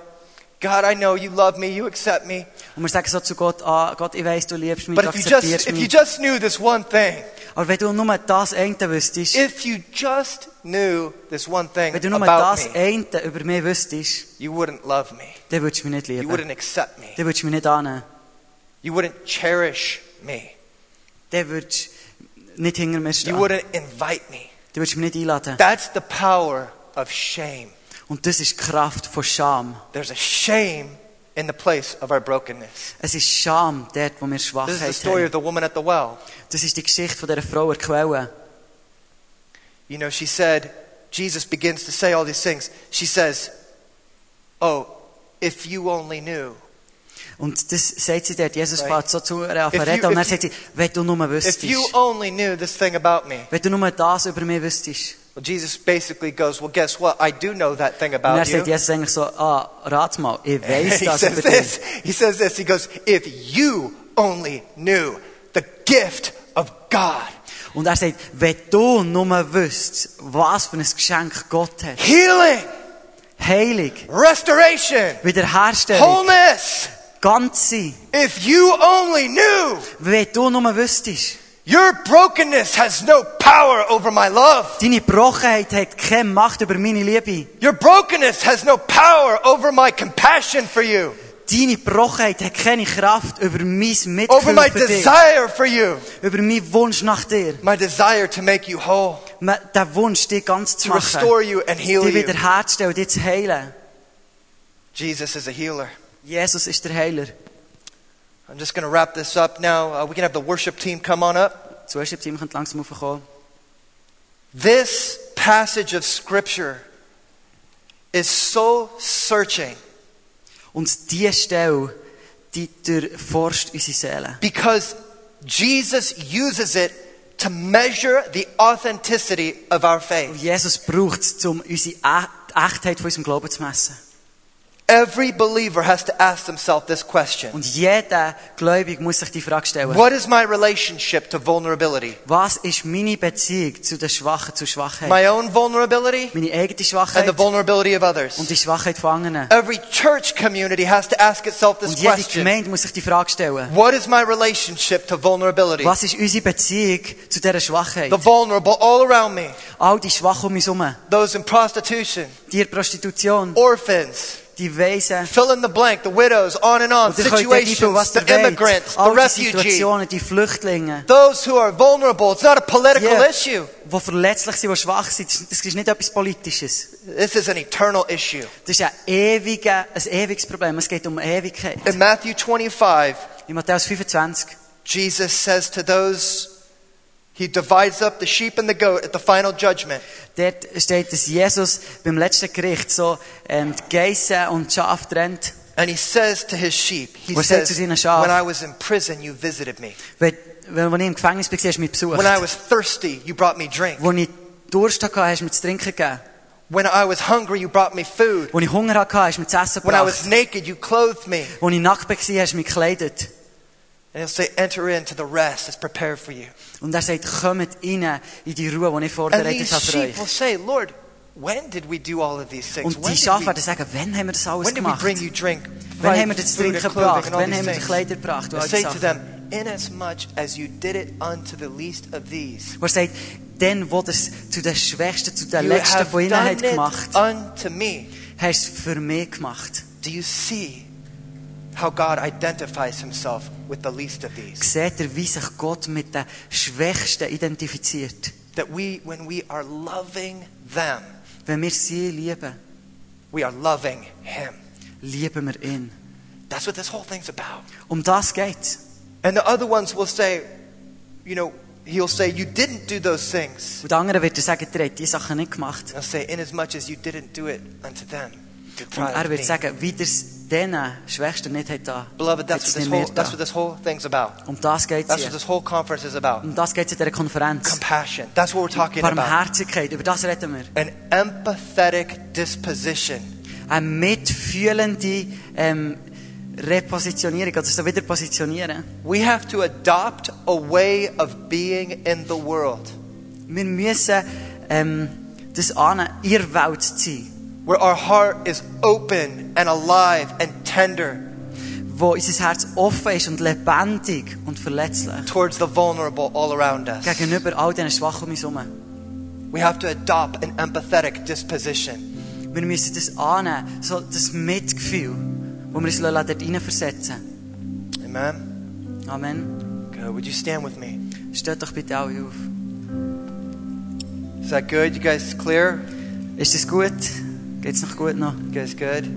Speaker 1: God, I know you love me, you accept me,
Speaker 2: Und wir sagen so zu Gott, ah, Gott, ich weiss, du liebst mich,
Speaker 1: but
Speaker 2: du
Speaker 1: if you just
Speaker 2: akzeptierst
Speaker 1: if you
Speaker 2: mich.
Speaker 1: just knew this one thing,
Speaker 2: Aber wenn du nur das eine wüsstest,
Speaker 1: if you just knew this one thing
Speaker 2: wenn du nur
Speaker 1: about
Speaker 2: das
Speaker 1: me,
Speaker 2: eine über mich wüsstest,
Speaker 1: you wouldn't love me.
Speaker 2: dann würdest du mich nicht
Speaker 1: You
Speaker 2: lieben. Dann
Speaker 1: wouldn't accept me.
Speaker 2: würdest du mich nicht annehmen.
Speaker 1: You wouldn't cherish me.
Speaker 2: Dann würdest nicht hinter mir
Speaker 1: You
Speaker 2: stehen. Du
Speaker 1: wouldn't invite me.
Speaker 2: würdest mich nicht einladen.
Speaker 1: That's the power of shame.
Speaker 2: Und das ist die Kraft von Scham.
Speaker 1: There's a shame in the place of our brokenness.
Speaker 2: Es ist Scham dort, wo wir
Speaker 1: This is the
Speaker 2: Schwachheit
Speaker 1: story of
Speaker 2: haben.
Speaker 1: the woman at the well.
Speaker 2: Das ist die Geschichte von dieser Frau an der Quelle.
Speaker 1: You know, she said, Jesus begins to say all these things. She says, Oh, if you only knew.
Speaker 2: Und das sagt sie dort. Jesus
Speaker 1: Right.
Speaker 2: fährt so zu ihr an zu
Speaker 1: If you-
Speaker 2: reden und dann
Speaker 1: if
Speaker 2: sagt sie, wenn du nur
Speaker 1: If you
Speaker 2: wüsstest.
Speaker 1: only knew this thing about me.
Speaker 2: Wenn du nur das über mich wüsstest.
Speaker 1: Well, Jesus basically goes, Well, guess what? I do know that thing
Speaker 2: Und dann
Speaker 1: about
Speaker 2: sagt
Speaker 1: you.
Speaker 2: Jesus eigentlich so, ah, rat mal, ich
Speaker 1: he
Speaker 2: weiss das
Speaker 1: says
Speaker 2: über dich.
Speaker 1: this. He says this. He goes, If you only knew the gift of God,
Speaker 2: Und er sagt, wenn du nur wüsstest, was für ein Geschenk Gott hat.
Speaker 1: healing,
Speaker 2: Heilig,
Speaker 1: restoration,
Speaker 2: Wiederherstellung,
Speaker 1: wholeness.
Speaker 2: ganz sein.
Speaker 1: If you only knew
Speaker 2: Wenn du nur wüsstest,
Speaker 1: your brokenness has no power over my love.
Speaker 2: deine Brochenheit hat keine Macht über meine Liebe.
Speaker 1: Your brokenness has no power over my compassion for you,
Speaker 2: Deine Brochenheit hat keine Kraft über mein
Speaker 1: over
Speaker 2: Mitgefühl
Speaker 1: my
Speaker 2: für dich,
Speaker 1: desire for you,
Speaker 2: über meinen Wunsch nach dir.
Speaker 1: my desire to make you whole,
Speaker 2: Ma- Der Wunsch, dich ganz zu
Speaker 1: to
Speaker 2: machen,
Speaker 1: restore you and heal
Speaker 2: dich
Speaker 1: you.
Speaker 2: wiederherzustellen, dich zu heilen.
Speaker 1: Jesus is a healer.
Speaker 2: Jesus ist der Heiler.
Speaker 1: I'm just going to wrap this up now. Uh, we can have the worship team come on up.
Speaker 2: Das Worship-Team könnte langsam aufkommen.
Speaker 1: This passage of Scripture is so searching
Speaker 2: Und diese Stelle, die durchforscht unsere Seelen.
Speaker 1: because Jesus uses it to measure the authenticity of our
Speaker 2: Und
Speaker 1: faith.
Speaker 2: Jesus braucht es, um unsere E- die Echtheit von unserem Glauben zu messen.
Speaker 1: Every believer has to ask themselves this question
Speaker 2: Und jeder Gläubige muss sich die Frage stellen.
Speaker 1: What is my relationship to vulnerability?
Speaker 2: Was ist meine Beziehung zu der Schwachen, zu Schwachheit?
Speaker 1: My own vulnerability
Speaker 2: meine eigene
Speaker 1: and the
Speaker 2: Schwachheit
Speaker 1: vulnerability of
Speaker 2: und
Speaker 1: others.
Speaker 2: die Schwachheit von anderen.
Speaker 1: Every church community has to ask itself
Speaker 2: Und
Speaker 1: this
Speaker 2: jede
Speaker 1: question
Speaker 2: Gemeinde muss sich die Frage stellen.
Speaker 1: What is my relationship to vulnerability?
Speaker 2: Was ist unsere Beziehung zu dieser Schwachheit?
Speaker 1: The vulnerable all around me,
Speaker 2: All die Schwachen um uns herum.
Speaker 1: those in prostitution,
Speaker 2: Die Prostitution,
Speaker 1: orphans,
Speaker 2: die Weisen.
Speaker 1: Fill in the blank, the widows, on and on,
Speaker 2: Und ihr könnt dort eintun, was
Speaker 1: situations,
Speaker 2: ihr
Speaker 1: the
Speaker 2: wollt.
Speaker 1: immigrants, the
Speaker 2: All die
Speaker 1: refugees,
Speaker 2: Situationen, die Flüchtlinge.
Speaker 1: those who are vulnerable. It's not a political
Speaker 2: Yeah.
Speaker 1: issue.
Speaker 2: die verletzlich sind, die schwach sind, das ist das ist nicht etwas Politisches.
Speaker 1: This is an eternal issue.
Speaker 2: Das ist ein, ewiger, ein ewiges Problem. Es geht um Ewigkeit.
Speaker 1: In Matthew 25,
Speaker 2: In Matthäus 25
Speaker 1: Jesus says to those, He divides up the sheep and the goat at the final judgment.
Speaker 2: dort steht, dass Jesus beim letzten Gericht so ähm, die Geissen und die Schafe trennt.
Speaker 1: And He says to His sheep, He
Speaker 2: Was
Speaker 1: says,
Speaker 2: zegt u in een schaaf?
Speaker 1: When I was in prison, you visited me.
Speaker 2: Wenn, wenn, wenn ich im Gefängnis war, hast du mich besucht.
Speaker 1: When I was thirsty, you brought me drink.
Speaker 2: Als ich Durst hatte, hast du mir zu trinken gegeben.
Speaker 1: When I was hungry, you brought me food.
Speaker 2: Als ich Hunger hatte, hast du mir zu essen
Speaker 1: When I
Speaker 2: gebracht.
Speaker 1: was naked, you clothed me.
Speaker 2: Als ich nackt war, hast du mich gekleidet.
Speaker 1: And He'll say, Enter into the rest that's prepared for you.
Speaker 2: Und er sagt, kommt rein in die Ruhe, die ich
Speaker 1: And
Speaker 2: vorbereitet
Speaker 1: these
Speaker 2: habe für
Speaker 1: sheep will
Speaker 2: euch.
Speaker 1: say, Lord, when did we do all of these things?
Speaker 2: Und
Speaker 1: When
Speaker 2: die
Speaker 1: did
Speaker 2: Schafe
Speaker 1: we,
Speaker 2: werden sagen, wann haben wir das alles
Speaker 1: when did we
Speaker 2: gemacht?
Speaker 1: bring you drink?
Speaker 2: Wann haben wir
Speaker 1: food,
Speaker 2: das
Speaker 1: and
Speaker 2: Trinken
Speaker 1: clothing
Speaker 2: gebracht?
Speaker 1: and all
Speaker 2: Wann
Speaker 1: these
Speaker 2: haben wir die
Speaker 1: things?
Speaker 2: Kleider gebracht? Und
Speaker 1: And
Speaker 2: all
Speaker 1: say
Speaker 2: die
Speaker 1: to
Speaker 2: Sachen.
Speaker 1: them, inasmuch as you did it unto the least of these,
Speaker 2: Wo er sagt, dann, wo das zu den Schwächsten, zu den
Speaker 1: you
Speaker 2: Letzten
Speaker 1: have
Speaker 2: von ihnen
Speaker 1: done
Speaker 2: hat
Speaker 1: it
Speaker 2: gemacht,
Speaker 1: unto me.
Speaker 2: hast du es für mich gemacht.
Speaker 1: Do you see how God identifies himself with the least of these?
Speaker 2: Seht ihr, wie sich Gott mit den Schwächsten identifiziert?
Speaker 1: That we, when we are loving them,
Speaker 2: Wenn wir sie lieben,
Speaker 1: we are loving him.
Speaker 2: lieben wir ihn.
Speaker 1: That's what this whole thing's about.
Speaker 2: Um das geht
Speaker 1: And the other ones will say, you know, he'll say, you didn't do those things.
Speaker 2: Und die anderen werden sagen, ihr habt diese Sachen nicht gemacht.
Speaker 1: I'll say, inasmuch as you didn't do it unto them,
Speaker 2: Und
Speaker 1: deprive
Speaker 2: er wird
Speaker 1: me."
Speaker 2: sagen, wie ihr es denen Schwächsten nicht hat da.
Speaker 1: Beloved, that's what,
Speaker 2: hat's
Speaker 1: this
Speaker 2: nicht
Speaker 1: whole,
Speaker 2: mir da.
Speaker 1: that's what this whole thing's about.
Speaker 2: Um das geht
Speaker 1: That's what
Speaker 2: es
Speaker 1: this whole conference is about.
Speaker 2: Um das geht es in dieser Konferenz.
Speaker 1: Compassion. That's what we're talking about.
Speaker 2: Barmherzigkeit, über das reden wir.
Speaker 1: An empathetic disposition.
Speaker 2: Eine mitfühlende ähm, Repositionierung, also so wieder positionieren.
Speaker 1: We have to adopt a way of being in the world
Speaker 2: Wir müssen ähm, das annehmen, ihr Welt zu sein,
Speaker 1: where our heart is open and alive and tender
Speaker 2: wo unser Herz offen ist und lebendig und verletzlich.
Speaker 1: towards the vulnerable all around us.
Speaker 2: Gegenüber all diesen Schwachen um uns herum.
Speaker 1: We have to adopt an empathetic disposition.
Speaker 2: Wir müssen das annehmen, so das Mitgefühl, wo wir uns dort hineinversetzen lassen.
Speaker 1: Amen.
Speaker 2: Amen.
Speaker 1: Good. Uh, would you stand with me?
Speaker 2: Steht doch bitte alle auf.
Speaker 1: Is that good? You guys clear?
Speaker 2: Ist das gut? Geht's noch gut noch?
Speaker 1: You guys good?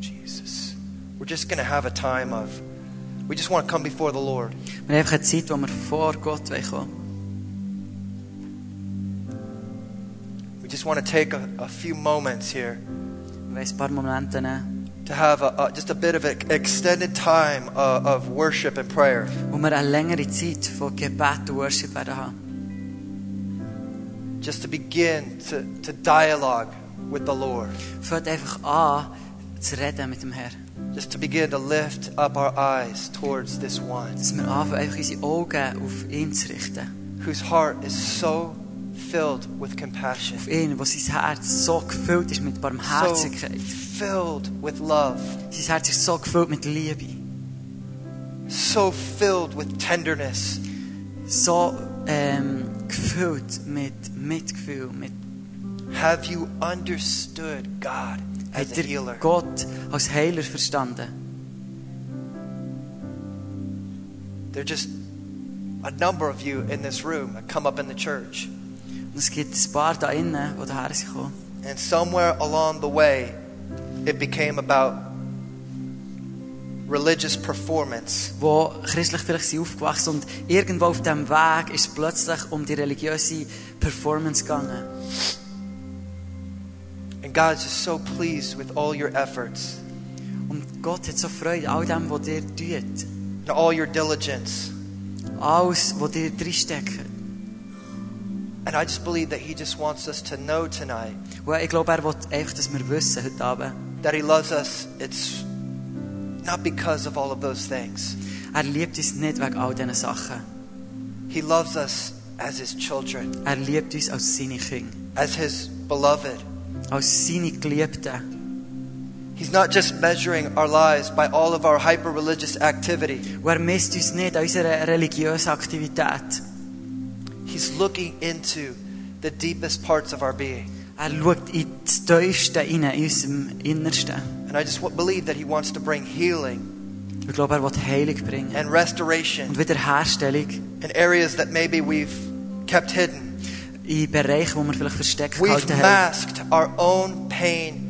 Speaker 1: Jesus. We're just going to have a time of, we just want to come before the Lord.
Speaker 2: Wir haben einfach eine Zeit, wo wir vor Gott wollen kommen.
Speaker 1: We just want to take a, a few moments here
Speaker 2: Wir wollen ein paar Momente nehmen,
Speaker 1: to have a, a, just a bit of an extended time of, of worship and prayer.
Speaker 2: wo wir eine längere Zeit von Gebet und Worship werden haben.
Speaker 1: Just to begin to, to dialogue with the Lord.
Speaker 2: Fangt einfach an, zu reden mit dem Herrn.
Speaker 1: Just to begin to lift up our eyes towards this one
Speaker 2: Dass wir anfangen, einfach unsere Augen auf ihn zu richten.
Speaker 1: whose heart is so filled with compassion,
Speaker 2: Auf ihn, wo sein Herz so gefüllt ist mit
Speaker 1: so
Speaker 2: Barmherzigkeit.
Speaker 1: filled with love,
Speaker 2: Sein Herz ist so gefüllt mit Liebe.
Speaker 1: so filled with tenderness.
Speaker 2: So ähm, gefüllt mit Mitgefühl. Mit,
Speaker 1: Have you understood God as
Speaker 2: habt
Speaker 1: a
Speaker 2: ihr
Speaker 1: healer?
Speaker 2: Gott als Heiler verstanden?
Speaker 1: There are just a number of you in this room that come up in the church,
Speaker 2: Und es gibt ein paar da innen, die daher sind gekommen.
Speaker 1: and somewhere along the way, it became about religious performance.
Speaker 2: wo christlich vielleicht sind aufgewachsen und irgendwo auf dem Weg ist es plötzlich um die religiöse Performance gegangen.
Speaker 1: And God's just so pleased with all your efforts
Speaker 2: Und Gott hat so Freude an all dem, was ihr tut.
Speaker 1: and all your diligence.
Speaker 2: Alles, was ihr drinsteckt.
Speaker 1: And I just believe that He just wants us to know tonight
Speaker 2: Und ich glaube, er will einfach, dass wir dus wissen heute Abend.
Speaker 1: that He loves us. It's not because of all of those things.
Speaker 2: Er liebt uns nicht wegen all diesen Sachen.
Speaker 1: He loves us as His children,
Speaker 2: Er liebt uns als seine Kinder.
Speaker 1: as His beloved.
Speaker 2: Als seine Geliebten.
Speaker 1: He's not just measuring our lives by all of our hyper religious activity,
Speaker 2: Und er misst uns nicht an unserer religiösen Aktivität.
Speaker 1: He's looking into the deepest parts of our being.
Speaker 2: Er schaut in das Tiefste rein, in unserem Innersten.
Speaker 1: And I just wa- believe that He wants to bring healing
Speaker 2: Ich glaube, er will Heilung bringen.
Speaker 1: and restoration
Speaker 2: Und Wiederherstellung.
Speaker 1: in areas that maybe we've kept hidden.
Speaker 2: in Bereichen, wo wir vielleicht versteckt
Speaker 1: We've
Speaker 2: gehalten haben,
Speaker 1: masked our own pain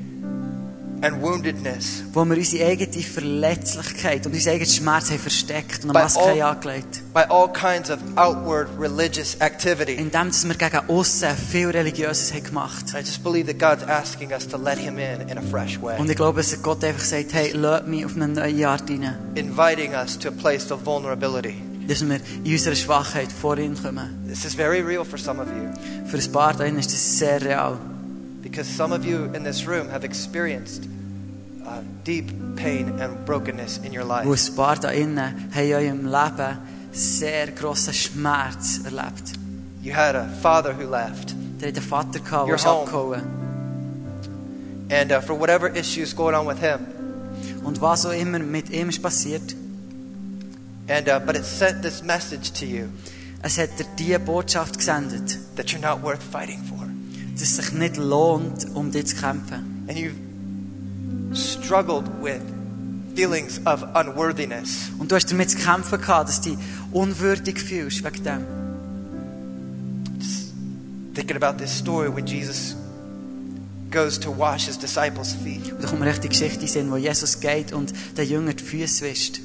Speaker 1: and woundedness
Speaker 2: wo wir unsere eigene Verletzlichkeit und unseren eigenen Schmerz haben versteckt und eine
Speaker 1: Bei
Speaker 2: Maske
Speaker 1: all-
Speaker 2: haben angelegt.
Speaker 1: by all kinds of outward religious activity.
Speaker 2: Indem dass wir gegen aussen viel Religiöses haben gemacht
Speaker 1: I just believe that God's asking us to let Him in in a fresh way,
Speaker 2: Und ich glaube, dass Gott einfach sagt, hey, lass mich auf eine neue Art rein.
Speaker 1: inviting us to a place of vulnerability.
Speaker 2: Dass wir in unserer Schwachheit vor ihn kommen.
Speaker 1: This is very real for some of you
Speaker 2: Für ein paar da drin ist das sehr real.
Speaker 1: because some of you in this room have experienced uh, deep pain and brokenness in your
Speaker 2: Wo
Speaker 1: life.
Speaker 2: ein paar da innen haben in eurem Leben sehr grossen Schmerz erlebt.
Speaker 1: You had a father who left,
Speaker 2: Ihr habt einen Vater gehabt,
Speaker 1: Your
Speaker 2: der ist
Speaker 1: home.
Speaker 2: abgehauen.
Speaker 1: and uh, for whatever issues going on with him,
Speaker 2: Und was auch immer mit ihm ist passiert,
Speaker 1: and uh, but it sent this message to you
Speaker 2: Es hat dir diese Botschaft gesendet,
Speaker 1: that you're not worth fighting for.
Speaker 2: dass es sich nicht lohnt, um dich zu kämpfen.
Speaker 1: and you've struggled with feelings of unworthiness.
Speaker 2: Und du hast damit zu kämpfen gehabt, dass du dich unwürdig fühlst wegen dem.
Speaker 1: Just thinking about this story when Jesus goes to wash his disciples' feet.
Speaker 2: Und da kommt mir echt die Geschichte in den Sinn, wo Jesus geht und der Jünger die Füße wischt.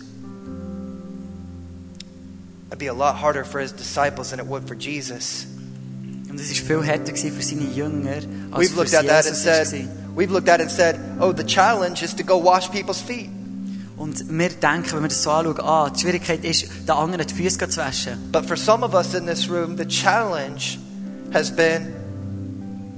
Speaker 1: It'd be a lot harder for his disciples than it would for Jesus.
Speaker 2: Und es war viel härter gewesen für seine Jünger, als
Speaker 1: We've
Speaker 2: für
Speaker 1: looked at that and
Speaker 2: Jesus es war.
Speaker 1: said, we've looked at it and said, oh, the challenge is to go wash people's feet.
Speaker 2: Und wir denken, wenn wir das so anschauen, ah, die Schwierigkeit ist, den anderen die Füße zu waschen.
Speaker 1: But for some of us in this room, the challenge has been,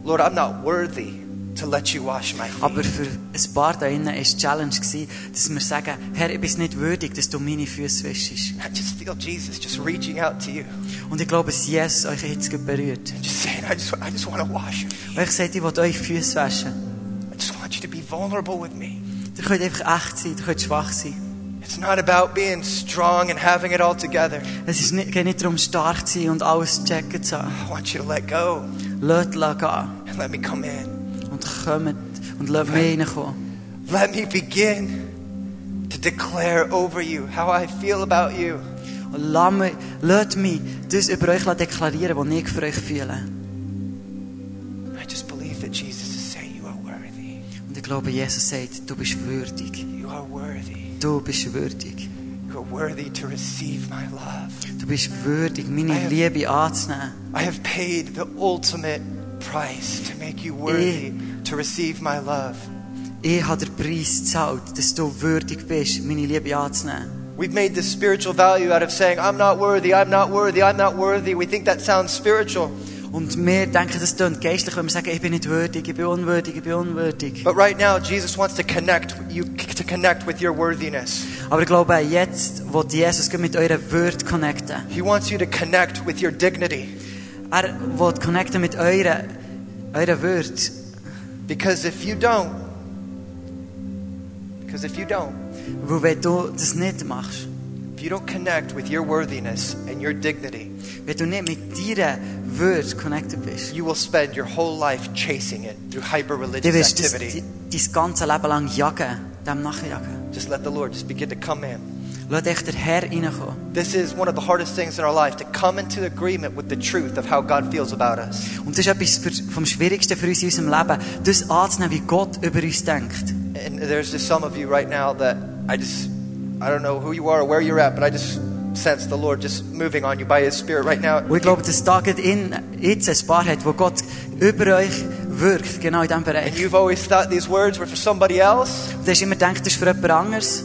Speaker 1: Lord, I'm not worthy to let you wash my feet.
Speaker 2: Aber für ein paar da drinnen war die Challenge, gewesen, dass wir sagen, Herr, ich bin nicht würdig, dass du meine Füße wischst.
Speaker 1: I just feel Jesus just reaching out to you.
Speaker 2: Und ich glaube, dass Jesus euch jetzt gerade berührt.
Speaker 1: and just saying, I just, I just want to wash your feet.
Speaker 2: Und ich sage, ich will euch Füße waschen.
Speaker 1: I just want you to be vulnerable with me.
Speaker 2: Ihr könnt einfach echt sein, ihr könnt schwach sein.
Speaker 1: It's not about being strong and having it all together.
Speaker 2: Es ist nicht, geht nicht darum, stark zu sein und alles zu checken zu haben.
Speaker 1: I want you to let go
Speaker 2: Lasst es gehen.
Speaker 1: and Let me come in.
Speaker 2: Und kommt und lasst mich reinkommen.
Speaker 1: Let me begin to declare over you how I feel about you.
Speaker 2: Und lasst mich, lasst mich das über euch deklarieren, was ich für euch fühle.
Speaker 1: I just believe that Jesus is saying you are worthy.
Speaker 2: Und ich glaube, Jesus sagt, du bist würdig.
Speaker 1: You are worthy.
Speaker 2: Du bist würdig.
Speaker 1: You are worthy to receive my love.
Speaker 2: Du bist würdig, meine Liebe anzunehmen.
Speaker 1: I have paid the ultimate price to make you worthy to receive my love.
Speaker 2: Ich habe den Preis gezahlt, dass du würdig bist, meine Liebe anzunehmen.
Speaker 1: We've made this spiritual value out of saying, I'm not worthy, I'm not worthy, I'm not worthy. We think that sounds spiritual.
Speaker 2: Und wir denken, das tönt geistlich, wenn wir sagen, ich bin nicht würdig, ich bin unwürdig, ich bin unwürdig.
Speaker 1: But right now, Jesus wants to connect you to connect with your worthiness.
Speaker 2: Aber ich glaube, jetzt will Jesus mit eurer Würde connecten.
Speaker 1: He wants you to connect with your dignity.
Speaker 2: Er will connecten mit eurer, eurer Würde.
Speaker 1: Because if you don't, because if you don't,
Speaker 2: Weil wenn du das nicht machst,
Speaker 1: if you don't connect with your worthiness and your dignity,
Speaker 2: wenn du nicht mit deiner Würde eh, connected bist,
Speaker 1: you will spend your whole life chasing it through hyper
Speaker 2: dann
Speaker 1: religious
Speaker 2: wirst du das-
Speaker 1: activity.
Speaker 2: dein ganze Leben lang jagen, dem nachjagen.
Speaker 1: Just let the Lord just begin to come in.
Speaker 2: Lass dich der Herr reinkommen.
Speaker 1: This is one of the hardest things in our life to come into agreement with the truth of how God feels about us.
Speaker 2: Und das ist etwas für, vom Schwierigsten für uns in unserem Leben, das anzunehmen, Dus wie Gott über uns denkt.
Speaker 1: And there's just some of you right now that I just, I don't know who you are or where you're at, but I just sense the Lord just moving on you by His Spirit right now.
Speaker 2: Und ich glaube, dass da gerade in, jetzt ein paar hat, wo Gott über euch wirkt, genau in diesem
Speaker 1: And
Speaker 2: Bereich.
Speaker 1: you've always thought these words were for somebody else,
Speaker 2: Du hast immer gedacht, das ist für jemand anderes,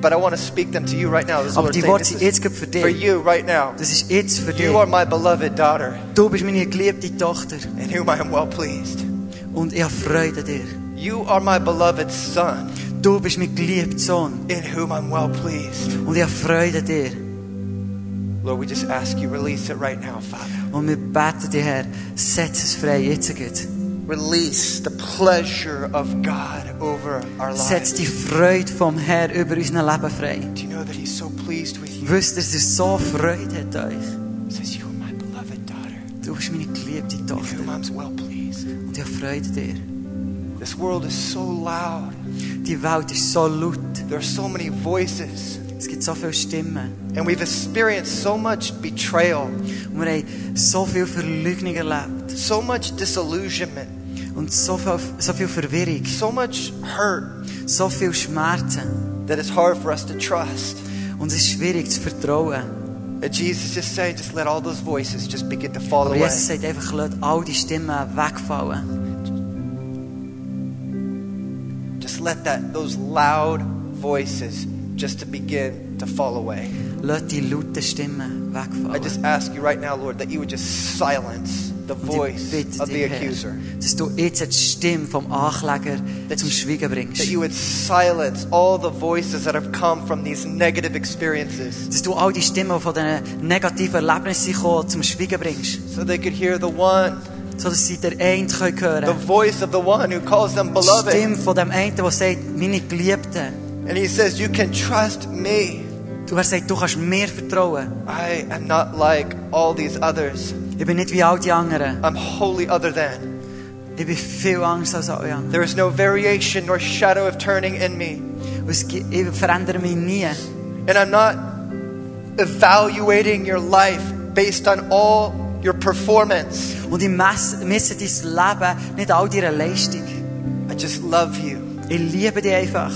Speaker 1: but I want to speak them to you right now. This is
Speaker 2: aber
Speaker 1: Lord
Speaker 2: die
Speaker 1: saying,
Speaker 2: Worte
Speaker 1: this
Speaker 2: sind
Speaker 1: is
Speaker 2: jetzt gerade für
Speaker 1: for
Speaker 2: dich.
Speaker 1: you right now.
Speaker 2: Das ist jetzt für dich.
Speaker 1: You are my beloved daughter,
Speaker 2: Du bist meine geliebte Tochter
Speaker 1: in whom I am well pleased.
Speaker 2: und ich habe Freude an dir.
Speaker 1: You are my beloved son,
Speaker 2: Du bist mein geliebter Sohn
Speaker 1: in whom I'm well pleased.
Speaker 2: und ich habe Freude an dir.
Speaker 1: Lord, we just ask you, release it right now, Father.
Speaker 2: Und wir beten dir, Herr, setz es frei, jetzt geht.
Speaker 1: Release the pleasure of God over our
Speaker 2: Setz
Speaker 1: lives.
Speaker 2: die Freude vom Herr über unser Leben frei.
Speaker 1: Do you know that He's so pleased with you?
Speaker 2: Wisst ihr, dass er so Freude hat an euch?
Speaker 1: says, You are my beloved daughter,
Speaker 2: Du bist meine geliebte
Speaker 1: in whom
Speaker 2: Tochter
Speaker 1: I'm well pleased.
Speaker 2: und ich habe Freude an dir.
Speaker 1: This world is so loud.
Speaker 2: Die Welt ist so laut,
Speaker 1: There are so many voices.
Speaker 2: es gibt so viele Stimmen
Speaker 1: And we've experienced so much betrayal,
Speaker 2: und wir haben so viel Verleugnung erlebt
Speaker 1: so much disillusionment,
Speaker 2: und so viel, so viel Verwirrung,
Speaker 1: so much hurt
Speaker 2: so viel Schmerzen
Speaker 1: that it's hard for us to trust.
Speaker 2: und es ist schwierig zu vertrauen.
Speaker 1: And Jesus just saying, just let all those voices just begin to fall
Speaker 2: Aber
Speaker 1: away.
Speaker 2: Jesus sagt einfach, lasst all die Stimmen wegfallen.
Speaker 1: Just let that those loud voices just to begin to fall away.
Speaker 2: Lasst die lauten Stimmen
Speaker 1: I
Speaker 2: wegfallen.
Speaker 1: just ask you right now, Lord, that you would just silence the
Speaker 2: Und ich
Speaker 1: voice
Speaker 2: bitte
Speaker 1: of the
Speaker 2: dich, Herr,
Speaker 1: accuser.
Speaker 2: dass du jetzt die Stimme vom Ankläger zum Schweigen
Speaker 1: That
Speaker 2: bringst.
Speaker 1: you would silence all the voices that have come from these negative experiences
Speaker 2: Dass du all die Stimmen die von diesen negativen Erlebnissen kommen, zum Schweigen bringst.
Speaker 1: so they could hear the one,
Speaker 2: Sodass sie der einen können
Speaker 1: the
Speaker 2: hören
Speaker 1: voice of the one who calls them
Speaker 2: Die
Speaker 1: beloved.
Speaker 2: Stimme von dem einen, der sagt, meine Geliebten.
Speaker 1: And he says, You can trust me.
Speaker 2: Du er sagt, du kannst mir vertrauen.
Speaker 1: I am not like all these others.
Speaker 2: Ich bin nicht wie all die anderen.
Speaker 1: I'm wholly other than.
Speaker 2: Ich bin viel anders als alle anderen.
Speaker 1: There is no variation nor shadow of turning in me.
Speaker 2: Und es gibt- ich verändere mich nie.
Speaker 1: And I'm not evaluating your life based on all your performance.
Speaker 2: Und ich messe, messe dein Leben nicht all deiner Leistung.
Speaker 1: I just love you
Speaker 2: Ich liebe dich einfach.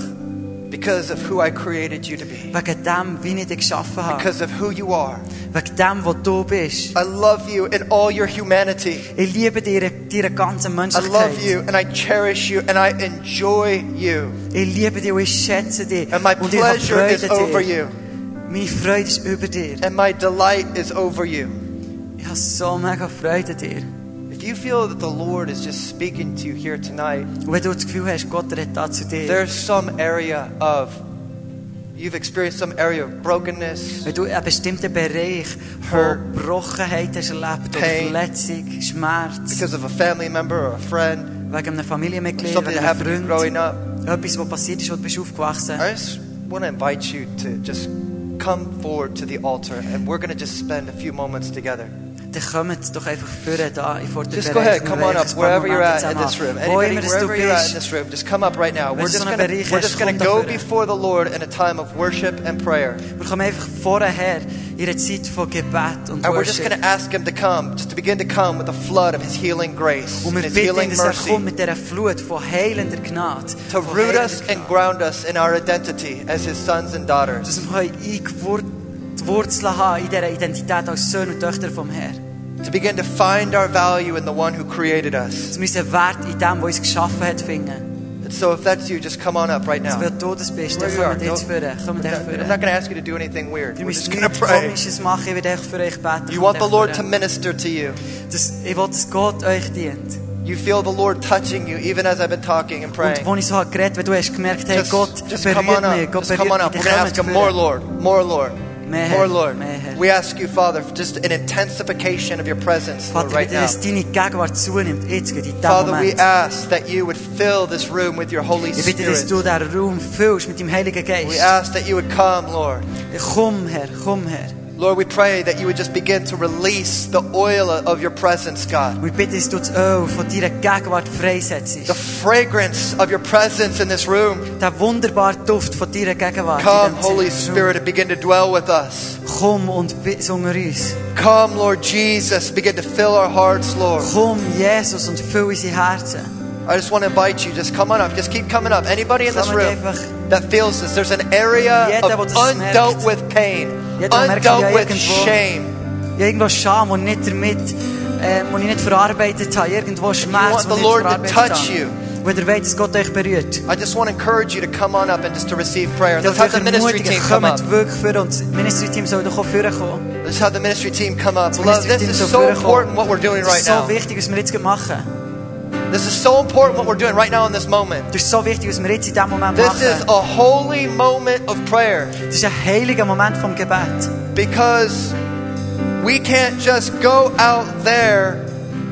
Speaker 1: because of who I created you to be,
Speaker 2: Wegen dem, wie ich dich geschaffen habe.
Speaker 1: because of who you are.
Speaker 2: Wegen dem, wo du bist.
Speaker 1: I love you in all your humanity.
Speaker 2: Ich liebe deine, deine ganze
Speaker 1: I love
Speaker 2: Menschlichkeit.
Speaker 1: you and I cherish you and I enjoy you.
Speaker 2: Ich liebe dich und ich schätze dich.
Speaker 1: And my
Speaker 2: und ich habe
Speaker 1: pleasure is
Speaker 2: Freude
Speaker 1: over
Speaker 2: an dir.
Speaker 1: you
Speaker 2: Meine Freude ist über dir.
Speaker 1: and my delight is over you.
Speaker 2: Ich habe so mega Freude an dir.
Speaker 1: If you feel that the Lord is just speaking to you here tonight,
Speaker 2: Und wenn du das Gefühl hast, Gott redet da zu dir.
Speaker 1: there's some area of you've experienced some area of brokenness,
Speaker 2: wenn du einen bestimmten Bereich
Speaker 1: Hurt.
Speaker 2: von Brochenheit hast erlebt oder
Speaker 1: Pain.
Speaker 2: Verletzung, Schmerz,
Speaker 1: because of a family member or a friend,
Speaker 2: wegen einem Familienmitglied,
Speaker 1: something that
Speaker 2: wegen einem
Speaker 1: happened to you
Speaker 2: Freund,
Speaker 1: growing up.
Speaker 2: etwas, was passiert ist, wo du bist aufgewachsen
Speaker 1: I just want to invite you to just come forward to the altar and we're going to just spend a few moments together.
Speaker 2: Dann dann kommt doch einfach vorne da vor der
Speaker 1: Just go ahead, come on up, wherever you're at in this room.
Speaker 2: Wo immer
Speaker 1: Anybody,
Speaker 2: dass du
Speaker 1: wherever you're at in
Speaker 2: bist,
Speaker 1: this room, just come up right now. We're
Speaker 2: Wenn du
Speaker 1: just
Speaker 2: so einen
Speaker 1: gonna, we're
Speaker 2: Bereich
Speaker 1: just
Speaker 2: hast,
Speaker 1: gonna
Speaker 2: komm da
Speaker 1: go
Speaker 2: vorne.
Speaker 1: before the Lord in a time of worship and prayer.
Speaker 2: wir kommen einfach vorher in einer Zeit von Gebet und
Speaker 1: And we're just
Speaker 2: Worship.
Speaker 1: going to ask Him to come, just to begin to come with a flood of His healing grace and
Speaker 2: Und wir
Speaker 1: His
Speaker 2: bitten, ihn,
Speaker 1: healing
Speaker 2: dass er
Speaker 1: mercy
Speaker 2: kommt mit dieser Flut von heilender Gnade.
Speaker 1: to
Speaker 2: von
Speaker 1: root
Speaker 2: heilender
Speaker 1: us
Speaker 2: Gnade.
Speaker 1: and ground us in our identity as His sons and daughters.
Speaker 2: Dass wir eingewurzelt Wurzeln haben in dieser Identität als Söhne und Töchter vom Herrn.
Speaker 1: To begin to find our value in the one who created us.
Speaker 2: Dass wir unseren Wert in dem, der uns geschaffen hat, finden.
Speaker 1: And so if that's you, just come on up right now.
Speaker 2: Wenn du das bist, dann
Speaker 1: Where you are,
Speaker 2: kommt jetzt
Speaker 1: go.
Speaker 2: führen. Kommt
Speaker 1: I'm not
Speaker 2: echt
Speaker 1: going
Speaker 2: führen.
Speaker 1: to ask you to do anything weird.
Speaker 2: Du
Speaker 1: We're
Speaker 2: musst
Speaker 1: just going to
Speaker 2: nichts
Speaker 1: pray.
Speaker 2: Komisches machen, ich werde echt für euch beten.
Speaker 1: You
Speaker 2: Kommt
Speaker 1: want the
Speaker 2: echt
Speaker 1: Lord to
Speaker 2: führen.
Speaker 1: minister to you.
Speaker 2: Das, ich will, dass Gott euch dient.
Speaker 1: You feel the Lord touching you even as I've been talking and praying.
Speaker 2: Und wo ich so habe geredet, wenn du hast gemerkt, hey,
Speaker 1: Just,
Speaker 2: Gott
Speaker 1: just come on
Speaker 2: berührt mich,
Speaker 1: up.
Speaker 2: Gott
Speaker 1: Just come on
Speaker 2: berührt
Speaker 1: up. We're
Speaker 2: mich, dann
Speaker 1: going to ask
Speaker 2: kommt
Speaker 1: Him more,
Speaker 2: führen.
Speaker 1: Lord. More, Lord.
Speaker 2: Mehr
Speaker 1: More,
Speaker 2: Herr,
Speaker 1: Lord.
Speaker 2: mehr Herr.
Speaker 1: We ask you, Father, for just an intensification of your presence Lord,
Speaker 2: Vater,
Speaker 1: right
Speaker 2: bitte,
Speaker 1: now.
Speaker 2: dass deine Gegenwart zunimmt, jetzt gerade in diesem
Speaker 1: Father, we
Speaker 2: Moment.
Speaker 1: ask that you would fill this room with your Holy
Speaker 2: Ich bitte, dass
Speaker 1: Spirit.
Speaker 2: du diesen Raum füllst mit dem Heiligen
Speaker 1: We
Speaker 2: Geist.
Speaker 1: ask that you would come, Lord.
Speaker 2: Komm, Herr, komm, Herr.
Speaker 1: Lord, we pray that you would just begin to release the oil of your presence, God.
Speaker 2: Und ich bitte, dass du das Öl von deiner Gegenwart freisetzt.
Speaker 1: The fragrance of your presence in this room.
Speaker 2: Der wunderbare Duft von deiner Gegenwart. in
Speaker 1: Come,
Speaker 2: diesem
Speaker 1: Holy
Speaker 2: Raum.
Speaker 1: Spirit, and begin to dwell with us.
Speaker 2: Komm und bi- so unter uns.
Speaker 1: Come, Lord Jesus, begin to fill our hearts, Lord.
Speaker 2: Komm, Jesus, und füll unsere Herzen.
Speaker 1: I just want to invite you. Just come on up. Just keep coming up. Anybody in this
Speaker 2: Komm und
Speaker 1: room
Speaker 2: einfach.
Speaker 1: that feels this, there's an area
Speaker 2: Jeder,
Speaker 1: of
Speaker 2: wo das
Speaker 1: undealt
Speaker 2: merkt.
Speaker 1: with pain,
Speaker 2: Jeder merkt ja
Speaker 1: undealt with
Speaker 2: irgendwo.
Speaker 1: shame.
Speaker 2: Ja, irgendwo Scham und nicht damit, äh, wo ich nicht verarbeitet habe. Irgendwo Schmerz,
Speaker 1: want the
Speaker 2: wo ich nicht
Speaker 1: Lord to
Speaker 2: verarbeitet
Speaker 1: touch you.
Speaker 2: habe. Wenn ihr wollt, dass Gott euch berührt.
Speaker 1: I just want to encourage you to come on up and just to receive prayer.
Speaker 2: Dann
Speaker 1: Let's have the
Speaker 2: würde ich
Speaker 1: ministry team
Speaker 2: ermutigen,
Speaker 1: come up.
Speaker 2: kommt wirklich für uns. Das Ministry-Team soll doch auch vorkommen.
Speaker 1: Let's have the ministry team come up.
Speaker 2: Das
Speaker 1: Love, this
Speaker 2: Ministry-Team
Speaker 1: is
Speaker 2: soll
Speaker 1: so
Speaker 2: vorkommen.
Speaker 1: important what we're doing
Speaker 2: Das
Speaker 1: right
Speaker 2: ist so
Speaker 1: now.
Speaker 2: wichtig, was wir jetzt gerade machen.
Speaker 1: This is so important what we're doing right now in this moment.
Speaker 2: Das ist so wichtig, was wir jetzt in diesem Moment
Speaker 1: This is
Speaker 2: machen.
Speaker 1: a holy moment of prayer
Speaker 2: Das ist ein heiliger Moment vom Gebet.
Speaker 1: because we can't just go out there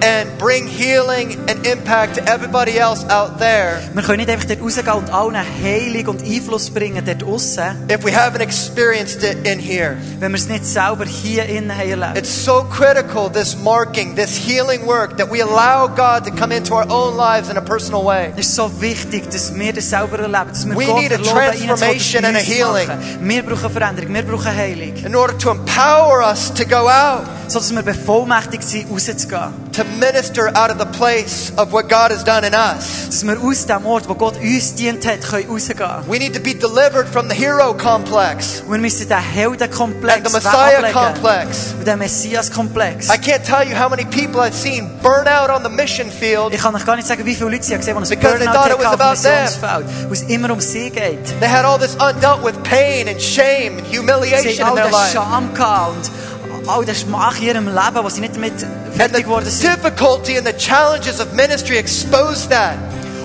Speaker 1: and bring healing and impact to everybody else out there
Speaker 2: Wir können nicht einfach dort rausgehen und allen Heilung und Einfluss bringen dort aussen,
Speaker 1: if we haven't experienced it in here.
Speaker 2: wenn wir es nicht selber hier innen haben erlebt.
Speaker 1: It's so critical, this marking, this healing work, that we allow God to come into our own lives in a personal way.
Speaker 2: Es ist so wichtig, dass wir das selber erleben, dass wir
Speaker 1: We
Speaker 2: Gott
Speaker 1: need a
Speaker 2: erlauben, ihnen das
Speaker 1: transformation and a
Speaker 2: Gottes
Speaker 1: healing.
Speaker 2: machen. Wir brauchen Veränderung, wir brauchen Heilung,
Speaker 1: in order to empower us to go out
Speaker 2: sodass wir bevollmächtigt sind, rauszugehen.
Speaker 1: to minister out of the place of what God has done in us.
Speaker 2: Dass wir aus dem Ort, wo Gott uns dient hat, können rausgehen.
Speaker 1: We need to be delivered from the hero complex
Speaker 2: Und wir müssen den
Speaker 1: and the
Speaker 2: Heldenkomplex
Speaker 1: Messiah
Speaker 2: weglegen
Speaker 1: complex.
Speaker 2: und den Messias-Komplex.
Speaker 1: I can't tell you how many people I've seen burn out on the mission field.
Speaker 2: Ich kann euch gar nicht sagen, wie viele Leute ich gesehen habe, die ein
Speaker 1: Because they
Speaker 2: Burnout
Speaker 1: thought it
Speaker 2: hatten auf dem
Speaker 1: was
Speaker 2: Missionsfeld, wo es immer um sie geht.
Speaker 1: They had all this undealt with pain and shame and
Speaker 2: Sie
Speaker 1: humiliation in
Speaker 2: haben
Speaker 1: their
Speaker 2: all den
Speaker 1: life.
Speaker 2: Scham gehabt und all den Schmach in ihrem Leben, wo sie nicht damit
Speaker 1: And the
Speaker 2: fertig geworden sind.
Speaker 1: difficulty and the challenges of ministry exposed that.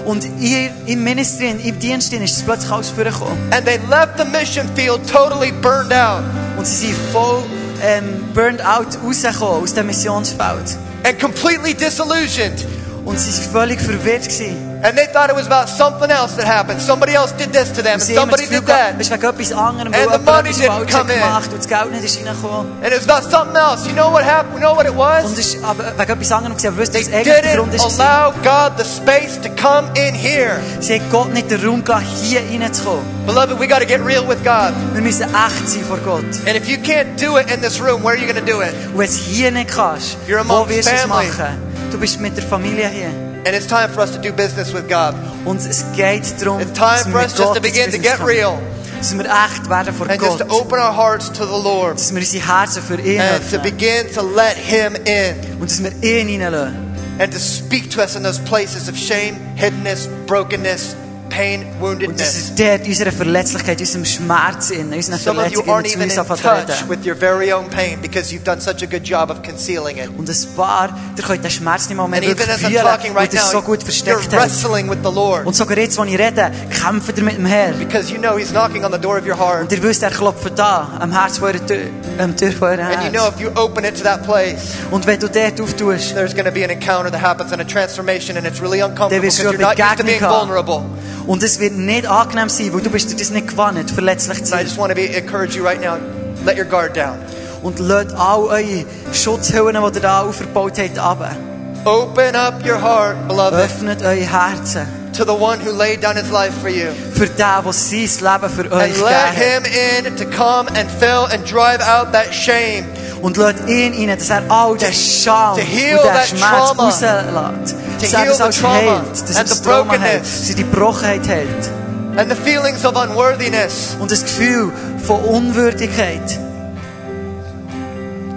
Speaker 2: Und ihr, im Ministry, im Dienst ist es plötzlich alles vorgekommen.
Speaker 1: And they left the mission field totally burned out
Speaker 2: Und sie sind voll ähm, burned out rausgekommen aus dem Missionsfeld.
Speaker 1: and completely disillusioned.
Speaker 2: Und sie waren völlig verwirrt. Gewesen.
Speaker 1: And they thought it was about something else that happened. Somebody else did this to them, and
Speaker 2: Und sie haben das
Speaker 1: somebody
Speaker 2: Gefühl
Speaker 1: did
Speaker 2: gehabt, es
Speaker 1: that.
Speaker 2: ist wegen etwas anderem, weil
Speaker 1: And the
Speaker 2: jemand
Speaker 1: money
Speaker 2: etwas
Speaker 1: didn't
Speaker 2: falsch hat
Speaker 1: come in.
Speaker 2: gemacht und das Geld nicht ist reingekommen.
Speaker 1: And it was about something else. You know what happened? You know what it
Speaker 2: Und
Speaker 1: was?
Speaker 2: es ist aber wegen etwas anderem, gewesen, aber wisst ihr,
Speaker 1: They
Speaker 2: was eigentlich der Grund
Speaker 1: didn't
Speaker 2: ist?
Speaker 1: allow God the space to come in here.
Speaker 2: Sie hat Gott nicht den Raum gegeben, hier reinzukommen.
Speaker 1: Beloved, we got to get real with God.
Speaker 2: Wir müssen echt sein vor Gott.
Speaker 1: And if you can't do it in this room, where are you going to do it?
Speaker 2: Und wenn du es hier nicht kannst,
Speaker 1: You're amongst
Speaker 2: wo wirst du es
Speaker 1: family.
Speaker 2: machen? Du bist mit der Familie hier.
Speaker 1: And it's time for us to do business with God
Speaker 2: Und es geht darum,
Speaker 1: It's time
Speaker 2: dass wir
Speaker 1: for us
Speaker 2: mit
Speaker 1: just to
Speaker 2: Gott ins
Speaker 1: begin to
Speaker 2: Business
Speaker 1: get
Speaker 2: kommen.
Speaker 1: real.
Speaker 2: Dass wir echt werden vor
Speaker 1: and just to
Speaker 2: Gott.
Speaker 1: open our hearts to the Lord
Speaker 2: Dass wir unsere Herzen für ihn
Speaker 1: and to
Speaker 2: öffnen.
Speaker 1: begin to let Him in
Speaker 2: Und dass wir ihn hineinlassen.
Speaker 1: and to speak to us in those places of shame, hiddenness, brokenness, pain,
Speaker 2: Und dass
Speaker 1: woundedness.
Speaker 2: er dort unserer Verletzlichkeit, unserem Schmerz, in, unseren
Speaker 1: Some of you
Speaker 2: Verletzungen
Speaker 1: aren't
Speaker 2: zu
Speaker 1: even in
Speaker 2: uns anfangen zu
Speaker 1: touch
Speaker 2: reden.
Speaker 1: with your very own pain because you've done such a good job of concealing it.
Speaker 2: Und ein paar, ihr könnt den Schmerz nicht mal mehr
Speaker 1: And even
Speaker 2: wirklich
Speaker 1: as I'm
Speaker 2: fühlen,
Speaker 1: talking
Speaker 2: weil
Speaker 1: right
Speaker 2: ihr es so
Speaker 1: now,
Speaker 2: gut
Speaker 1: you're
Speaker 2: versteckt habt.
Speaker 1: wrestling with the Lord
Speaker 2: Und sogar jetzt, wo ich rede, kämpft ihr mit dem Herrn.
Speaker 1: because you know He's knocking on the door of your
Speaker 2: Und
Speaker 1: heart.
Speaker 2: ihr wisst, er klopft da, am Herz von eurer Tür, am Tür von eurem
Speaker 1: And you know
Speaker 2: Herz.
Speaker 1: if you open it to that place,
Speaker 2: Und wenn du dort auftust,
Speaker 1: there's going to be an encounter that happens and a transformation, and it's really uncomfortable
Speaker 2: dann
Speaker 1: because
Speaker 2: wirst
Speaker 1: you're
Speaker 2: du
Speaker 1: not used to
Speaker 2: Begegnung
Speaker 1: being vulnerable.
Speaker 2: haben. Und es wird nicht angenehm sein, weil du bist dir das nicht gewohnt, verletzlich zu
Speaker 1: And I
Speaker 2: sein.
Speaker 1: just want to be, encourage you right now. Let your guard down.
Speaker 2: und lädt all eure Schutzhüllen, die ihr da aufgebaut habt, ab.
Speaker 1: Open up your heart, beloved,
Speaker 2: Öffnet eure Herzen
Speaker 1: to the one who laid down his life for you.
Speaker 2: für den, der sein Leben für euch
Speaker 1: And
Speaker 2: gegeben
Speaker 1: let
Speaker 2: hat.
Speaker 1: him in to come and fill and drive out that shame.
Speaker 2: Und lädt ihn rein, dass er all den Scham
Speaker 1: to
Speaker 2: und
Speaker 1: heal
Speaker 2: den
Speaker 1: that
Speaker 2: Schmerz
Speaker 1: trauma.
Speaker 2: rauslässt. Dass er
Speaker 1: heal
Speaker 2: das
Speaker 1: the
Speaker 2: alles
Speaker 1: trauma
Speaker 2: heilt, dass er
Speaker 1: and
Speaker 2: das
Speaker 1: the
Speaker 2: Trauma heilt,
Speaker 1: brokenness.
Speaker 2: dass er die Brochenheit heilt.
Speaker 1: and the feelings of unworthiness
Speaker 2: Und das Gefühl von Unwürdigkeit.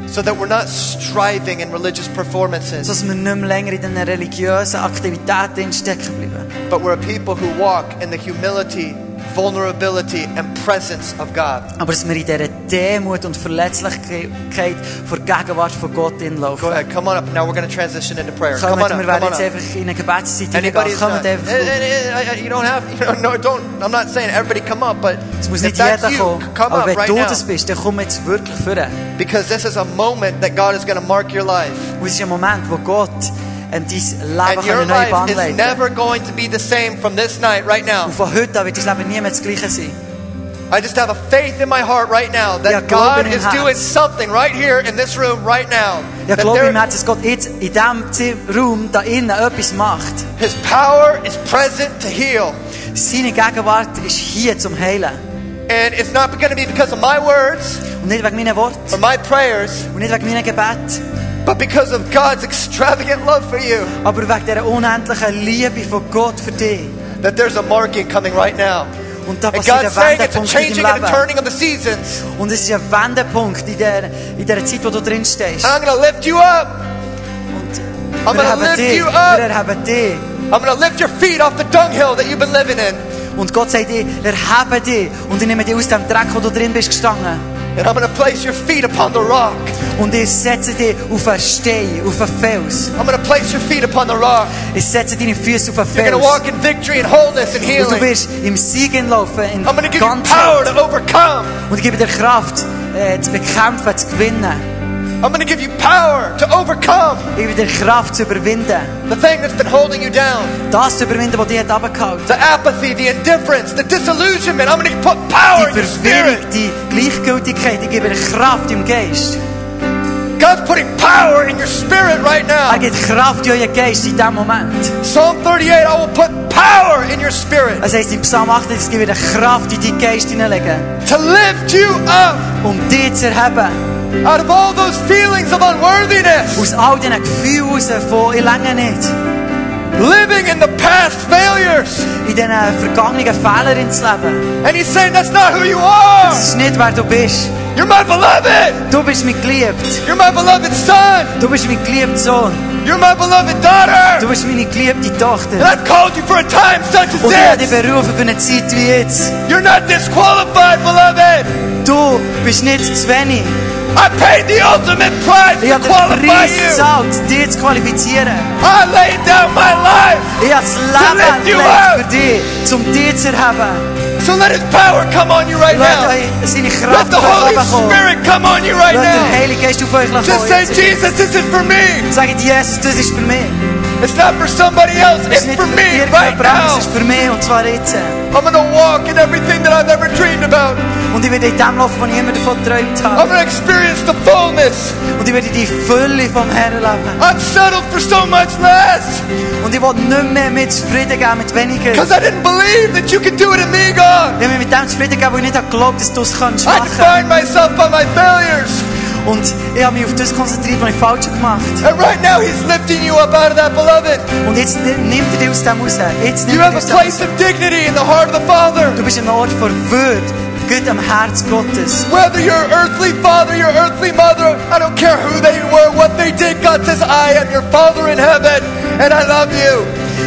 Speaker 1: so that we're not striving in religious performances,
Speaker 2: Dass wir nicht mehr länger in diesen religiösen Aktivitäten stecken bleiben.
Speaker 1: but we're a people who walk in the humility, vulnerability, and presence of God.
Speaker 2: Aber dass wir in dieser Demut und Verletzlichkeit vor die Gegenwart von Gott
Speaker 1: Go
Speaker 2: hinlaufen.
Speaker 1: ahead, come on up. Now we're going to transition into prayer. Come
Speaker 2: Kommt,
Speaker 1: on up.
Speaker 2: wir werden
Speaker 1: Come on
Speaker 2: jetzt
Speaker 1: up.
Speaker 2: einfach in eine Gebetszeit
Speaker 1: Anybody
Speaker 2: hineingehen.
Speaker 1: who's
Speaker 2: Kommt
Speaker 1: not,
Speaker 2: einfach
Speaker 1: Eh,
Speaker 2: auf.
Speaker 1: eh, eh, eh, you don't have, you know, no, don't. I'm not saying everybody come up, but
Speaker 2: Es muss
Speaker 1: if
Speaker 2: nicht
Speaker 1: that's
Speaker 2: jeder
Speaker 1: you,
Speaker 2: kommen.
Speaker 1: come
Speaker 2: Aber
Speaker 1: up
Speaker 2: wenn
Speaker 1: right
Speaker 2: du
Speaker 1: now,
Speaker 2: das bist, dann komm jetzt wirklich voran.
Speaker 1: because this is a moment that God is going to mark your life,
Speaker 2: Und es ist ein Moment, wo Gott ähm, dein Leben
Speaker 1: and
Speaker 2: kann
Speaker 1: your
Speaker 2: eine neue Bahn
Speaker 1: life is
Speaker 2: leiten
Speaker 1: never going to be the same from this night right now.
Speaker 2: Und von heute an wird dein Leben nie mehr das gleiche sein.
Speaker 1: I just have a faith in my heart right now that
Speaker 2: Ja, Glaube
Speaker 1: God
Speaker 2: in het
Speaker 1: is
Speaker 2: hart.
Speaker 1: doing something right here in this room right now.
Speaker 2: Ja,
Speaker 1: That
Speaker 2: glaube
Speaker 1: there-
Speaker 2: im Herzen, dass Gott jetzt in diesem Zi- Raum da innen etwas macht.
Speaker 1: His power is present to heal.
Speaker 2: Seine Gegenwart ist hier zum Heilen.
Speaker 1: And it's not going to be because of my words
Speaker 2: Und nicht wegen meinen Worten
Speaker 1: or my prayers,
Speaker 2: und nicht wegen meinen Gebeten.
Speaker 1: but because of God's extravagant love for you.
Speaker 2: Aber wegen dieser unendlichen Liebe von Gott für dich.
Speaker 1: That there's a marking coming right now.
Speaker 2: Und da
Speaker 1: And
Speaker 2: passiert
Speaker 1: God's
Speaker 2: ein
Speaker 1: saying it's a
Speaker 2: Wendepunkt in
Speaker 1: changing
Speaker 2: deinem
Speaker 1: and a
Speaker 2: Leben.
Speaker 1: turning of the seasons.
Speaker 2: Und es ist ein Wendepunkt in der, in der Zeit, wo du drin stehst.
Speaker 1: And I'm going to lift you up.
Speaker 2: Und
Speaker 1: I'm
Speaker 2: wir
Speaker 1: gonna
Speaker 2: haben
Speaker 1: lift
Speaker 2: dich,
Speaker 1: you
Speaker 2: wir
Speaker 1: up.
Speaker 2: erheben dich.
Speaker 1: I'm going to lift your feet off the dunghill that you've been living in.
Speaker 2: Und Gott sagt dir, erhebe dich. Und ich nehme dich aus dem Dreck, wo du drin bist gestanden.
Speaker 1: And I'm going to place your feet upon the rock.
Speaker 2: Und ich setze dich auf einen Stein, auf einen Fels.
Speaker 1: I'm going to place your feet upon the rock.
Speaker 2: Ich setze deine Füße auf einen
Speaker 1: You're
Speaker 2: Fels.
Speaker 1: going to walk in victory and wholeness and
Speaker 2: Und du
Speaker 1: healing.
Speaker 2: wirst im Sieg laufen, in
Speaker 1: I'm going to give you power
Speaker 2: Ganzheit.
Speaker 1: to overcome.
Speaker 2: Und ich gebe dir Kraft, äh, zu bekämpfen, zu gewinnen.
Speaker 1: I'm going to give you power to overcome
Speaker 2: Ich gebe dir Kraft, zu überwinden.
Speaker 1: the thing that's been holding you down.
Speaker 2: Das zu überwinden, was dich hat runtergehalten
Speaker 1: The apathy, the indifference, the disillusionment. I'm going to put power in
Speaker 2: Die
Speaker 1: your
Speaker 2: Verwirrung,
Speaker 1: spirit.
Speaker 2: die Gleichgültigkeit, ich gebe dir Kraft im Geist.
Speaker 1: God's putting power in your spirit right
Speaker 2: Er
Speaker 1: now.
Speaker 2: gibt Kraft in euren Geist in diesem Moment.
Speaker 1: Psalm 38, I will put power in your spirit
Speaker 2: Es heisst in Psalm 8, es gibt wieder Kraft in deinen Geist hineinlegen,
Speaker 1: to lift you up
Speaker 2: um dich zu erheben.
Speaker 1: out of all those feelings of unworthiness,
Speaker 2: Aus all diesen Gefühlen raus, von ich länge nicht.
Speaker 1: living in the past failures.
Speaker 2: In eh, diesen vergangenen Fehlern ins Leben.
Speaker 1: And he's saying, That's not who you
Speaker 2: Das
Speaker 1: are.
Speaker 2: ist nicht, wer du bist.
Speaker 1: You're my beloved.
Speaker 2: Du bist mein Geliebt.
Speaker 1: You're my beloved son.
Speaker 2: Du bist mein geliebter Sohn.
Speaker 1: You're my beloved daughter.
Speaker 2: Du bist meine geliebte
Speaker 1: And
Speaker 2: Tochter.
Speaker 1: I've called you for a time such
Speaker 2: Und ich
Speaker 1: as
Speaker 2: habe dich
Speaker 1: this.
Speaker 2: berufen für eine Zeit wie jetzt.
Speaker 1: You're not disqualified, beloved.
Speaker 2: Du bist nicht zu wenig.
Speaker 1: I paid the ultimate price
Speaker 2: Ich
Speaker 1: to
Speaker 2: habe den
Speaker 1: qualify
Speaker 2: Preis
Speaker 1: you.
Speaker 2: gezahlt, dich zu qualifizieren.
Speaker 1: I laid down my life.
Speaker 2: Ich habe das
Speaker 1: lift you
Speaker 2: Leben
Speaker 1: up.
Speaker 2: gelegt für dich, um dich zu erheben.
Speaker 1: So let his power come on you right
Speaker 2: Lass
Speaker 1: now.
Speaker 2: euch seine
Speaker 1: Let
Speaker 2: Kraft
Speaker 1: the
Speaker 2: auf
Speaker 1: Holy
Speaker 2: euch kommen.
Speaker 1: Spirit come on you right
Speaker 2: Lass den
Speaker 1: now.
Speaker 2: Heiligen Geist auf euch
Speaker 1: Just say,
Speaker 2: kommen.
Speaker 1: Jesus, this is for me.
Speaker 2: Sagt Jesus, das ist für mich.
Speaker 1: It's not for somebody else.
Speaker 2: Das
Speaker 1: It's
Speaker 2: ist nicht
Speaker 1: for
Speaker 2: für
Speaker 1: me
Speaker 2: irgendjemand
Speaker 1: right
Speaker 2: anderes, das
Speaker 1: now.
Speaker 2: ist für mich und zwar jetzt.
Speaker 1: I'm going to walk in everything that I've ever dreamed about.
Speaker 2: Und ich werde in dem laufen, was ich immer davon geträumt
Speaker 1: I'm
Speaker 2: habe.
Speaker 1: going to experience the fullness.
Speaker 2: Und ich werde die Fülle vom Herrn leben.
Speaker 1: I've settled for so much less
Speaker 2: Und ich will nicht mehr mit zufrieden geben, mit weniger. Ich
Speaker 1: because I didn't believe that you could do it in me, God.
Speaker 2: will mich mit dem zufrieden geben, wo ich nicht habe geglaubt dass du es kannst
Speaker 1: I
Speaker 2: machen
Speaker 1: define myself by my failures.
Speaker 2: Und ich habe mich auf das konzentriert, was ich falsch gemacht habe.
Speaker 1: And right now, He's lifting you up out of that, beloved.
Speaker 2: Und jetzt nimmt er dich aus dem raus. Jetzt
Speaker 1: You
Speaker 2: nimmt er
Speaker 1: have
Speaker 2: dich aus
Speaker 1: a
Speaker 2: dem raus.
Speaker 1: place of dignity in the heart of the Father.
Speaker 2: Du bist an einem Ort vor Würde, Gott am Herz Gottes.
Speaker 1: Whether your earthly father, your earthly mother, I don't care who they were, what they did, God says, I am your Father in heaven, and I love you.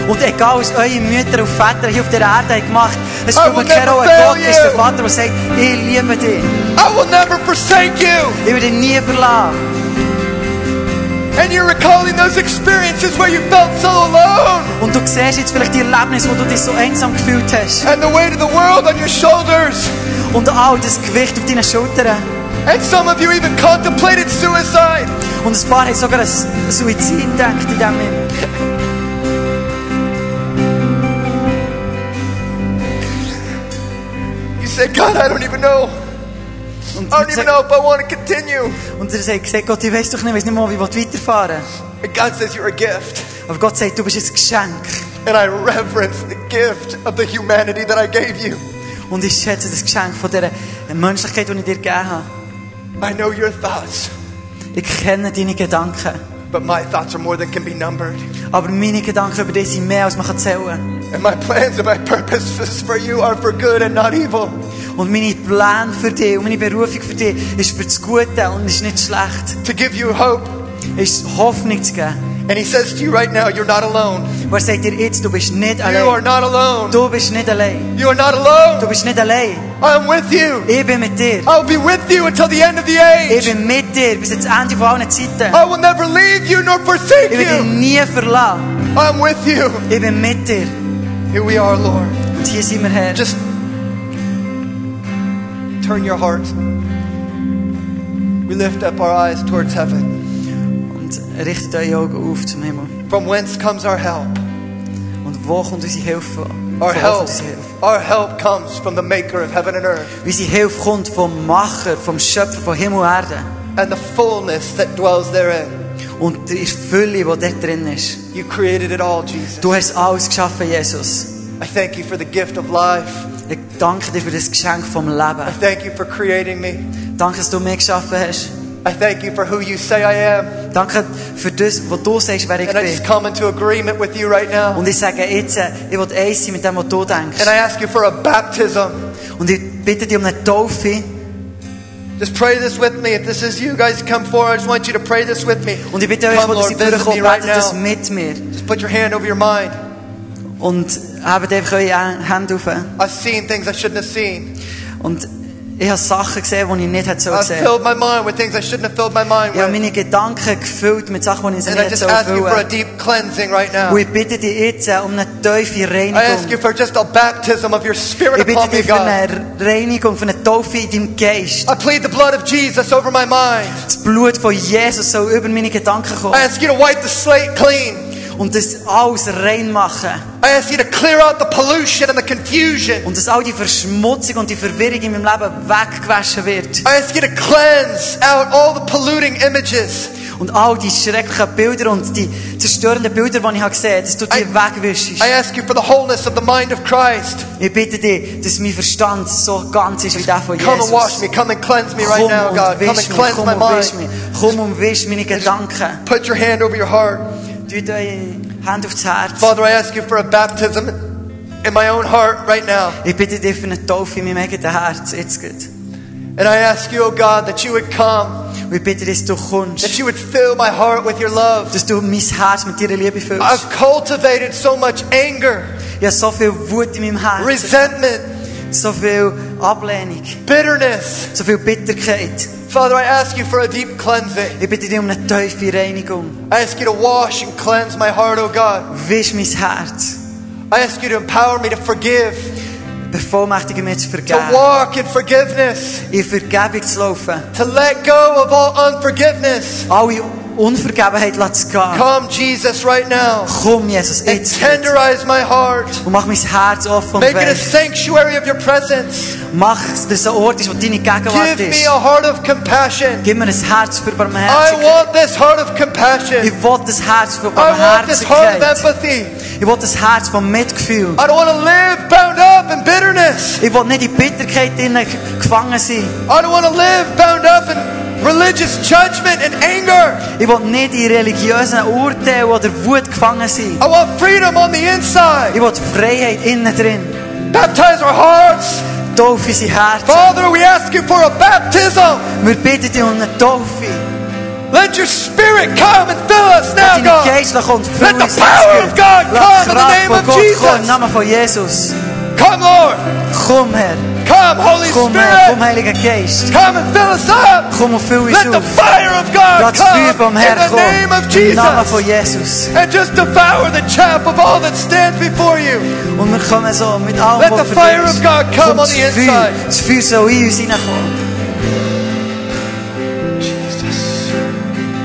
Speaker 2: Und egal was eure Mütter und Väter hier auf der Erde haben gemacht, es
Speaker 1: I
Speaker 2: spielt
Speaker 1: will
Speaker 2: mir keine
Speaker 1: never
Speaker 2: Rolle.
Speaker 1: fail
Speaker 2: Gott ist der
Speaker 1: you.
Speaker 2: Vater, der sagt, ich liebe dich.
Speaker 1: I will never forsake you.
Speaker 2: Ich werde dich nie verlassen.
Speaker 1: And you're recalling those experiences where you felt so alone,
Speaker 2: Und du siehst jetzt vielleicht die Erlebnisse, wo du dich so einsam gefühlt hast.
Speaker 1: and the weight of the world on your shoulders.
Speaker 2: Und all das Gewicht auf deinen Schultern.
Speaker 1: And some of you even contemplated suicide.
Speaker 2: Und ein paar haben sogar an Suizid gedacht in dem Moment.
Speaker 1: You said, God, I don't even know
Speaker 2: Und,
Speaker 1: I don't even
Speaker 2: sagt-
Speaker 1: know if I want to continue.
Speaker 2: und er sagt, sagt, Gott, ich weiß doch nicht, ich weiß nicht mal, wie ich weiterfahren will.
Speaker 1: And God says, You're a gift.
Speaker 2: Aber Gott sagt, du bist ein Geschenk.
Speaker 1: And I reverence the gift of the humanity that I gave you.
Speaker 2: Und ich schätze das Geschenk von dieser Menschlichkeit, die ich dir gegeben habe.
Speaker 1: I know your thoughts,
Speaker 2: Ich kenne deine Gedanken.
Speaker 1: but my thoughts are more than can be numbered.
Speaker 2: Aber meine Gedanken über dich sind mehr, als man zählen kann.
Speaker 1: And my plans and my purposes for you are for good and not evil.
Speaker 2: Und meine Pläne für dich und meine Berufung für dich ist für das Gute und ist nicht schlecht.
Speaker 1: To give you hope.
Speaker 2: Ist Hoffnung zu geben.
Speaker 1: And He says to you right now, You're not alone.
Speaker 2: Und er sagt dir jetzt, du bist nicht
Speaker 1: You are
Speaker 2: allein.
Speaker 1: not alone.
Speaker 2: Du bist nicht allein.
Speaker 1: You are not
Speaker 2: Du
Speaker 1: alone.
Speaker 2: bist nicht allein.
Speaker 1: I am with you.
Speaker 2: Ich bin mit dir.
Speaker 1: I'll be with you until the end of the
Speaker 2: Ich
Speaker 1: age.
Speaker 2: bin mit dir bis ans Ende von allen Zeiten.
Speaker 1: I will never leave you nor forsake
Speaker 2: Ich werde dich
Speaker 1: you.
Speaker 2: nie verlassen.
Speaker 1: I'm with you.
Speaker 2: Ich bin mit dir.
Speaker 1: Here we are, Lord.
Speaker 2: Und hier sind wir her.
Speaker 1: Just turn your heart. We lift up our eyes towards heaven,
Speaker 2: Und richtet eure Augen auf zum Himmel.
Speaker 1: from whence comes our help.
Speaker 2: Und wo kommt unsere Hilfe? Von
Speaker 1: Our
Speaker 2: Wo
Speaker 1: help,
Speaker 2: kommt unsere Hilfe?
Speaker 1: our help comes from the maker of heaven and earth
Speaker 2: Unsere Hilfe kommt vom Macher, vom Schöpfer von Himmel und Erde.
Speaker 1: and the fullness that dwells therein.
Speaker 2: Und die Fülle, die dort drin ist.
Speaker 1: You created it all, Jesus.
Speaker 2: Du hast alles geschaffen, Jesus.
Speaker 1: I thank you for the gift of life.
Speaker 2: Ich danke dir für das Geschenk vom
Speaker 1: I
Speaker 2: Leben.
Speaker 1: thank you for creating me.
Speaker 2: Danke, dass du mich geschaffen hast.
Speaker 1: I thank you for who you say I am.
Speaker 2: Danke für das, was du sagst, wer ich
Speaker 1: And I just
Speaker 2: bin.
Speaker 1: come into agreement with you right now.
Speaker 2: Und ich sage jetzt, äh, ich will eins sein mit dem, was du
Speaker 1: And I
Speaker 2: denkst.
Speaker 1: ask you for a baptism.
Speaker 2: Und ich bitte dich um eine Taufe.
Speaker 1: Just pray this with me. If this is you, guys, come forward. I just want you to pray this with me.
Speaker 2: Und ich bitte euch,
Speaker 1: Come,
Speaker 2: wo dass
Speaker 1: Lord,
Speaker 2: ich
Speaker 1: visit me
Speaker 2: durchkomme,
Speaker 1: right
Speaker 2: betet das
Speaker 1: now.
Speaker 2: mit mir.
Speaker 1: Just put your hand over your mind.
Speaker 2: Und habt einfach eure Hände auf.
Speaker 1: I've seen things I shouldn't have seen.
Speaker 2: Und ich habe Sachen gesehen, die ich nicht hätte
Speaker 1: I've
Speaker 2: sehen sollen.
Speaker 1: filled my mind with things I shouldn't have filled my mind
Speaker 2: Ich habe
Speaker 1: with.
Speaker 2: meine Gedanken gefüllt mit Sachen, die ich
Speaker 1: And
Speaker 2: nicht
Speaker 1: I
Speaker 2: hätte
Speaker 1: just ask you for a
Speaker 2: sollen.
Speaker 1: deep cleansing right now.
Speaker 2: Und ich bitte dich jetzt äh, um eine
Speaker 1: I ask
Speaker 2: tiefe
Speaker 1: you
Speaker 2: Reinigung.
Speaker 1: for just a baptism of your spirit
Speaker 2: Ich bitte
Speaker 1: upon me,
Speaker 2: dich für
Speaker 1: God.
Speaker 2: eine Reinigung, für eine Taufe in deinem Geist.
Speaker 1: I plead the blood of Jesus over my mind.
Speaker 2: Das Blut von Jesus soll über meine Gedanken
Speaker 1: I
Speaker 2: kommen
Speaker 1: ask you to wipe the slate clean.
Speaker 2: und das alles rein machen.
Speaker 1: I ask you to clear out the pollution and the confusion.
Speaker 2: Und dass all die Verschmutzung und die Verwirrung in meinem Leben weggewaschen wird.
Speaker 1: I ask you to cleanse out all the polluting images.
Speaker 2: Und all die schrecklichen Bilder und die zerstörenden Bilder, die ich habe gesehen habe, dass du die
Speaker 1: I-
Speaker 2: wegwischst.
Speaker 1: I ask you for the wholeness of the mind of Christ.
Speaker 2: Ich bitte dich, dass mein Verstand so ganz ist wie der von Jesus.
Speaker 1: Come and wash me. Come and cleanse me right
Speaker 2: Komm
Speaker 1: now,
Speaker 2: und
Speaker 1: God. Come and
Speaker 2: wisch mich,
Speaker 1: cleanse
Speaker 2: komm
Speaker 1: my
Speaker 2: und wisch
Speaker 1: mind.
Speaker 2: mich. Komm und wisch meine Gedanken.
Speaker 1: Put your hand over your heart.
Speaker 2: Tut eure Hände aufs Herz.
Speaker 1: Father, I ask you for a baptism in my own heart right now.
Speaker 2: Ich bitte dich für eine Taufe in meinem eigenen Herz. Jetzt gut.
Speaker 1: And I ask you, oh God, that you would come,
Speaker 2: Und ich bitte dich, dass du
Speaker 1: that
Speaker 2: kommst.
Speaker 1: you would fill my heart with your love.
Speaker 2: Dass du mein Herz mit deiner Liebe füllst.
Speaker 1: I've cultivated so much anger,
Speaker 2: Ich habe so viel Wut in meinem Herz.
Speaker 1: resentment,
Speaker 2: So viel Ablehnung.
Speaker 1: bitterness.
Speaker 2: So viel Bitterkeit.
Speaker 1: Father, I ask you for a deep cleansing.
Speaker 2: Ich bitte dich um eine tiefe Reinigung.
Speaker 1: I ask you to wash and cleanse my heart, oh God.
Speaker 2: Wisch mein Herz.
Speaker 1: I ask you to empower me to forgive,
Speaker 2: Bevollmächtige mich zu
Speaker 1: to
Speaker 2: vergeben.
Speaker 1: walk in forgiveness,
Speaker 2: In Vergebung zu laufen.
Speaker 1: to let go of all unforgiveness.
Speaker 2: Alle Unvergebenheit lassen gehen.
Speaker 1: Come, Jesus, right now
Speaker 2: Komm, Jesus,
Speaker 1: and
Speaker 2: jetzt.
Speaker 1: tenderize my heart.
Speaker 2: Und mach mein Herz offen und
Speaker 1: Make it a
Speaker 2: weich.
Speaker 1: sanctuary of your presence.
Speaker 2: Mach, dass es ein Ort ist, wo deine Gegenwart
Speaker 1: Give me
Speaker 2: ist.
Speaker 1: a heart of compassion.
Speaker 2: Gib mir ein Herz für
Speaker 1: I
Speaker 2: Barmherzigkeit.
Speaker 1: want this heart of compassion.
Speaker 2: Ich will das Herz für
Speaker 1: I want this heart of
Speaker 2: Barmherzigkeit.
Speaker 1: empathy.
Speaker 2: Ich will das Herz von Mitgefühl.
Speaker 1: I don't want to live bound up in bitterness.
Speaker 2: Ich will nicht in Bitterkeit drin gefangen sein.
Speaker 1: I don't want to live bound up in religious judgment and anger.
Speaker 2: Ich will nicht in religiösen Urteilen oder Wut gefangen sein.
Speaker 1: I want freedom on the inside.
Speaker 2: Ich will Freiheit innen drin.
Speaker 1: Baptize our hearts.
Speaker 2: Taufe sein Herz.
Speaker 1: Father, we ask you for a baptism.
Speaker 2: Wir bitten dich um eine Taufe.
Speaker 1: Let your spirit come and fill us now,
Speaker 2: Deine
Speaker 1: God.
Speaker 2: Geist kommt füll
Speaker 1: Let the
Speaker 2: uns jetzt
Speaker 1: power of
Speaker 2: gut.
Speaker 1: God come in
Speaker 2: Lass
Speaker 1: the
Speaker 2: die Kraft
Speaker 1: name of
Speaker 2: von Gott kommen
Speaker 1: Jesus.
Speaker 2: im Namen von Jesus.
Speaker 1: Come, Lord.
Speaker 2: Komm, Herr.
Speaker 1: Come, Holy
Speaker 2: Komm, Herr. Komm,
Speaker 1: Spirit.
Speaker 2: Heiliger Geist.
Speaker 1: Come and fill us up.
Speaker 2: Komm und füll uns
Speaker 1: Let the
Speaker 2: auf.
Speaker 1: fire of
Speaker 2: Lass
Speaker 1: God
Speaker 2: das
Speaker 1: come
Speaker 2: Feuer vom
Speaker 1: in
Speaker 2: Herrn
Speaker 1: the name of
Speaker 2: kommen. Im Namen von
Speaker 1: Jesus.
Speaker 2: Jesus.
Speaker 1: And just devour the chaff of all that stands before you.
Speaker 2: Und wir kommen so mit allem,
Speaker 1: Let
Speaker 2: was
Speaker 1: the
Speaker 2: für
Speaker 1: fire
Speaker 2: dich
Speaker 1: of
Speaker 2: ist.
Speaker 1: God come
Speaker 2: Komm,
Speaker 1: on
Speaker 2: das
Speaker 1: the
Speaker 2: Feuer-
Speaker 1: inside.
Speaker 2: Das Feuer soll in uns hineinkommen.
Speaker 1: Jesus.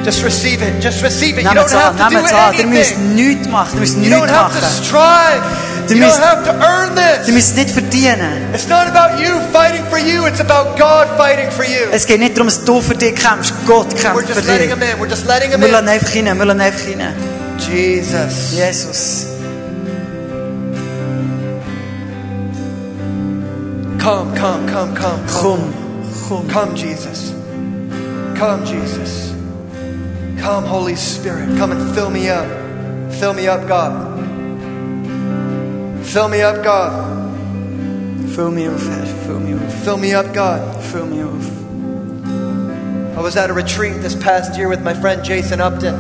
Speaker 1: Just receive it. Just receive it. You
Speaker 2: Nehmt
Speaker 1: don't
Speaker 2: es an,
Speaker 1: have to do
Speaker 2: nehmt es an. Ihr müsst
Speaker 1: anything.
Speaker 2: nichts machen. Ihr müsst
Speaker 1: You
Speaker 2: nichts
Speaker 1: don't have to
Speaker 2: machen.
Speaker 1: strive.
Speaker 2: Du
Speaker 1: You don't
Speaker 2: müsst,
Speaker 1: have to earn
Speaker 2: du
Speaker 1: this.
Speaker 2: müsst es nicht verdienen.
Speaker 1: It's not about you fighting for you, it's about God fighting for you.
Speaker 2: Es geht nicht darum, dass du für dich kämpfst. Gott
Speaker 1: We're
Speaker 2: kämpft für
Speaker 1: just letting
Speaker 2: dich.
Speaker 1: Him in. We're just letting Him
Speaker 2: Wir lassen
Speaker 1: in.
Speaker 2: einfach rein, wir lassen einfach rein.
Speaker 1: Jesus.
Speaker 2: Jesus,
Speaker 1: Come, come, come, come.
Speaker 2: komm, komm.
Speaker 1: Come, Jesus. Come, Jesus. Come, Holy Spirit. Come and fill me up. Fill me up, God. Fill me up, God.
Speaker 2: Füll mich auf, Herr, füll mich auf,
Speaker 1: Fill me up, God.
Speaker 2: füll mich auf.
Speaker 1: I was at a retreat this past year with my friend Jason Upton.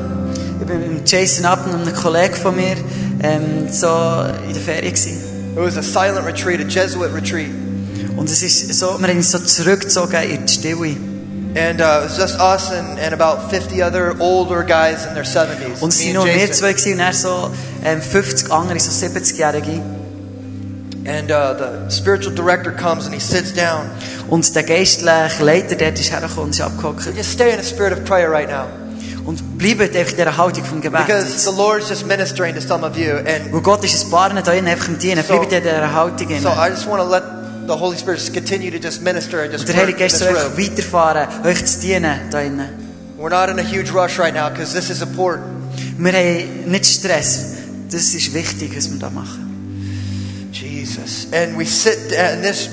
Speaker 2: Ich bin mit Jason Upton und einem Kollegen von mir ähm, so in der Ferien. Gewesen.
Speaker 1: It was a silent retreat, a Jesuit retreat.
Speaker 2: Und es ist so, wir haben uns so zurückgezogen in die Stille.
Speaker 1: And uh, it was just us and, and about 50 other older guys in their 70s.
Speaker 2: Und es
Speaker 1: me and
Speaker 2: waren nur wir
Speaker 1: Jason.
Speaker 2: zwei gewesen, und dann so ähm, 50 andere, so 70-Jährige.
Speaker 1: And uh, the spiritual director comes and he sits down.
Speaker 2: Und der geistliche Leiter dort ist hergekommen und ist abgehockt.
Speaker 1: Just stay in a spirit of prayer right now.
Speaker 2: Und bleibt einfach in dieser Haltung vom Gebet.
Speaker 1: Because the Lord's just ministering to some of you. And
Speaker 2: Weil Gott ist ein paar nicht euch einfach im Dienen.
Speaker 1: So-
Speaker 2: bleibt in dieser Haltung. drin.
Speaker 1: so I just want to let the Holy Spirit just continue to just minister and just
Speaker 2: und der Heilige
Speaker 1: work in
Speaker 2: Geist
Speaker 1: this
Speaker 2: soll einfach
Speaker 1: room.
Speaker 2: weiterfahren, euch zu dienen. Da drin.
Speaker 1: We're not in a huge rush right now because this is important.
Speaker 2: wir haben nicht Stress. Das ist wichtig, was wir da machen.
Speaker 1: Jesus. And we sit, and this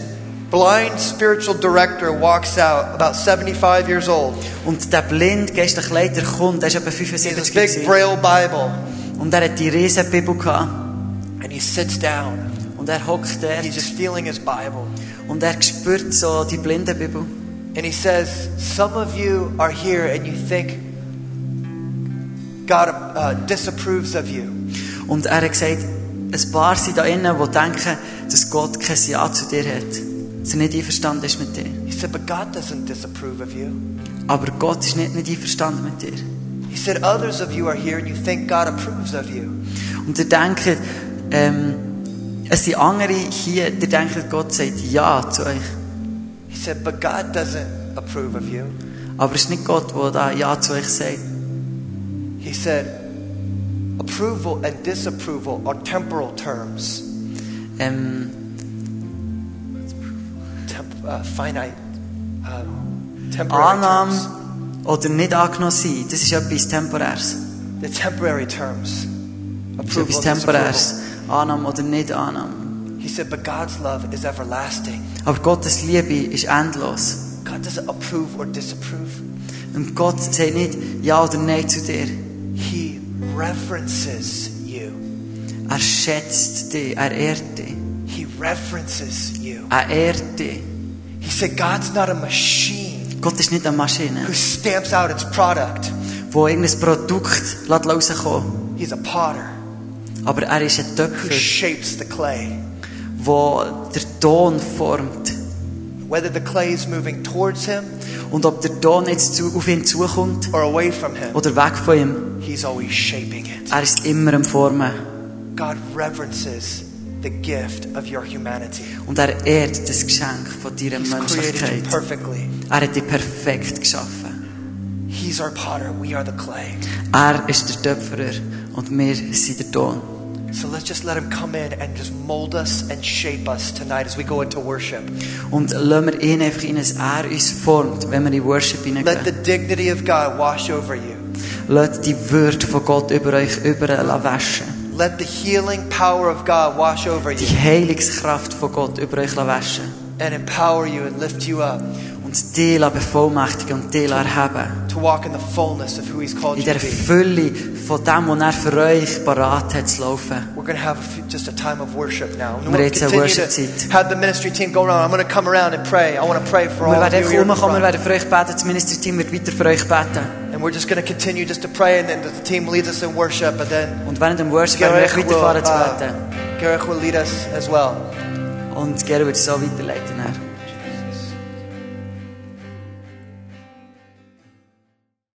Speaker 1: blind spiritual director walks out, about 75 years old.
Speaker 2: Und der blind geistliche Leiter kommt, der war etwa
Speaker 1: He has
Speaker 2: 75
Speaker 1: a big
Speaker 2: gewesen.
Speaker 1: braille Bible.
Speaker 2: Und er hat die riesen Bibel gehabt.
Speaker 1: And he sits down.
Speaker 2: Und er hockt
Speaker 1: And he's
Speaker 2: dort
Speaker 1: just feeling his Bible.
Speaker 2: und er spürt so die blinde Bibel.
Speaker 1: And he says, Some of you are here and you think God uh, disapproves of you.
Speaker 2: Und er hat gesagt, ein paar sind da innen, die denken, dass Gott kein Ja zu dir hat. Dass er nicht einverstanden ist mit dir.
Speaker 1: He said, But God doesn't disapprove of you.
Speaker 2: Aber Gott ist nicht, nicht einverstanden mit dir.
Speaker 1: He said, Others of you are here and you think God approves of you.
Speaker 2: Und ihr denkt, ähm, es sind andere hier, die denken, Gott sagt Ja zu euch.
Speaker 1: He said, But God doesn't approve of you.
Speaker 2: Aber es ist nicht Gott, der da Ja zu euch sagt.
Speaker 1: He said, Approval and disapproval are temporal terms,
Speaker 2: Ähm,
Speaker 1: temp- uh, finite, uh, temporary terms.
Speaker 2: Annahme oder nicht angenommen sein, das ist etwas Temporäres.
Speaker 1: The temporary terms.
Speaker 2: Das ist
Speaker 1: Approval and
Speaker 2: etwas
Speaker 1: disapproval.
Speaker 2: Temporäres. Annahme oder nicht Annahme.
Speaker 1: He said, But God's love is everlasting.
Speaker 2: Aber Gottes Liebe ist endlos.
Speaker 1: God doesn't approve or disapprove.
Speaker 2: Und Gott sagt nicht Ja oder Nein zu dir.
Speaker 1: He references you.
Speaker 2: Er schätzt dich, er ehrt dich.
Speaker 1: He references you.
Speaker 2: Er ehrt dich.
Speaker 1: He said, God's not a machine
Speaker 2: Gott ist nicht eine Maschine,
Speaker 1: who stamps out its product.
Speaker 2: wo irgendein Produkt lässt rauskommen
Speaker 1: He's a potter
Speaker 2: Aber er ist ein
Speaker 1: who
Speaker 2: Töpfer,
Speaker 1: shapes the clay.
Speaker 2: wo der Ton formt.
Speaker 1: Whether the clay is moving towards him
Speaker 2: Und ob der Ton jetzt zu, auf ihn zukommt
Speaker 1: or away from him,
Speaker 2: oder weg von ihm,
Speaker 1: he's always shaping it.
Speaker 2: er ist immer am Formen.
Speaker 1: God reverences the gift of your humanity.
Speaker 2: Und er ehrt das Geschenk von deiner
Speaker 1: He's created you
Speaker 2: Menschlichkeit.
Speaker 1: perfectly.
Speaker 2: Er hat dich perfekt geschaffen.
Speaker 1: He's our potter. We are the clay.
Speaker 2: Er ist der Töpferer und wir sind der Ton.
Speaker 1: So let's just let him come in and just mold us and shape us tonight as we go into worship.
Speaker 2: Und lassen wir ihn einfach in, dass er uns formt, wenn wir in Worship
Speaker 1: Let the
Speaker 2: hineingehen.
Speaker 1: dignity of God wash over you.
Speaker 2: Lasst die Würde von Gott über euch überall waschen.
Speaker 1: Let the healing power of God wash over
Speaker 2: Die
Speaker 1: you
Speaker 2: Heilungskraft von Gott über euch waschen.
Speaker 1: and empower you and lift you up
Speaker 2: Und dich bevollmächtigen und dich erheben.
Speaker 1: to walk in the fullness of who He's called
Speaker 2: In
Speaker 1: you to
Speaker 2: der
Speaker 1: be.
Speaker 2: Fülle von dem, was er für euch parat hat zu laufen.
Speaker 1: We're going to have a few, just a time of worship now. And
Speaker 2: Wir
Speaker 1: we'll
Speaker 2: haben jetzt eine
Speaker 1: continue
Speaker 2: Worship-Zeit.
Speaker 1: to have the ministry team go around. I'm going to come around and pray. I want to pray for all
Speaker 2: Wir
Speaker 1: of
Speaker 2: werden
Speaker 1: you.
Speaker 2: einfach
Speaker 1: here in
Speaker 2: rumkommen,
Speaker 1: front.
Speaker 2: wir werden für euch beten, das Ministerteam wird weiter für euch beten.
Speaker 1: And we're just going to continue just to pray, and then the team leads us in worship, and then
Speaker 2: Und während dem Worship werden wir
Speaker 1: Gareth
Speaker 2: echt
Speaker 1: will,
Speaker 2: weiterfahren zu
Speaker 1: uh,
Speaker 2: beten.
Speaker 1: Gareth will lead us as well.
Speaker 2: Und Gary wird es so weiterleiten. nachher.